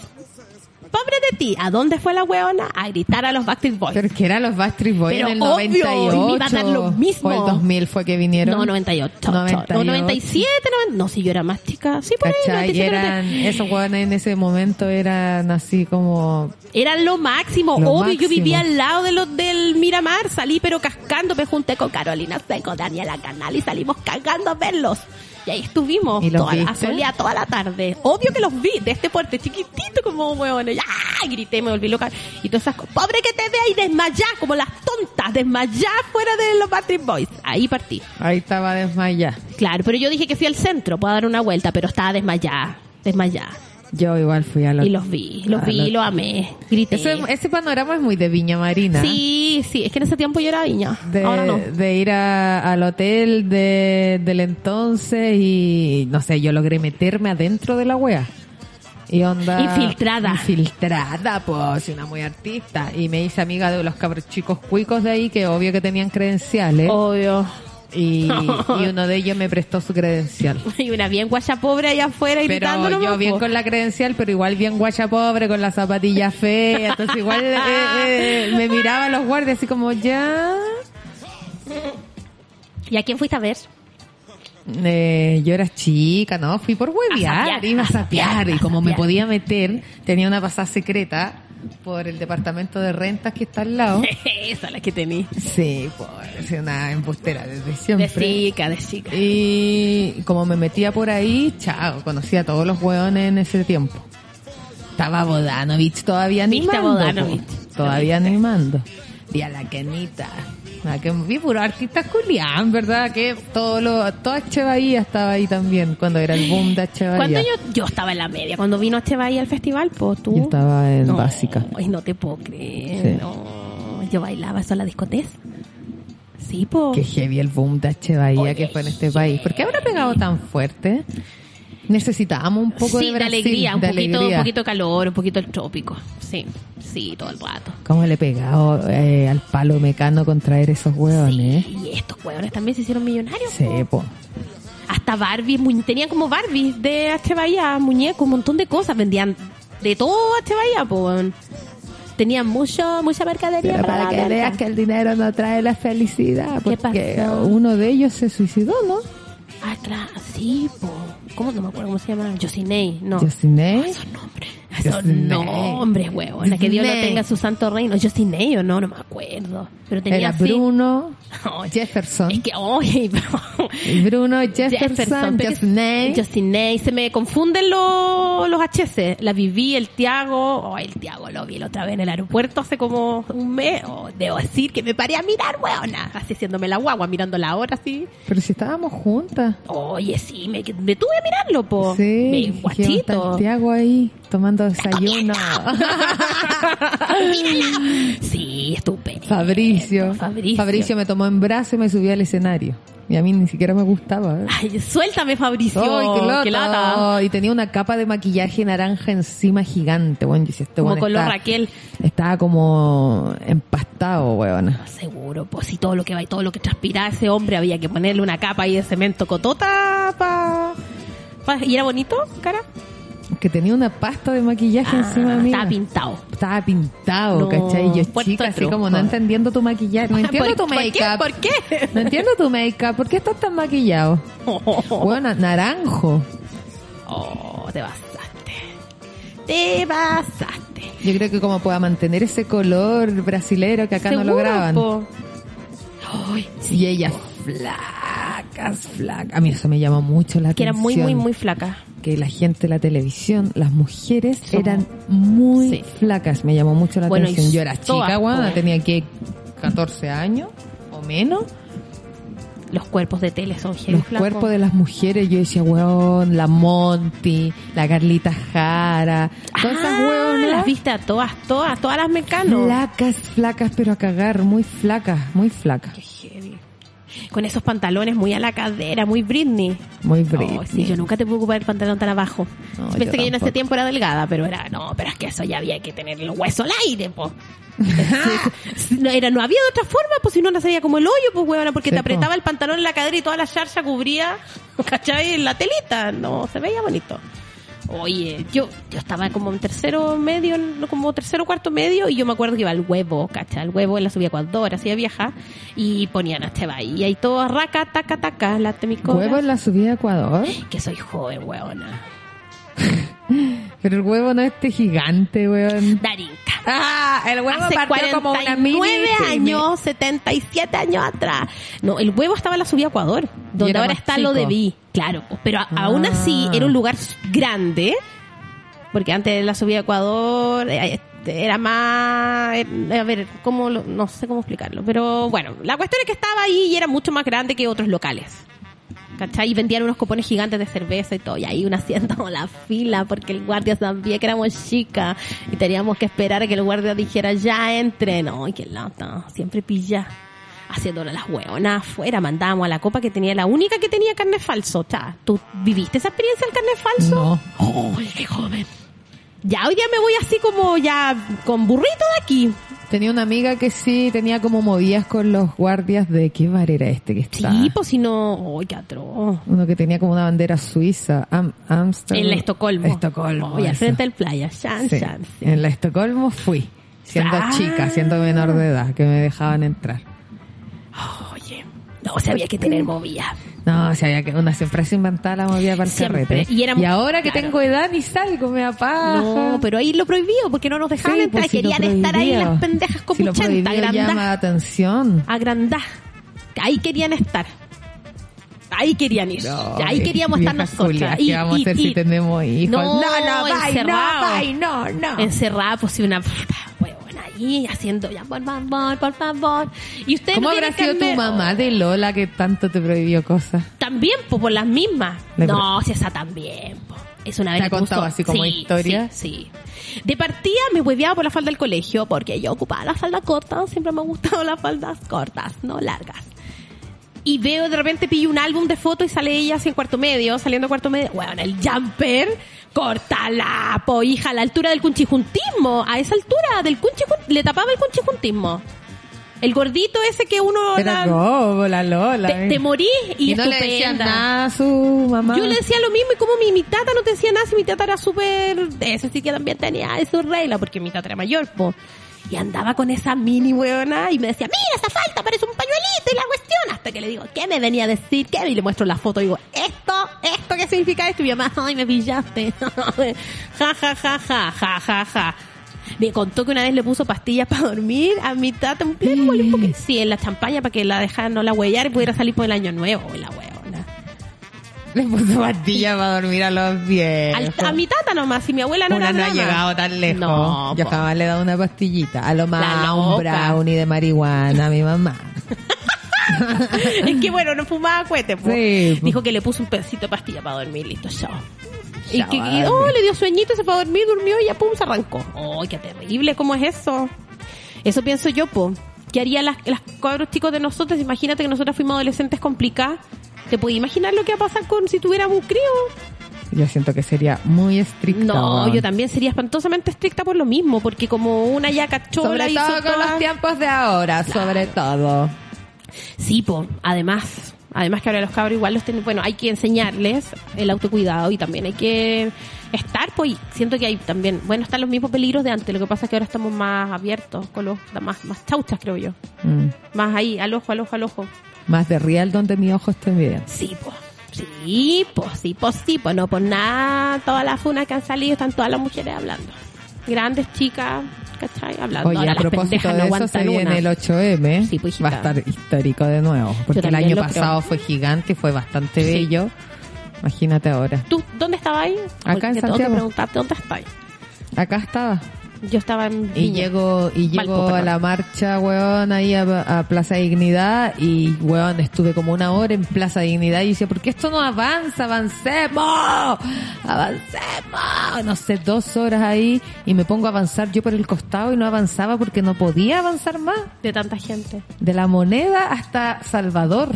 [SPEAKER 2] Pobre de ti, ¿a dónde fue la hueona? A gritar a los Backstreet Boys.
[SPEAKER 1] Pero que eran los Backstreet Boys
[SPEAKER 2] Pero
[SPEAKER 1] en el
[SPEAKER 2] obvio,
[SPEAKER 1] 98.
[SPEAKER 2] me iba a dar lo mismo.
[SPEAKER 1] O el 2000 fue que vinieron.
[SPEAKER 2] no, 98.
[SPEAKER 1] 98.
[SPEAKER 2] No, 97, noven- no, si yo era más chica. Sí, por ahí,
[SPEAKER 1] ¿Cachai?
[SPEAKER 2] 97,
[SPEAKER 1] Eran,
[SPEAKER 2] 97.
[SPEAKER 1] esos hueones en ese momento eran así como...
[SPEAKER 2] Eran lo máximo,
[SPEAKER 1] Lo
[SPEAKER 2] obvio. Yo
[SPEAKER 1] máximo.
[SPEAKER 2] vivía al lado de los del Miramar, salí pero cascando, me junté con Carolina Seco, Daniela Canal y salimos cagando a verlos. Y ahí estuvimos,
[SPEAKER 1] ¿Y los
[SPEAKER 2] toda la,
[SPEAKER 1] viste?
[SPEAKER 2] asolea toda la tarde. Obvio que los vi de este puerto, chiquitito como hueones. ¡Ah! Grité, me volví loca. Y todas esas cosas. Pobre que te vea y desmayá, como las tontas, desmayá fuera de los Backstreet Boys. Ahí partí.
[SPEAKER 1] Ahí estaba desmayada.
[SPEAKER 2] Claro, pero yo dije que fui al centro, puedo dar una vuelta, pero estaba desmayada, desmayada.
[SPEAKER 1] Yo igual fui a los...
[SPEAKER 2] Y los vi, los
[SPEAKER 1] Ah,
[SPEAKER 2] vi,
[SPEAKER 1] los-
[SPEAKER 2] lo amé. Grité.
[SPEAKER 1] Ese, ese panorama es muy de Viña Marina.
[SPEAKER 2] Sí, sí, es que en ese tiempo yo era viña.
[SPEAKER 1] De,
[SPEAKER 2] Ahora no.
[SPEAKER 1] de ir a- al hotel de, del entonces y no sé, yo logré meterme adentro de la wea. Y onda.
[SPEAKER 2] Infiltrada.
[SPEAKER 1] Infiltrada, pues, una muy artista. Y me hice amiga de los cabros chicos cuicos de ahí, que obvio que tenían credenciales.
[SPEAKER 2] Obvio.
[SPEAKER 1] Y, y uno de ellos me prestó su credencial.
[SPEAKER 2] Y una bien guaya pobre allá afuera
[SPEAKER 1] Pero
[SPEAKER 2] gritando
[SPEAKER 1] yo
[SPEAKER 2] nomás,
[SPEAKER 1] bien
[SPEAKER 2] po.
[SPEAKER 1] con la credencial, pero igual bien guacha pobre, con la zapatilla fea. Entonces igual eh, eh, eh, me miraban los guardias así como, ya...
[SPEAKER 2] ¿Y a quién fuiste a ver?
[SPEAKER 1] Eh, yo era chica, ¿no? Fui por
[SPEAKER 2] A
[SPEAKER 1] hueviar,
[SPEAKER 2] sapear,
[SPEAKER 1] iba a
[SPEAKER 2] a sapear,
[SPEAKER 1] sapear y
[SPEAKER 2] a
[SPEAKER 1] como me
[SPEAKER 2] sapear.
[SPEAKER 1] podía meter, tenía una pasada secreta por el departamento de rentas que está al lado.
[SPEAKER 2] Esa la que tení.
[SPEAKER 1] Sí, pues, una embustera desde
[SPEAKER 2] De
[SPEAKER 1] siempre.
[SPEAKER 2] chica, de chica.
[SPEAKER 1] Y como me metía por ahí, chao, conocía a todos los hueones en ese tiempo. Estaba Bodanovich todavía
[SPEAKER 2] Viste a
[SPEAKER 1] animando. po.
[SPEAKER 2] Bodanovich.
[SPEAKER 1] Todavía animando. Y a la Kenita. La que vi puro artistas Julián, ¿verdad? Que todo lo, toda Che Bahía estaba ahí también, cuando era el boom de Che Bahía.
[SPEAKER 2] Cuando yo, yo estaba en la media, cuando vino este Bahía al festival, pues tú.
[SPEAKER 1] Yo estaba en
[SPEAKER 2] No,
[SPEAKER 1] básica.
[SPEAKER 2] ay, no te puedo creer.
[SPEAKER 1] Sí.
[SPEAKER 2] No. Yo bailaba eso en la discoteca. Sí, po.
[SPEAKER 1] Qué heavy el boom de H. Bahía
[SPEAKER 2] Oye,
[SPEAKER 1] que fue en este país. ¿Por qué habrá pegado tan fuerte? Necesitábamos un poco
[SPEAKER 2] sí,
[SPEAKER 1] de
[SPEAKER 2] de,
[SPEAKER 1] Brasil,
[SPEAKER 2] alegría, un
[SPEAKER 1] de
[SPEAKER 2] poquito,
[SPEAKER 1] alegría.
[SPEAKER 2] un poquito calor, un poquito el trópico. Sí, sí, todo el rato.
[SPEAKER 1] ¿Cómo le he pegado eh, al palo mecano con traer esos hueones?
[SPEAKER 2] Sí, y estos huevones también se hicieron millonarios.
[SPEAKER 1] Sí,
[SPEAKER 2] po.
[SPEAKER 1] po.
[SPEAKER 2] Hasta Barbies, mu- tenían como Barbies de H. Bahía, muñecos, un montón de cosas. Vendían de todo H. Bahía, po. weón. Tenían mucho, mucha mercadería
[SPEAKER 1] Pero para que
[SPEAKER 2] vender.
[SPEAKER 1] veas que el dinero no trae la felicidad.
[SPEAKER 2] ¿Qué
[SPEAKER 1] Porque
[SPEAKER 2] pasó?
[SPEAKER 1] uno de ellos se suicidó, ¿no?
[SPEAKER 2] Ah, claro, sí, po. ¿Cómo no me acuerdo cómo se llama? Josinei, no.
[SPEAKER 1] Yosinei.
[SPEAKER 2] Esos nombres. Esos
[SPEAKER 1] Yosinei.
[SPEAKER 2] nombres, huevona. Que Dios lo
[SPEAKER 1] Yosinei.
[SPEAKER 2] tenga en su santo reino. Josinei o no, no me acuerdo. Pero tenía
[SPEAKER 1] Era
[SPEAKER 2] así-
[SPEAKER 1] Bruno
[SPEAKER 2] Ay,
[SPEAKER 1] Jefferson.
[SPEAKER 2] Es que, oye,
[SPEAKER 1] Bruno Jefferson.
[SPEAKER 2] pero-
[SPEAKER 1] Yosinei.
[SPEAKER 2] Yosinei, se me confunden los, los HS. La viví, el Tiago, oh, el Tiago lo vi la otra vez en el aeropuerto hace como un mes. Oh, debo decir que me paré a mirar, huevona. Así haciéndome la guagua, mirando la hora así.
[SPEAKER 1] Pero si estábamos juntas.
[SPEAKER 2] Oye, sí, me, me tuve a mirarlo, po.
[SPEAKER 1] Sí,
[SPEAKER 2] Me-
[SPEAKER 1] dijimos, está
[SPEAKER 2] Oh, guachito.
[SPEAKER 1] el Tiago ahí tomando desayuno.
[SPEAKER 2] Mírala. sí, estupendo.
[SPEAKER 1] Fabricio.
[SPEAKER 2] Fabricio.
[SPEAKER 1] me tomó en brazo y me subió al escenario. Y a mí ni siquiera me gustaba. ¿eh?
[SPEAKER 2] Ay, suéltame, Fabricio.
[SPEAKER 1] ¡Ay, qué lata!
[SPEAKER 2] Oh, qué lata.
[SPEAKER 1] Y tenía una capa de maquillaje naranja encima gigante, weón. Yo decía, este
[SPEAKER 2] Como
[SPEAKER 1] weón
[SPEAKER 2] color
[SPEAKER 1] está-
[SPEAKER 2] Raquel.
[SPEAKER 1] Estaba como empastado, weón.
[SPEAKER 2] Seguro, pues si todo lo que va y todo lo que transpiraba ese hombre había que ponerle una capa ahí de cemento cotota pa, pa- y era bonito, cara.
[SPEAKER 1] Que tenía una pasta de maquillaje encima
[SPEAKER 2] Ah,
[SPEAKER 1] mío.
[SPEAKER 2] estaba pintado.
[SPEAKER 1] Estaba pintado,
[SPEAKER 2] No,
[SPEAKER 1] ¿cachai? Y Yo
[SPEAKER 2] Puerto
[SPEAKER 1] chica, así
[SPEAKER 2] Truco.
[SPEAKER 1] como no entendiendo tu maquillaje. No entiendo
[SPEAKER 2] ¿Por-
[SPEAKER 1] tu
[SPEAKER 2] por qué?
[SPEAKER 1] make-up.
[SPEAKER 2] ¿Por qué?
[SPEAKER 1] No entiendo tu make-up. ¿Por qué estás tan maquillado? Bueno, naranjo.
[SPEAKER 2] Oh, te pasaste. Te pasaste.
[SPEAKER 1] Yo creo que como pueda mantener ese color brasilero que acá no lo
[SPEAKER 2] Seguro,
[SPEAKER 1] graban.
[SPEAKER 2] po. Ay, sí,
[SPEAKER 1] Y ellas flacas, flacas. A mí eso me llama mucho la
[SPEAKER 2] que era
[SPEAKER 1] atención.
[SPEAKER 2] muy, muy, muy flaca.
[SPEAKER 1] Que la gente de la televisión, las mujeres,
[SPEAKER 2] Son-
[SPEAKER 1] eran muy
[SPEAKER 2] Sí.
[SPEAKER 1] flacas. Me llamó mucho la
[SPEAKER 2] Bueno, y
[SPEAKER 1] atención. Yo era
[SPEAKER 2] todas,
[SPEAKER 1] chica, guana,
[SPEAKER 2] pues.
[SPEAKER 1] tenía que 14 años o menos.
[SPEAKER 2] Los cuerpos de tele son heavy
[SPEAKER 1] Los
[SPEAKER 2] flacos.
[SPEAKER 1] cuerpos de las mujeres, yo decía, weón, la Monty, la Carlita Jara, todas esas
[SPEAKER 2] Ah,
[SPEAKER 1] weonas.
[SPEAKER 2] Las viste a todas, todas, todas las mecanos.
[SPEAKER 1] Flacas, flacas, pero a cagar, muy flacas, muy flacas.
[SPEAKER 2] Qué heavy. Con esos pantalones muy a la cadera, muy Britney.
[SPEAKER 1] Muy
[SPEAKER 2] Oh,
[SPEAKER 1] Britney.
[SPEAKER 2] sí, yo nunca te pude ocupar el pantalón tan abajo.
[SPEAKER 1] No,
[SPEAKER 2] Pensé
[SPEAKER 1] yo
[SPEAKER 2] que yo en ese
[SPEAKER 1] tampoco.
[SPEAKER 2] tiempo era delgada, pero era, no, pero es que eso ya había que tener el hueso al aire, po. Sí, no, era, no había de otra forma, pues si no, no sería como el hoyo, pues huevona, porque
[SPEAKER 1] Sí, po.
[SPEAKER 2] te apretaba el pantalón en la cadera y toda la charcha cubría, ¿cachai? La telita, no, se veía bonito. Oye, yo, yo estaba como en tercero medio, no, como tercero cuarto medio, y yo me acuerdo que iba al huevo, ¿cachai? Al huevo en la subía cuadora, hacía vieja, y ponían a este bahía y todo raca, taca, taca, la temicona
[SPEAKER 1] Huevo en la subida a Ecuador.
[SPEAKER 2] que soy joven, weona.
[SPEAKER 1] Pero el huevo no es este gigante, weón.
[SPEAKER 2] Darinka.
[SPEAKER 1] Ah, el
[SPEAKER 2] Hace 49 años, 77 años atrás. No, el huevo estaba en la subida a Ecuador, donde
[SPEAKER 1] era
[SPEAKER 2] ahora
[SPEAKER 1] más
[SPEAKER 2] está lo de
[SPEAKER 1] chico.
[SPEAKER 2] Vi. Claro, pues, pero a- aún
[SPEAKER 1] Ah.
[SPEAKER 2] así era un lugar grande, porque antes de la subida a Ecuador eh, este, era más... eh, A ver, cómo lo- no sé cómo explicarlo, pero bueno, la cuestión es que estaba ahí y era mucho más grande que otros locales. ¿Cachai? Y vendían unos copones gigantes de cerveza y todo. Y ahí una haciendo la fila porque el guardia sabía que éramos chicas y teníamos que esperar a que el guardia dijera ya entren. Ay, qué lata. Siempre pilla. Haciéndole las hueonas afuera. Mandábamos a la copa que tenía, la única que tenía carne falso. Cha, ¿Tú viviste esa experiencia del carne falso?
[SPEAKER 1] No.
[SPEAKER 2] ¡Ay, qué joven! Ya hoy día me voy así como ya con burrito de aquí.
[SPEAKER 1] Tenía una amiga que sí tenía como movidas con los guardias de qué bar era este que
[SPEAKER 2] Sí,
[SPEAKER 1] está.
[SPEAKER 2] pues si no. ¡Ay, qué atroz!
[SPEAKER 1] Uno que tenía como una bandera suiza, Am Amsterdam.
[SPEAKER 2] En la Estocolmo.
[SPEAKER 1] Estocolmo.
[SPEAKER 2] Oye, al
[SPEAKER 1] eso.
[SPEAKER 2] frente del playa. Shan,
[SPEAKER 1] Sí.
[SPEAKER 2] shan, sí.
[SPEAKER 1] En la Estocolmo fui, siendo
[SPEAKER 2] Ah.
[SPEAKER 1] chica, siendo menor de edad, que me dejaban entrar.
[SPEAKER 2] Oye, no, se había que tener movida.
[SPEAKER 1] No, o sea, había que una siempre se inventaba la movida para el
[SPEAKER 2] Siempre.
[SPEAKER 1] carrete.
[SPEAKER 2] Y era-
[SPEAKER 1] ahora que
[SPEAKER 2] claro.
[SPEAKER 1] tengo edad ni salgo, me apaga.
[SPEAKER 2] No, pero ahí lo prohibió porque no nos dejaban
[SPEAKER 1] Sí,
[SPEAKER 2] entrar.
[SPEAKER 1] pues, si lo
[SPEAKER 2] Querían estar ahí
[SPEAKER 1] prohibido.
[SPEAKER 2] las pendejas con
[SPEAKER 1] si lo prohibido llama la
[SPEAKER 2] agrandá,
[SPEAKER 1] atención.
[SPEAKER 2] agrandá. Ahí querían estar. Ahí querían ir.
[SPEAKER 1] No,
[SPEAKER 2] ahí queríamos estar
[SPEAKER 1] viejas
[SPEAKER 2] nosotras.
[SPEAKER 1] culias, ¿Qué vamos a hacer si tenemos hijos?
[SPEAKER 2] No,
[SPEAKER 1] vai,
[SPEAKER 2] encerrado.
[SPEAKER 1] vai, no, no.
[SPEAKER 2] encerrada, pues, y una puta huevona ahí haciendo ya, por favor, por favor. Y usted
[SPEAKER 1] ¿Cómo habrá sido tu mamá de Lola que tanto te prohibió cosas?
[SPEAKER 2] También, pues, por las mismas.
[SPEAKER 1] Le-
[SPEAKER 2] no, si esa también, po. Es una vez
[SPEAKER 1] ¿Te
[SPEAKER 2] que
[SPEAKER 1] ha contado
[SPEAKER 2] puso-
[SPEAKER 1] así como historia?
[SPEAKER 2] Sí, sí. De partida me hueveaba por la falda del colegio porque yo ocupaba la falda corta. Siempre me han gustado las faldas cortas, no largas. y veo de repente pillo un álbum de fotos y sale ella así en cuarto medio, saliendo de cuarto medio, bueno, el jumper, cortala, po, hija, a la altura del cunchijuntismo, a esa altura del cunchijuntismo, le tapaba el cunchijuntismo. El gordito ese que uno
[SPEAKER 1] Era
[SPEAKER 2] la-
[SPEAKER 1] como la Lola.
[SPEAKER 2] te,
[SPEAKER 1] eh.
[SPEAKER 2] te morís y,
[SPEAKER 1] no le decían
[SPEAKER 2] estupenda.
[SPEAKER 1] nada a su mamá.
[SPEAKER 2] Yo le decía lo mismo y como mi, mi tata no te decía nada, si mi tata era súper... Eso sí que también tenía su regla, porque mi tata era mayor, po. Y andaba con esa mini weona y me decía, mira, esa falta parece un pañuelito y la cuestión. Hasta que le digo, ¿qué me venía a decir? ¿Qué? Y le muestro la foto y digo, ¿esto? ¿Esto qué significa esto? Y mi mamá, ay, me pillaste. ja, ja, ja, ja, ja, ja, ja. Me contó que una vez le puso pastillas para dormir a mi tata, un pleno huele un poquito. Sí, en la champaña para que la dejara no la huellar y pudiera salir por el año nuevo, la weona.
[SPEAKER 1] Le puso pastilla para dormir a los 10.
[SPEAKER 2] Al- a mi tata nomás, y mi abuela no
[SPEAKER 1] Eh. Una
[SPEAKER 2] era
[SPEAKER 1] no ha
[SPEAKER 2] drama.
[SPEAKER 1] llegado tan lejos.
[SPEAKER 2] No,
[SPEAKER 1] Yo
[SPEAKER 2] po.
[SPEAKER 1] jamás le he dado una pastillita. A lo más
[SPEAKER 2] La
[SPEAKER 1] un
[SPEAKER 2] loca.
[SPEAKER 1] brownie de marihuana a mi mamá.
[SPEAKER 2] es que bueno, no fumaba cohete. po.
[SPEAKER 1] Sí, po.
[SPEAKER 2] Dijo que le puso un pedacito de pastilla para dormir, listo, chao. Y
[SPEAKER 1] Chao,
[SPEAKER 2] que,
[SPEAKER 1] a
[SPEAKER 2] que-
[SPEAKER 1] dormir.
[SPEAKER 2] oh, le dio sueñito, se fue a dormir, durmió y ya pum, se arrancó. Oh, qué terrible, ¿cómo es eso? Eso pienso yo, po. ¿Qué harían las, las cabros chicos de nosotros? Imagínate que nosotras fuimos adolescentes complicadas. ¿Te puedes imaginar lo que va a pasar con si tuviéramos un crío?
[SPEAKER 1] Yo siento que sería muy estricto.
[SPEAKER 2] No,
[SPEAKER 1] weón.
[SPEAKER 2] yo también sería espantosamente estricta por lo mismo, porque como una ya cachó
[SPEAKER 1] Sobre todo con los tiempos de ahora, sobre todo.
[SPEAKER 2] Sí, po. además, además que ahora los cabros igual los tienen, bueno, hay que enseñarles el autocuidado y también hay que estar, pues, siento que hay también, bueno, están los mismos peligros de antes, lo que pasa es que ahora estamos más abiertos, con los más, más chauchas, creo yo,
[SPEAKER 1] Mm.
[SPEAKER 2] más ahí, al ojo, al ojo, al ojo.
[SPEAKER 1] Más de real donde mis ojos te miran.
[SPEAKER 2] Sí, po. Sí, po, sí, po, sí, po, no por nada, todas las funas que han salido están todas las mujeres hablando. Grandes chicas, ¿cachai? Hablando.
[SPEAKER 1] Oye,
[SPEAKER 2] Ahora
[SPEAKER 1] a
[SPEAKER 2] las
[SPEAKER 1] propósito
[SPEAKER 2] pendejas
[SPEAKER 1] de eso, se
[SPEAKER 2] aguantan
[SPEAKER 1] viene
[SPEAKER 2] una.
[SPEAKER 1] el 8M.
[SPEAKER 2] Sí, pues,
[SPEAKER 1] va
[SPEAKER 2] hijita.
[SPEAKER 1] a estar histórico de nuevo. Porque el
[SPEAKER 2] también
[SPEAKER 1] año
[SPEAKER 2] lo
[SPEAKER 1] pasado fue gigante, fue bastante
[SPEAKER 2] Sí.
[SPEAKER 1] bello. Imagínate ahora.
[SPEAKER 2] ¿Tú dónde estabas ahí?
[SPEAKER 1] Acá en
[SPEAKER 2] Porque tengo que
[SPEAKER 1] Santiago.
[SPEAKER 2] preguntarte dónde estabas.
[SPEAKER 1] Acá estaba.
[SPEAKER 2] Yo estaba en
[SPEAKER 1] Y
[SPEAKER 2] Viña.
[SPEAKER 1] llego, y
[SPEAKER 2] Valpo,
[SPEAKER 1] llego a
[SPEAKER 2] perdón.
[SPEAKER 1] la marcha, weón, ahí a, a Plaza Dignidad y, weón, estuve como una hora en Plaza Dignidad y decía, ¿por qué esto no avanza? ¡Avancemos! ¡Avancemos! No sé, dos horas ahí y me pongo a avanzar yo por el costado y no avanzaba porque no podía avanzar más.
[SPEAKER 2] de tanta gente.
[SPEAKER 1] De la moneda hasta Salvador.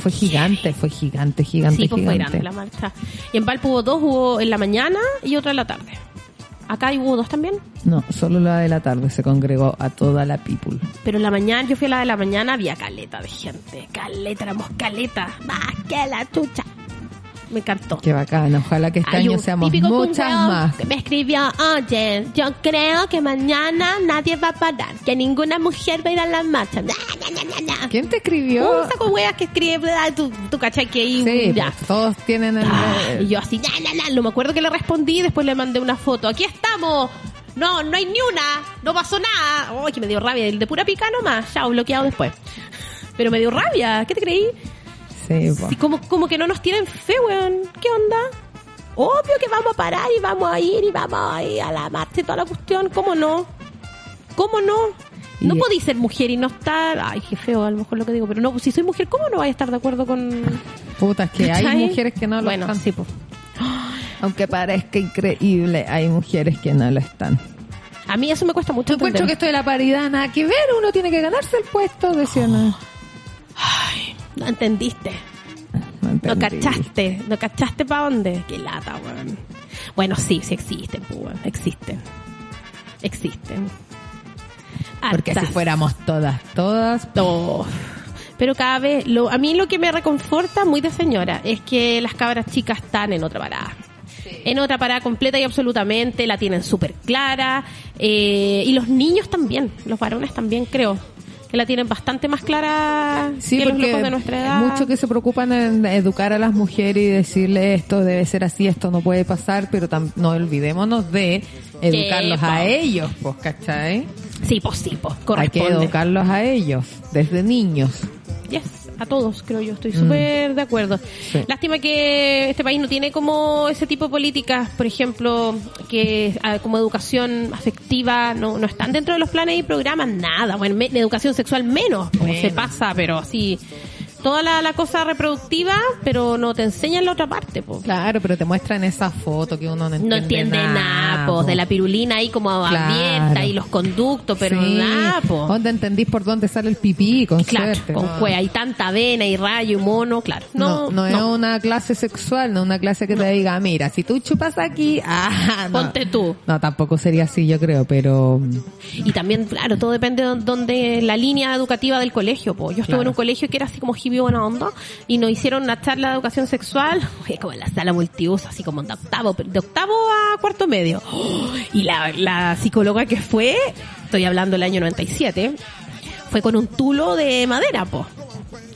[SPEAKER 1] Fue gigante, fue gigante, gigante,
[SPEAKER 2] sí, pues fue
[SPEAKER 1] gigante.
[SPEAKER 2] grande la marcha. Y en Valpo hubo dos, hubo en la mañana y otra en la tarde. Acá hubo dos también,
[SPEAKER 1] No, solo la de la tarde se congregó a toda la people.
[SPEAKER 2] pero en la mañana, yo fui a la de la mañana, había caleta de gente. Caleta, éramos caleta. Más que la chucha. Me encantó.
[SPEAKER 1] Qué bacán, ojalá que este
[SPEAKER 2] Hay
[SPEAKER 1] año
[SPEAKER 2] un
[SPEAKER 1] seamos
[SPEAKER 2] típico
[SPEAKER 1] muchas
[SPEAKER 2] cumpleaños
[SPEAKER 1] más.
[SPEAKER 2] que Me escribió, oye, yo creo que mañana nadie va a parar, que ninguna mujer va a ir a la marcha. Na, na, na, na, na.
[SPEAKER 1] ¿Quién te escribió?
[SPEAKER 2] Un saco de weas que escribe, ah, tú, tú cachai que ahí
[SPEAKER 1] Sí,
[SPEAKER 2] ya.
[SPEAKER 1] pues, todos tienen el...
[SPEAKER 2] Ah,
[SPEAKER 1] el-
[SPEAKER 2] y yo así, na, na, na. No me acuerdo que le respondí y después le mandé una foto. Aquí estamos. No, no hay ni una. No pasó nada. Ay, que me dio rabia. De pura pica nomás. Ya, bloqueado después. Pero me dio rabia. ¿Qué te creí?
[SPEAKER 1] sí, pues.
[SPEAKER 2] Si como, como que no nos tienen fe, weón. ¿Qué onda? Obvio que vamos a parar y vamos a ir y vamos a ir a la marcha y toda la cuestión. ¿Cómo no? ¿Cómo no? No
[SPEAKER 1] Y-
[SPEAKER 2] podéis ser mujer y no estar... Ay, qué feo a lo mejor lo que digo. Pero no, si soy mujer, ¿cómo no vais a estar de acuerdo con...
[SPEAKER 1] pues, Puta, es que hay
[SPEAKER 2] ¿Cachai?
[SPEAKER 1] mujeres que no lo
[SPEAKER 2] Bueno,
[SPEAKER 1] están.
[SPEAKER 2] sí, pues.
[SPEAKER 1] Aunque parezca increíble, hay mujeres que no lo están.
[SPEAKER 2] A mí eso me cuesta mucho.
[SPEAKER 1] Encuentro que
[SPEAKER 2] entender.
[SPEAKER 1] esto de la paridad nada que ver, uno tiene que ganarse el puesto, decían. No,
[SPEAKER 2] No entendiste. No
[SPEAKER 1] entendí.
[SPEAKER 2] cachaste. No cachaste para dónde. Qué lata, weón. Bueno, sí, sí existen, pues, weón. Existen. Existen.
[SPEAKER 1] Porque si
[SPEAKER 2] Hartas.
[SPEAKER 1] fuéramos todas, todas...
[SPEAKER 2] Oh. Pero cada vez, lo, a mí lo que me reconforta muy de señora es que las cabras chicas están en otra parada. En otra parada completa y absolutamente, la tienen súper clara. eh, y los niños también, los varones también creo, que la tienen bastante más clara
[SPEAKER 1] Sí,
[SPEAKER 2] que los
[SPEAKER 1] porque
[SPEAKER 2] locos de nuestra edad.
[SPEAKER 1] mucho que se preocupan en educar a las mujeres y decirle esto debe ser así, esto no puede pasar, pero tam- no olvidémonos de educarlos
[SPEAKER 2] po.
[SPEAKER 1] a ellos, pues, ¿cachai?
[SPEAKER 2] Sí, pues sí, pues,
[SPEAKER 1] Hay que
[SPEAKER 2] corresponde.
[SPEAKER 1] educarlos a ellos, desde niños.
[SPEAKER 2] Yes, a todos, creo yo. Estoy súper de acuerdo.
[SPEAKER 1] Mm. Sí.
[SPEAKER 2] Lástima que este país no tiene como ese tipo de políticas, por ejemplo, que ah, como educación afectiva no, no están dentro de los planes y programas, nada. Bueno, me- educación sexual menos, como se pasa, pero así toda la, la cosa reproductiva, pero no te enseñan la otra parte, po.
[SPEAKER 1] Claro, pero te muestran esa foto que uno no entiende.
[SPEAKER 2] No entiende nada, po, de la pirulina ahí como
[SPEAKER 1] Claro.
[SPEAKER 2] abierta y los conductos, pero
[SPEAKER 1] Sí.
[SPEAKER 2] nada, po.
[SPEAKER 1] ¿Dónde entendís por dónde sale el pipí? Con
[SPEAKER 2] Claro,
[SPEAKER 1] suerte.
[SPEAKER 2] con
[SPEAKER 1] ¿no?
[SPEAKER 2] cueva, hay tanta vena y rayo y mono, claro.
[SPEAKER 1] No,
[SPEAKER 2] No,
[SPEAKER 1] no, es
[SPEAKER 2] no.
[SPEAKER 1] una clase sexual, no es una clase que te diga, mira, si tú chupas aquí, ah, no.
[SPEAKER 2] Ponte tú.
[SPEAKER 1] No, tampoco sería así, yo creo, pero mm,
[SPEAKER 2] Y también, claro, todo depende de donde la línea educativa del colegio. Po. Yo estuve en un colegio que era así como hippie buena onda y nos hicieron una charla de educación sexual, oye, como en la sala multiuso, así como de octavo, de octavo a cuarto medio. ¡Oh! Y la, la psicóloga que fue, estoy hablando del año 97, fue con un tulo de madera, po.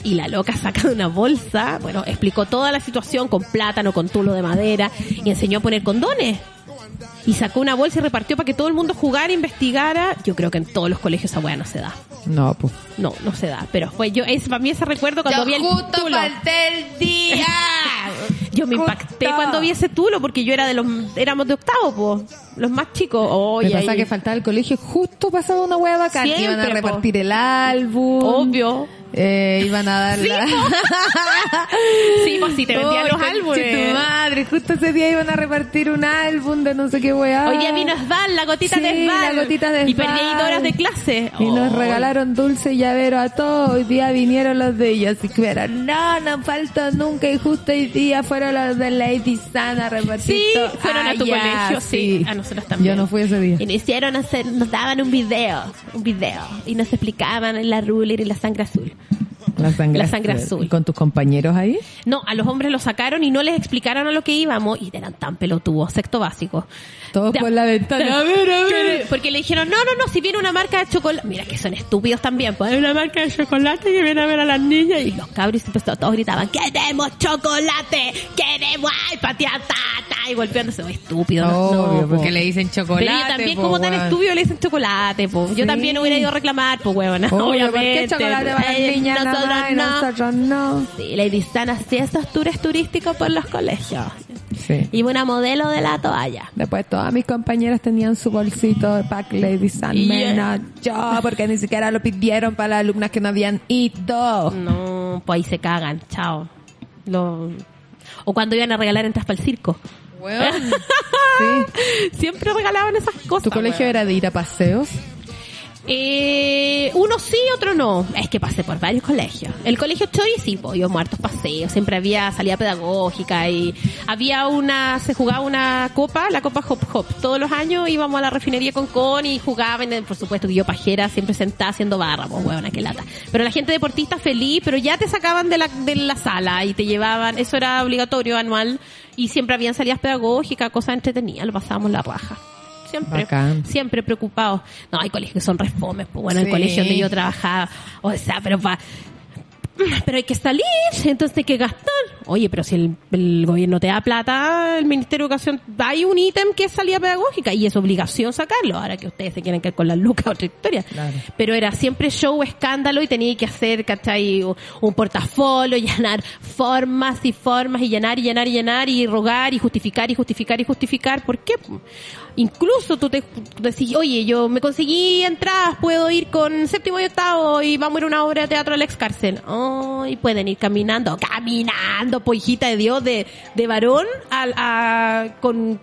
[SPEAKER 2] Y la loca saca de una bolsa, bueno, explicó toda la situación con plátano, con tulo de madera y enseñó a poner condones y sacó una bolsa y repartió para que todo el mundo jugara, investigara. Yo creo que en todos los colegios esa weá no se da.
[SPEAKER 1] no, pues.
[SPEAKER 2] No, no se da. Pero fue yo, es, para mí ese recuerdo cuando vi el tulo.
[SPEAKER 1] el día.
[SPEAKER 2] Yo me impacté cuando vi ese tulo porque yo era de los, éramos de octavo, po, los más chicos.
[SPEAKER 1] Me
[SPEAKER 2] Oye,
[SPEAKER 1] pasa
[SPEAKER 2] ahí-
[SPEAKER 1] que faltaba el colegio, justo pasaba una hueá bacán.
[SPEAKER 2] Siempre,
[SPEAKER 1] iban a
[SPEAKER 2] po.
[SPEAKER 1] repartir el álbum.
[SPEAKER 2] obvio.
[SPEAKER 1] Eh, iban a dar la...
[SPEAKER 2] Sí, pues si te vendían
[SPEAKER 1] Oh,
[SPEAKER 2] los
[SPEAKER 1] conche
[SPEAKER 2] álbumes.
[SPEAKER 1] tu madre, justo ese día iban a repartir un álbum de no sé qué weá.
[SPEAKER 2] Hoy día vino Sval, la gotita
[SPEAKER 1] Sí,
[SPEAKER 2] de Sval.
[SPEAKER 1] la gotita de
[SPEAKER 2] Y perdí ahí
[SPEAKER 1] Sval.
[SPEAKER 2] dos horas de clase.
[SPEAKER 1] Y nos
[SPEAKER 2] Oh.
[SPEAKER 1] regalaron dulce y llavero a todos. Hoy día vinieron los de ellos. Y que eran, no, no faltó nunca. Y justo hoy día fueron los de Lady Sana a repartir.
[SPEAKER 2] Sí,
[SPEAKER 1] todo.
[SPEAKER 2] fueron
[SPEAKER 1] Ah,
[SPEAKER 2] a tu
[SPEAKER 1] ya,
[SPEAKER 2] colegio, sí. A nosotros también.
[SPEAKER 1] Yo no fui ese día.
[SPEAKER 2] Y nos hicieron hacer, nos daban un video, un video, y nos explicaban la ruler y la sangre azul.
[SPEAKER 1] La sangre,
[SPEAKER 2] La sangre azul.
[SPEAKER 1] ¿Y con tus compañeros ahí?
[SPEAKER 2] No, a los hombres los sacaron y no les explicaron a lo que íbamos y eran tan pelotudos, sexto básico.
[SPEAKER 1] Todos
[SPEAKER 2] Ya.
[SPEAKER 1] por la ventana. A ver, a ver.
[SPEAKER 2] Porque le dijeron, no, no, no, si viene una marca de chocolate. Mira que son estúpidos también, pues hay una marca de chocolate que viene a ver a las niñas. Y los cabros empezaron, todos gritaban, queremos chocolate, queremos, ay, patea, tata, y golpeándose, "Oh, estúpidos. no,
[SPEAKER 1] Obvio,
[SPEAKER 2] no,
[SPEAKER 1] porque
[SPEAKER 2] po.
[SPEAKER 1] le dicen chocolate.
[SPEAKER 2] Pero yo también,
[SPEAKER 1] po,
[SPEAKER 2] como tan
[SPEAKER 1] weón.
[SPEAKER 2] estúpido, le dicen chocolate, po. Yo
[SPEAKER 1] Sí.
[SPEAKER 2] también hubiera ido a reclamar, po, huevona.
[SPEAKER 1] Obvio, ¿por
[SPEAKER 2] obviamente.
[SPEAKER 1] qué chocolate para las
[SPEAKER 2] Eh,
[SPEAKER 1] niñas nada
[SPEAKER 2] Nosotros
[SPEAKER 1] más y
[SPEAKER 2] no.
[SPEAKER 1] nosotros no?
[SPEAKER 2] Sí, Lady Stan hacía esos tours turísticos por los colegios.
[SPEAKER 1] Sí.
[SPEAKER 2] Iba una modelo de la toalla.
[SPEAKER 1] Después todas mis compañeras tenían su bolsito de Pack Lady San
[SPEAKER 2] Y-
[SPEAKER 1] menos yo, porque ni siquiera lo pidieron para las alumnas que no habían ido.
[SPEAKER 2] No, pues ahí se cagan, chao. Lo- O cuando iban a regalar entradas para el circo.
[SPEAKER 1] Sí.
[SPEAKER 2] Siempre regalaban esas cosas.
[SPEAKER 1] ¿Tu colegio
[SPEAKER 2] weón.
[SPEAKER 1] era de ir a paseos?
[SPEAKER 2] Eh, uno sí, otro no. Es que pasé por varios colegios. El colegio Chori sí, pues, yo muertos paseos. Siempre había salida pedagógica y había una, se jugaba una copa, la copa Hop Hop. Todos los años íbamos a la refinería con Con y jugaban, eh, por supuesto, que yo pajera, siempre sentada haciendo barra, pues, huevona, qué lata. Pero la gente deportista feliz, pero ya te sacaban de la, de la sala y te llevaban, eso era obligatorio anual y siempre habían salidas pedagógicas, cosas entretenidas, lo pasábamos la raja. Siempre
[SPEAKER 1] Bacán.
[SPEAKER 2] siempre preocupados. No, hay colegios que son respomes, pues bueno,
[SPEAKER 1] Sí.
[SPEAKER 2] el colegio donde yo trabajaba, o sea, pero pa- pero hay que salir, entonces hay que gastar. Oye, pero si el, el gobierno te da plata, el Ministerio de Educación, hay un ítem que es salida pedagógica y es obligación sacarlo. Ahora que ustedes se quieren quedar con la lucas, otra historia. Pero era siempre show, escándalo y tenía que hacer, ¿cachai? Un- Un portafolio, llenar formas y formas y llenar y llenar y llenar y rogar y justificar y justificar y justificar. ¿Por qué? Incluso tú te decís, oye, yo me conseguí entradas, puedo ir con séptimo y octavo y vamos a ir a una obra de teatro al excarcel. Oh, y pueden ir caminando, caminando, po hijita de Dios, de, de varón al- a, con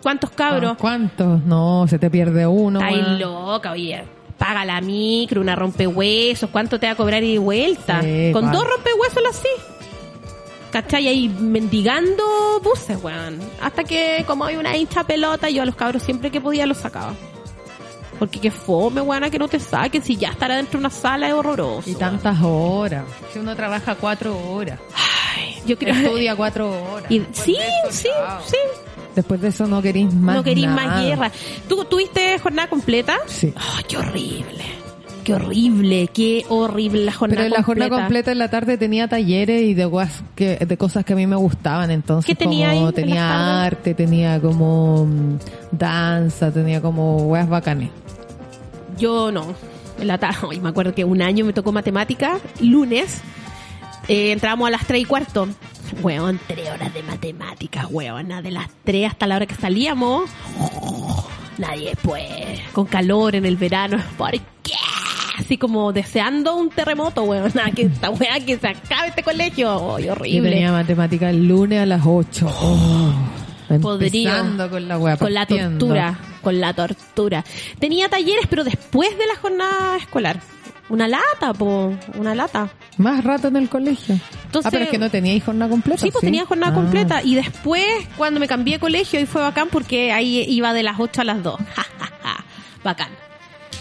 [SPEAKER 2] cuántos cabros.
[SPEAKER 1] Ah, ¿Cuántos? No, se te pierde uno.
[SPEAKER 2] Ay,
[SPEAKER 1] weón.
[SPEAKER 2] loca, oye. Paga la micro, una rompehuesos, ¿cuánto te va a cobrar y de vuelta?
[SPEAKER 1] Sí,
[SPEAKER 2] Con
[SPEAKER 1] cuánto.
[SPEAKER 2] dos rompehuesos lo así. ¿Cachai? Ahí mendigando buses, weón. Hasta que, como hay una hincha pelota, yo a los cabros siempre que podía los sacaba. Porque qué fome, weón, que no te saquen. Si ya estará dentro de una sala es horroroso.
[SPEAKER 1] Y
[SPEAKER 2] weón.
[SPEAKER 1] tantas horas. Si uno trabaja cuatro horas,
[SPEAKER 2] Yo creo
[SPEAKER 1] estudia cuatro horas.
[SPEAKER 2] y- sí, sí, sí.
[SPEAKER 1] Después de eso no querís más.
[SPEAKER 2] No querís
[SPEAKER 1] nada.
[SPEAKER 2] más guerra. Ah, ¿Tú tuviste jornada completa?
[SPEAKER 1] Sí.
[SPEAKER 2] Ay, qué horrible. Qué horrible, qué horrible la jornada
[SPEAKER 1] Pero en la
[SPEAKER 2] completa.
[SPEAKER 1] jornada completa en la tarde tenía talleres y de, guas- que, de cosas que a mí me gustaban. Entonces,
[SPEAKER 2] ¿Qué tenía
[SPEAKER 1] como
[SPEAKER 2] ahí en las
[SPEAKER 1] tenía
[SPEAKER 2] tardes?
[SPEAKER 1] arte, tenía como mm, danza, tenía como weas bacanes.
[SPEAKER 2] Yo no. En La ta- Ay, me acuerdo que un año me tocó matemática, lunes. Eh, entramos a las 3 y cuarto. Weón, tres horas de matemáticas, weón. De las 3 hasta la hora que salíamos. nadie después. Con calor en el verano. ¿Por qué? así como deseando un terremoto, weón. Nada, que esta weá, que se acabe este colegio. Ay,
[SPEAKER 1] Yo
[SPEAKER 2] horrible.
[SPEAKER 1] tenía matemática el lunes a las 8.
[SPEAKER 2] Podrido.
[SPEAKER 1] Empezando con la wea,
[SPEAKER 2] Oh, Con la
[SPEAKER 1] partiendo.
[SPEAKER 2] tortura, con la tortura. Tenía talleres, pero después de la jornada escolar. Una lata, po, una lata.
[SPEAKER 1] Más rato en el colegio.
[SPEAKER 2] Entonces-
[SPEAKER 1] ah, pero es que no tenía jornada completa.
[SPEAKER 2] Sí, pues tenía jornada
[SPEAKER 1] Ah.
[SPEAKER 2] completa. Y después, cuando me cambié de colegio, ahí fue bacán porque ahí iba de las 8 a las 2. Ja, ja, ja. bacán.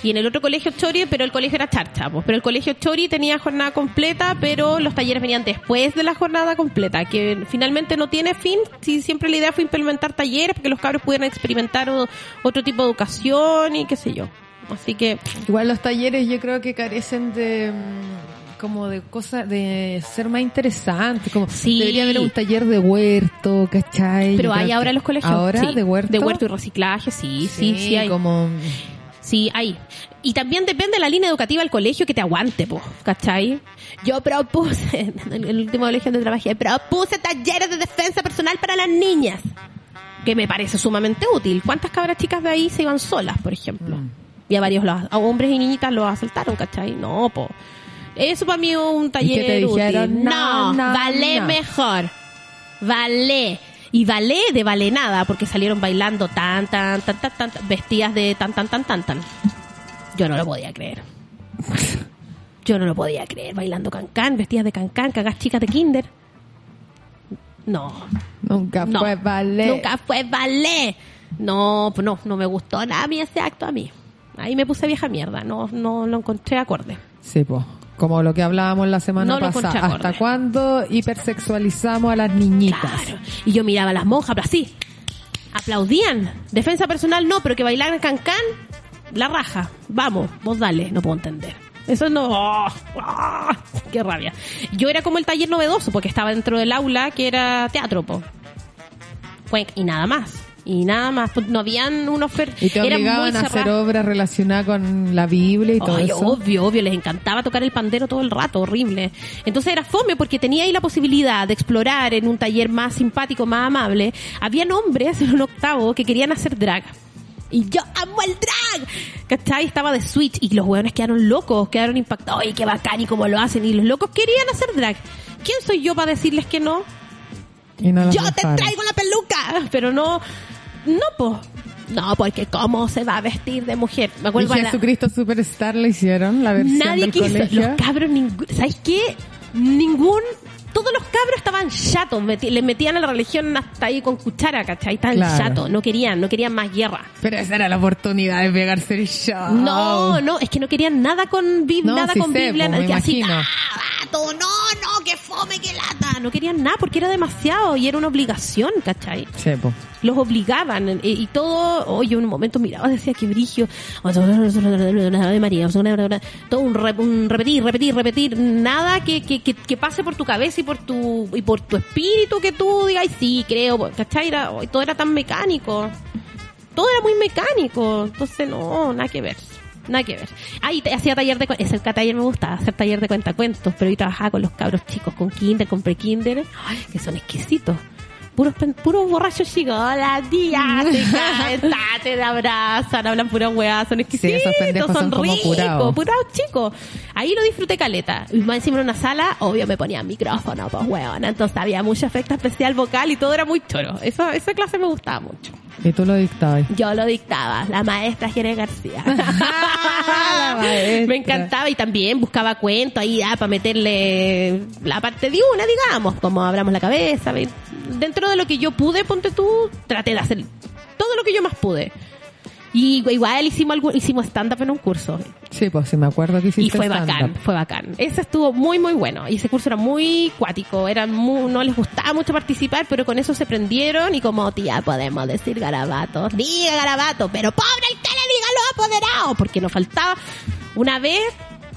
[SPEAKER 2] Y en el otro colegio Chori, pero el colegio era Charcha, pues. Pero el colegio Chori tenía jornada completa, pero los talleres venían después de la jornada completa, que finalmente no tiene fin. Sí, siempre la idea fue implementar talleres porque los cabros pudieran experimentar o- otro tipo de educación y qué sé yo. Así que,
[SPEAKER 1] Ah. Igual los talleres yo creo que carecen de mm, como de cosas de ser más interesantes como
[SPEAKER 2] Sí.
[SPEAKER 1] debería haber un taller de huerto ¿cachai?
[SPEAKER 2] pero
[SPEAKER 1] Yo creo
[SPEAKER 2] hay
[SPEAKER 1] que-
[SPEAKER 2] ahora los colegios.
[SPEAKER 1] ahora
[SPEAKER 2] sí,
[SPEAKER 1] de huerto
[SPEAKER 2] De huerto y reciclaje, sí, sí, sí, hay.
[SPEAKER 1] como
[SPEAKER 2] Sí, hay. Y también depende de la línea educativa del colegio que te aguante, po, ¿cachai? Yo propuse, en el último colegio donde trabajé, propuse talleres de defensa personal para las niñas, que me parece sumamente útil. ¿Cuántas cabras chicas de ahí se iban solas, por ejemplo?
[SPEAKER 1] Mm.
[SPEAKER 2] Y a varios los- a hombres y niñitas los asaltaron, ¿cachai? No, po. Eso para mí es un taller
[SPEAKER 1] te dijeron?
[SPEAKER 2] útil. No,
[SPEAKER 1] No, no,
[SPEAKER 2] vale
[SPEAKER 1] no.
[SPEAKER 2] mejor. Vale. Y vale de vale nada, porque salieron bailando tan, tan, tan, tan, tan, tan, vestidas de tan, tan, tan, tan, tan. Yo no lo podía creer. Yo no lo podía creer, bailando cancán, vestidas de cancán, cagas chicas de kinder. No,
[SPEAKER 1] nunca
[SPEAKER 2] no.
[SPEAKER 1] fue ballet
[SPEAKER 2] Nunca fue ballet. No, pues no, no me gustó nada a mí ese acto a mí. Ahí me puse vieja mierda, no, no lo encontré acorde.
[SPEAKER 1] sí pues como lo que hablábamos la semana
[SPEAKER 2] No lo
[SPEAKER 1] pasada
[SPEAKER 2] encontré
[SPEAKER 1] hasta
[SPEAKER 2] acorde.
[SPEAKER 1] cuándo hipersexualizamos a las niñitas
[SPEAKER 2] Claro. Y yo miraba a las monjas, pero así. Aplaudían. Defensa personal no, pero que bailaran cancán, la raja. Vamos, vos dale, no puedo entender. Eso no. ¡Oh! ¡Ah! ¡Qué rabia! Yo era como el taller novedoso, porque estaba dentro del aula que era teatro, po. Fue- Y nada más. Y nada más. Pues No habían una oferta.
[SPEAKER 1] y te
[SPEAKER 2] Era muy
[SPEAKER 1] obligaban a hacer
[SPEAKER 2] cerrado.
[SPEAKER 1] obras relacionadas con la Biblia y todo
[SPEAKER 2] Ay,
[SPEAKER 1] eso
[SPEAKER 2] obvio, obvio, les encantaba tocar el pandero todo el rato, horrible. Entonces era fome porque tenía ahí la posibilidad de explorar en un taller más simpático, más amable. Habían hombres en un octavo que querían hacer drag. Y yo amo el drag. ¿Cachai? Estaba de switch y los hueones quedaron locos, quedaron impactados. ¡Ay, qué bacán! Y cómo lo hacen. Y los locos querían hacer drag. ¿Quién soy yo para decirles que no?
[SPEAKER 1] y Ah, no las
[SPEAKER 2] yo te
[SPEAKER 1] dejaron.
[SPEAKER 2] traigo la peluca. Pero no, no, po. No, porque cómo se va a vestir de mujer. Me
[SPEAKER 1] y
[SPEAKER 2] acuerdo a la-
[SPEAKER 1] Jesucristo Superstar la hicieron la versión
[SPEAKER 2] Nadie
[SPEAKER 1] del
[SPEAKER 2] quiso.
[SPEAKER 1] colegio
[SPEAKER 2] Los cabros, ningú- ¿sabes qué? Ningún. Todos los cabros estaban chatos. meti- le metían a la religión hasta ahí con cuchara, ¿cachai? Estaban
[SPEAKER 1] Claro.
[SPEAKER 2] chatos. No querían, no querían más guerra.
[SPEAKER 1] Pero esa era la oportunidad de pegarse el show.
[SPEAKER 2] No, no, es que no querían nada con Biblia,
[SPEAKER 1] No,
[SPEAKER 2] nada
[SPEAKER 1] sí
[SPEAKER 2] con
[SPEAKER 1] sé,
[SPEAKER 2] Biblia,
[SPEAKER 1] pues, me
[SPEAKER 2] nada- que así,
[SPEAKER 1] imagino.
[SPEAKER 2] ¡ah, vato! no, no, que fome, que lata. No querían nada porque era demasiado y era una obligación, ¿cachai?
[SPEAKER 1] Chepo.
[SPEAKER 2] los obligaban eh, y todo oye en un momento miraba decía que brigio de María todo un, re- un repetir repetir repetir nada que, que, que, que pase por tu cabeza y por tu y por tu espíritu que tú digas "Ay, sí creo ¿cachai? Era- oh, todo era tan mecánico todo era muy mecánico entonces no nada que ver nada que ver ahí hacía taller de cu- ese taller me gustaba hacer taller de cuentacuentos pero ahí trabajaba con los cabros chicos con kinder con prekinder ay, que son exquisitos puros, pen- puros borrachos chicos. Hola, tía, te caen, ta, te abrazan, hablan puras weas, son exquisitos,
[SPEAKER 1] esos pendejos
[SPEAKER 2] son,
[SPEAKER 1] son como
[SPEAKER 2] ricos,
[SPEAKER 1] curados.
[SPEAKER 2] puros chicos. Ahí lo disfruté caleta. Y más encima en una sala, obvio me ponía micrófono, pues weona, entonces había mucho efecto especial vocal y todo era muy choro. Eso, esa clase me gustaba mucho.
[SPEAKER 1] Y tú lo dictabas.
[SPEAKER 2] Yo lo dictaba, la maestra Jerez García.
[SPEAKER 1] La maestra.
[SPEAKER 2] Me encantaba y también buscaba cuentos ahí ah, para meterle la parte de una, digamos, como abramos la cabeza. ¿ve? Dentro de lo que yo pude, ponte tú, traté de hacer todo lo que yo más pude. Y igual hicimos algo, hicimos stand-up en un curso.
[SPEAKER 1] Sí, pues si me acuerdo que hiciste
[SPEAKER 2] Y fue
[SPEAKER 1] stand-up.
[SPEAKER 2] bacán, fue bacán. Ese estuvo muy, muy bueno. Y ese curso era muy cuático. Era muy- no les gustaba mucho participar, pero con eso se prendieron y como, tía, podemos decir garabatos. Diga garabato, pero pobre el que le diga lo apoderado. Porque nos faltaba una vez...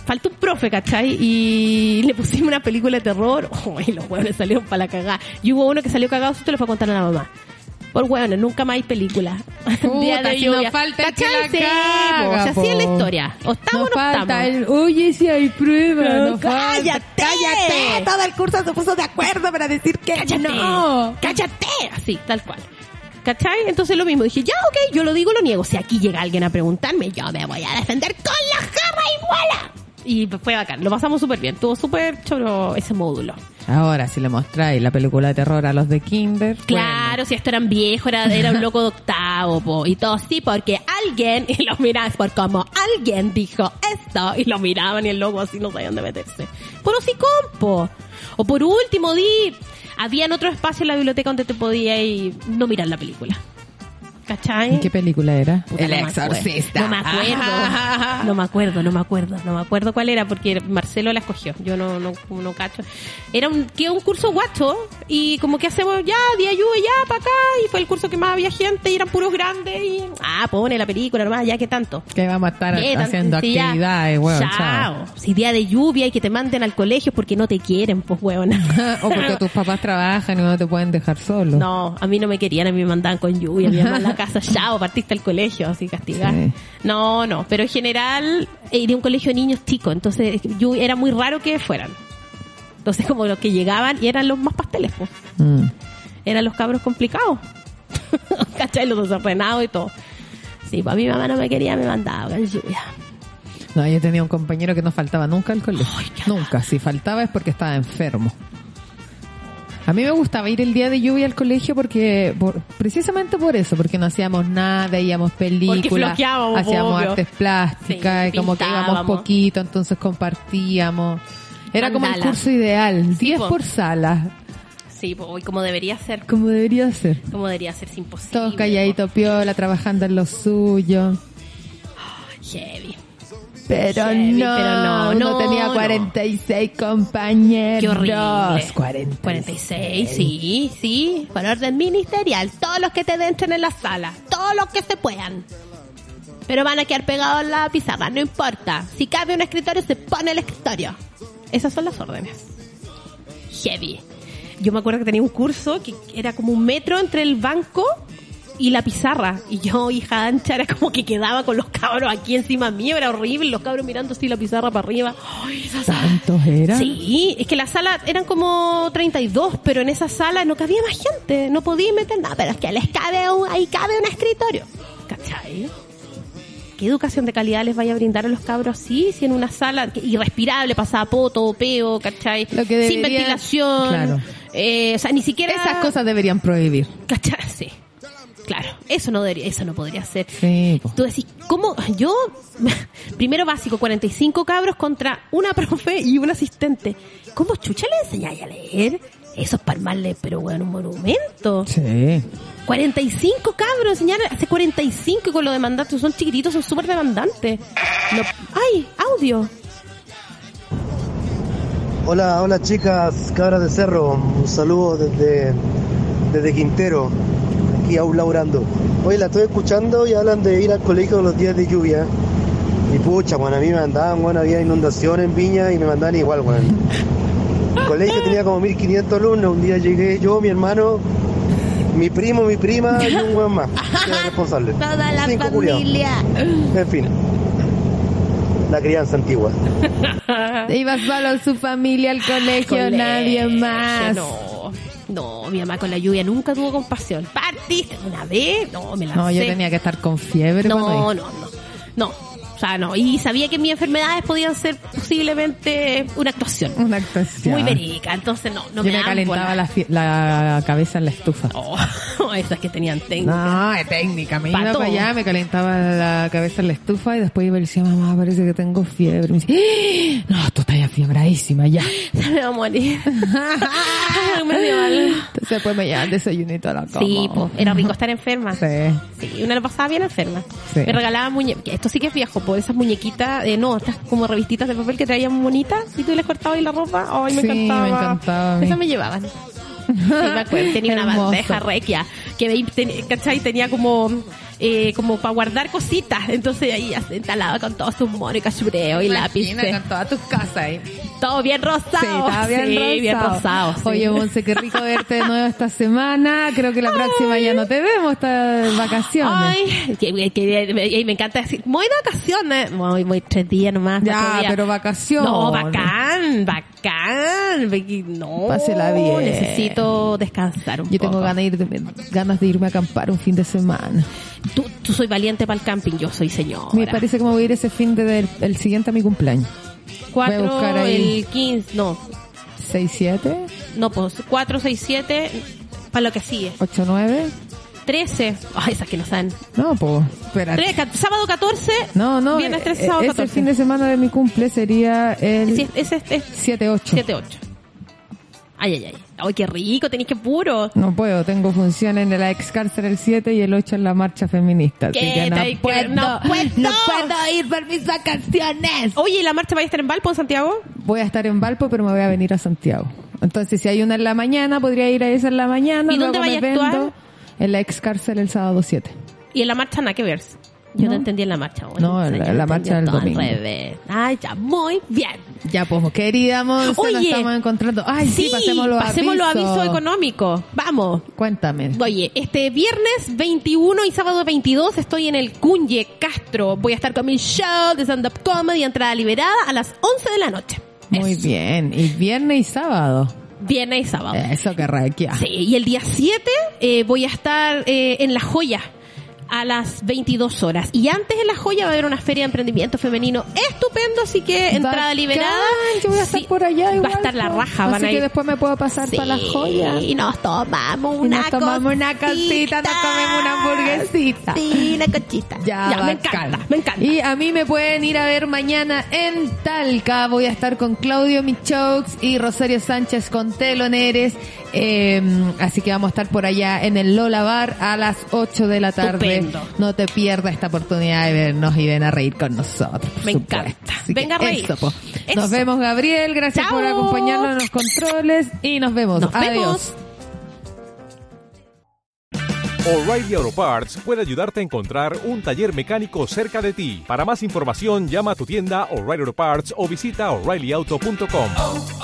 [SPEAKER 2] Faltó un profe, ¿cachai? Y le pusimos una película de terror. y los huevones salieron para la cagada. Y hubo uno que salió cagado, susto y le fue a contar a la mamá. Por huevones, nunca más hay película.
[SPEAKER 1] Puta, si nos
[SPEAKER 2] lluvia.
[SPEAKER 1] falta el que
[SPEAKER 2] ¿Cachai?
[SPEAKER 1] la
[SPEAKER 2] Sí, po,
[SPEAKER 1] caga,
[SPEAKER 2] o sea, así es la
[SPEAKER 1] po.
[SPEAKER 2] historia. O estamos
[SPEAKER 1] Nos
[SPEAKER 2] o no
[SPEAKER 1] falta
[SPEAKER 2] estamos.
[SPEAKER 1] el, oye, si hay prueba.
[SPEAKER 2] Pero
[SPEAKER 1] no falta.
[SPEAKER 2] cállate, cállate, todo el curso se puso de acuerdo para decir que cállate,
[SPEAKER 1] no.
[SPEAKER 2] cállate, así, tal cual. ¿Cachai? Entonces lo mismo, dije, ya, ok, yo lo digo, lo niego. Si aquí llega alguien a preguntarme, yo me voy a defender con la jarra y bola. y fue bacán. Lo pasamos súper bien. Tuvo súper choro ese módulo.
[SPEAKER 1] Ahora, si le mostráis la película de terror a los de Kinder.
[SPEAKER 2] Claro, si esto eran viejos, era, era un loco de octavo, po. Y todo sí, porque alguien, y lo mirabas por como alguien dijo esto, y lo miraban y el loco así no sabía dónde meterse. Por hocicón, po. O por último, di, habían otro espacio en la biblioteca donde te podías y no mirar la película. ¿Cachai?
[SPEAKER 1] pues, ¿En qué película era?
[SPEAKER 2] Puta, no me acuerdo. No me acuerdo. No me acuerdo, no me acuerdo. No me acuerdo cuál era porque Marcelo la escogió. Yo no, no, no cacho. Era un, que un curso guacho y como que hacemos ya, día lluvia, ya, para acá. Y fue el curso que más había gente y eran puros grandes y, ah, pone la película nomás, ya que tanto.
[SPEAKER 1] Que vamos a estar
[SPEAKER 2] ¿Qué tan
[SPEAKER 1] haciendo
[SPEAKER 2] sencilla?
[SPEAKER 1] actividades, weón.
[SPEAKER 2] Chao. Si día de lluvia y que te manden al colegio porque no te quieren, pues weón.
[SPEAKER 1] chao. o porque tus papás trabajan y no te pueden dejar solo.
[SPEAKER 2] No, a mí no me querían, a mí me mandaban con lluvia, me mandaban a la casa, chao, partiste al colegio, así castigar.
[SPEAKER 1] Sí.
[SPEAKER 2] No, no, pero en general eh, iría a un colegio de niños chicos, entonces yo, era muy raro que fueran. Entonces como los que llegaban y eran los más pasteles, pues.
[SPEAKER 1] Mm.
[SPEAKER 2] Eran los cabros complicados. ¿Cachai? Los desordenados y todo. Sí, pues a mi mamá no me quería, me mandaba con lluvia.
[SPEAKER 1] No, yo tenía un compañero que no faltaba nunca al colegio. nunca. Si faltaba es porque estaba enfermo. A mí me gustaba ir el día de lluvia al colegio porque, por- precisamente por eso, porque no hacíamos nada, íbamos películas,
[SPEAKER 2] flojeábamos,
[SPEAKER 1] hacíamos
[SPEAKER 2] obvio.
[SPEAKER 1] artes plásticas,
[SPEAKER 2] Sí,
[SPEAKER 1] y como que íbamos
[SPEAKER 2] pintábamos.
[SPEAKER 1] poquito, entonces compartíamos. Era como el
[SPEAKER 2] Mandala.
[SPEAKER 1] curso ideal, 10
[SPEAKER 2] po.
[SPEAKER 1] por sala,
[SPEAKER 2] Sí, pues hoy como debería ser.
[SPEAKER 1] como debería ser.
[SPEAKER 2] Como debería ser, es imposible.
[SPEAKER 1] Todos
[SPEAKER 2] po.
[SPEAKER 1] calladitos, piola, trabajando en lo suyo.
[SPEAKER 2] pues. Heavy.
[SPEAKER 1] Pero
[SPEAKER 2] Heavy,
[SPEAKER 1] no,
[SPEAKER 2] pero no,
[SPEAKER 1] uno
[SPEAKER 2] no,
[SPEAKER 1] tenía
[SPEAKER 2] no.
[SPEAKER 1] 46 compañeros.
[SPEAKER 2] Qué horrible.
[SPEAKER 1] 46.
[SPEAKER 2] 46, sí, sí. Por orden ministerial. Todos los que te entren en la sala. Todos los que se puedan. Pero van a quedar pegados en la pizarra, no importa. Si cabe un escritorio, se pone el escritorio. Esas son las órdenes. Heavy. Yo me acuerdo que tenía un curso que era como un metro entre el banco y la pizarra. Y yo, hija ancha, era como que quedaba con los cabros aquí encima mío. Era horrible, los cabros mirando así la pizarra para arriba. Ay,
[SPEAKER 1] ¿Tantos eran?
[SPEAKER 2] Sí, es que la sala eran como 32, pero en esa sala no cabía más gente, no podía meter nada, pero es que les cabe un, ahí cabe un escritorio. ¿Cachai? ¿Qué educación de calidad les vaya a brindar a los cabros así? Si en una sala que- irrespirable, pasaba poto, peo, ¿cachai?
[SPEAKER 1] Lo que deberían-
[SPEAKER 2] Sin ventilación.
[SPEAKER 1] Claro.
[SPEAKER 2] Eh, o sea, ni siquiera...
[SPEAKER 1] Esas cosas deberían prohibir.
[SPEAKER 2] ¿Cachai? Sí. Claro, eso no debería, eso no podría ser.
[SPEAKER 1] Sí, pues. po.
[SPEAKER 2] Tú decís, ¿cómo? Yo, primero básico, 45 cabros contra una profe y un asistente. ¿Cómo chucha le enseñáis a leer? Eso es para armarle, pero bueno, un monumento.
[SPEAKER 1] Sí.
[SPEAKER 2] 45 cabros, enseñar hace 45 y con lo demandantes. Son chiquititos, son súper demandantes. No- ¡Ay! ¡Audio!
[SPEAKER 4] Hola, hola chicas, cabras de cerro, un saludo desde, desde Quintero, aquí aún laburando. Hoy la estoy escuchando y hablan de ir al colegio los días de lluvia. Y pucha, bueno, a mí me mandaban, bueno, había inundación en Viña y me mandaban igual, bueno. El colegio tenía como 1500 alumnos, un día llegué yo, mi hermano, mi primo, mi prima y un buen más, que era responsable.
[SPEAKER 2] Toda la
[SPEAKER 4] Cinco culiados.
[SPEAKER 2] familia.
[SPEAKER 4] En fin, la crianza antigua.
[SPEAKER 1] Iba solo su familia al colegio,
[SPEAKER 2] Ah. Colegio,
[SPEAKER 1] nadie más.
[SPEAKER 2] No, no, mi mamá con la lluvia nunca tuvo compasión. Partiste una vez, no, me la
[SPEAKER 1] No, yo tenía que estar con fiebre.
[SPEAKER 2] No, no,
[SPEAKER 1] cuando-
[SPEAKER 2] no, no. O sea, no. Y sabía que mis enfermedades podían ser posiblemente una actuación.
[SPEAKER 1] Una actuación.
[SPEAKER 2] Muy verídica, entonces no,
[SPEAKER 1] yo
[SPEAKER 2] no me,
[SPEAKER 1] me
[SPEAKER 2] daban
[SPEAKER 1] calentaba
[SPEAKER 2] bola.
[SPEAKER 1] la, fie- la cabeza en la estufa.
[SPEAKER 2] Oh, esas que tenían técnica.
[SPEAKER 1] No, es técnica. Me iba
[SPEAKER 2] Pa'
[SPEAKER 1] para
[SPEAKER 2] todo.
[SPEAKER 1] allá, me calentaba la cabeza en la estufa y después iba y le decía, mamá, parece que tengo fiebre. Me dice, "¡Ah! no, tú estás fiebradísima ya.
[SPEAKER 2] Ya me va a morir. Ay, me dio algo.
[SPEAKER 1] Entonces después me llevaba el desayunito a la cama.
[SPEAKER 2] Sí, po, era rico estar enferma.
[SPEAKER 1] Sí.
[SPEAKER 2] Sí, una lo pasaba bien enferma.
[SPEAKER 1] Sí.
[SPEAKER 2] Me regalaban muñequitas. Esto sí que es viejo, po, esas muñequitas, eh, no, estas como revistitas de papel que traían bonitas y tú les cortabas ahí la ropa. Ay, me
[SPEAKER 1] Sí, me
[SPEAKER 2] encantaba.
[SPEAKER 1] encantaba a mí.
[SPEAKER 2] Esas me llevaban. Sí, me acuerdo, tenía una
[SPEAKER 1] Hermoso.
[SPEAKER 2] bandeja requia que veí- ten- ¿cachai? tenía como eh, como para guardar cositas entonces ahí instalaba con todos sus monos y cachureo y lápices
[SPEAKER 1] con todas tus casas ahí.
[SPEAKER 2] todo bien rosado
[SPEAKER 1] Sí, estaba bien
[SPEAKER 2] Sí,
[SPEAKER 1] rosado.
[SPEAKER 2] bien rosado, sí.
[SPEAKER 1] Oye, Monse, qué rico verte de nuevo esta semana. Creo que la próxima ya no te vemos, estas vacaciones.
[SPEAKER 2] Ay, que, que- que- me, y me encanta decir, voy de vacaciones. Voy, voy tres días nomás.
[SPEAKER 1] Ya,
[SPEAKER 2] cuatro días.
[SPEAKER 1] pero vacaciones.
[SPEAKER 2] No, bacán, bacán. Ve- No,
[SPEAKER 1] Pásela bien.
[SPEAKER 2] necesito descansar un
[SPEAKER 1] Yo
[SPEAKER 2] poco.
[SPEAKER 1] tengo ganas de, irme, ganas de irme a acampar un fin de semana.
[SPEAKER 2] Tú, tú soy valiente para el camping, yo soy señora.
[SPEAKER 1] Me parece que me voy a ir ese fin de del el siguiente a mi cumpleaños. Voy a
[SPEAKER 2] 4,
[SPEAKER 1] buscar ahí.
[SPEAKER 2] el 15, no,
[SPEAKER 1] 67,
[SPEAKER 2] no, pues 4, 6, 7, para lo que sigue.
[SPEAKER 1] 89.
[SPEAKER 2] 13, ay, esas que no saben.
[SPEAKER 1] No, pues, espérate.
[SPEAKER 2] Tres, ca- sábado 14,
[SPEAKER 1] No, no.
[SPEAKER 2] viernes 13,
[SPEAKER 1] eh,
[SPEAKER 2] sábado
[SPEAKER 1] ese
[SPEAKER 2] 14.
[SPEAKER 1] fin de semana de mi cumple sería
[SPEAKER 2] Sí,
[SPEAKER 1] el
[SPEAKER 2] es, es, es
[SPEAKER 1] 7-8.
[SPEAKER 2] 7, 8. Ay, ay, ay. Ay, qué rico, tenéis que puro.
[SPEAKER 1] No puedo, tengo función en la ex cárcel el 7 y el 8 en la marcha feminista. así
[SPEAKER 2] ¿Qué?
[SPEAKER 1] que
[SPEAKER 2] Te-
[SPEAKER 1] no, puedo,
[SPEAKER 2] no puedo.
[SPEAKER 1] no puedo ir por mis vacaciones.
[SPEAKER 2] Oye, ¿y la marcha va a estar en Valpo, en Santiago?
[SPEAKER 1] Voy a estar en Valpo, pero me voy a venir a Santiago. Entonces, si hay una en la mañana, podría ir a esa en la mañana.
[SPEAKER 2] ¿Y dónde
[SPEAKER 1] luego me
[SPEAKER 2] vaya a actuar?
[SPEAKER 1] vendo En la ex cárcel el sábado 7.
[SPEAKER 2] Y en la marcha nada que ver. Yo no, entendí en la marcha. güey.
[SPEAKER 1] No, en la-
[SPEAKER 2] Yo
[SPEAKER 1] la marcha del
[SPEAKER 2] entendí
[SPEAKER 1] domingo.
[SPEAKER 2] Todo al revés. Ay, ya, muy bien.
[SPEAKER 1] Ya, pues, querida Monse, nos
[SPEAKER 2] Oye.
[SPEAKER 1] estamos encontrando. Ay, sí, pasemos los
[SPEAKER 2] pasemos los
[SPEAKER 1] avisos.
[SPEAKER 2] avisos económicos. Vamos.
[SPEAKER 1] Cuéntame.
[SPEAKER 2] Oye, este viernes 21 y sábado 22 estoy en el Cunye Castro. Voy a estar con mi show de stand-up comedy, entrada liberada a las 11 de la noche.
[SPEAKER 1] Muy
[SPEAKER 2] Eso.
[SPEAKER 1] bien. Y viernes y sábado.
[SPEAKER 2] Viernes y sábado.
[SPEAKER 1] Eso que raquea.
[SPEAKER 2] Sí, y el día 7 eh, voy a estar eh, en La Joya a las 22 horas. Y antes en La Joya va a haber una feria de emprendimiento femenino estupendo, así que entrada
[SPEAKER 1] Bacán,
[SPEAKER 2] liberada.
[SPEAKER 1] Yo voy a estar
[SPEAKER 2] Sí,
[SPEAKER 1] por allá igual.
[SPEAKER 2] Va a estar la
[SPEAKER 1] pues.
[SPEAKER 2] raja, van
[SPEAKER 1] Así
[SPEAKER 2] a
[SPEAKER 1] que
[SPEAKER 2] ir.
[SPEAKER 1] después me puedo pasar para la joya.
[SPEAKER 2] Y nos tomamos
[SPEAKER 1] Y
[SPEAKER 2] una
[SPEAKER 1] nos tomamos una cosita, nos comemos una hamburguesita.
[SPEAKER 2] Sí, una cochita. Ya, me
[SPEAKER 1] bacán.
[SPEAKER 2] encanta, me encanta.
[SPEAKER 1] Y a mí me pueden ir a ver mañana en Talca. Voy a estar con Claudio Michaux y Rosario Sánchez con teloneres. Eh, así que vamos a estar por allá en el Lola Bar a las 8 de la tarde.
[SPEAKER 2] Estupendo.
[SPEAKER 1] No te pierdas esta oportunidad de vernos y ven a reír con nosotros. por
[SPEAKER 2] Me
[SPEAKER 1] supuesto.
[SPEAKER 2] encanta.
[SPEAKER 1] Así que
[SPEAKER 2] Venga a reír.
[SPEAKER 1] eso, po.
[SPEAKER 2] Eso.
[SPEAKER 1] Nos vemos, Gabriel. Gracias
[SPEAKER 2] Chao.
[SPEAKER 1] por acompañarnos en los controles y nos vemos.
[SPEAKER 2] Nos
[SPEAKER 1] Adiós.
[SPEAKER 2] vemos.
[SPEAKER 5] O'Reilly Auto Parts puede ayudarte a encontrar un taller mecánico cerca de ti. Para más información, llama a tu tienda O'Reilly Auto Parts o visita oreillyauto.com.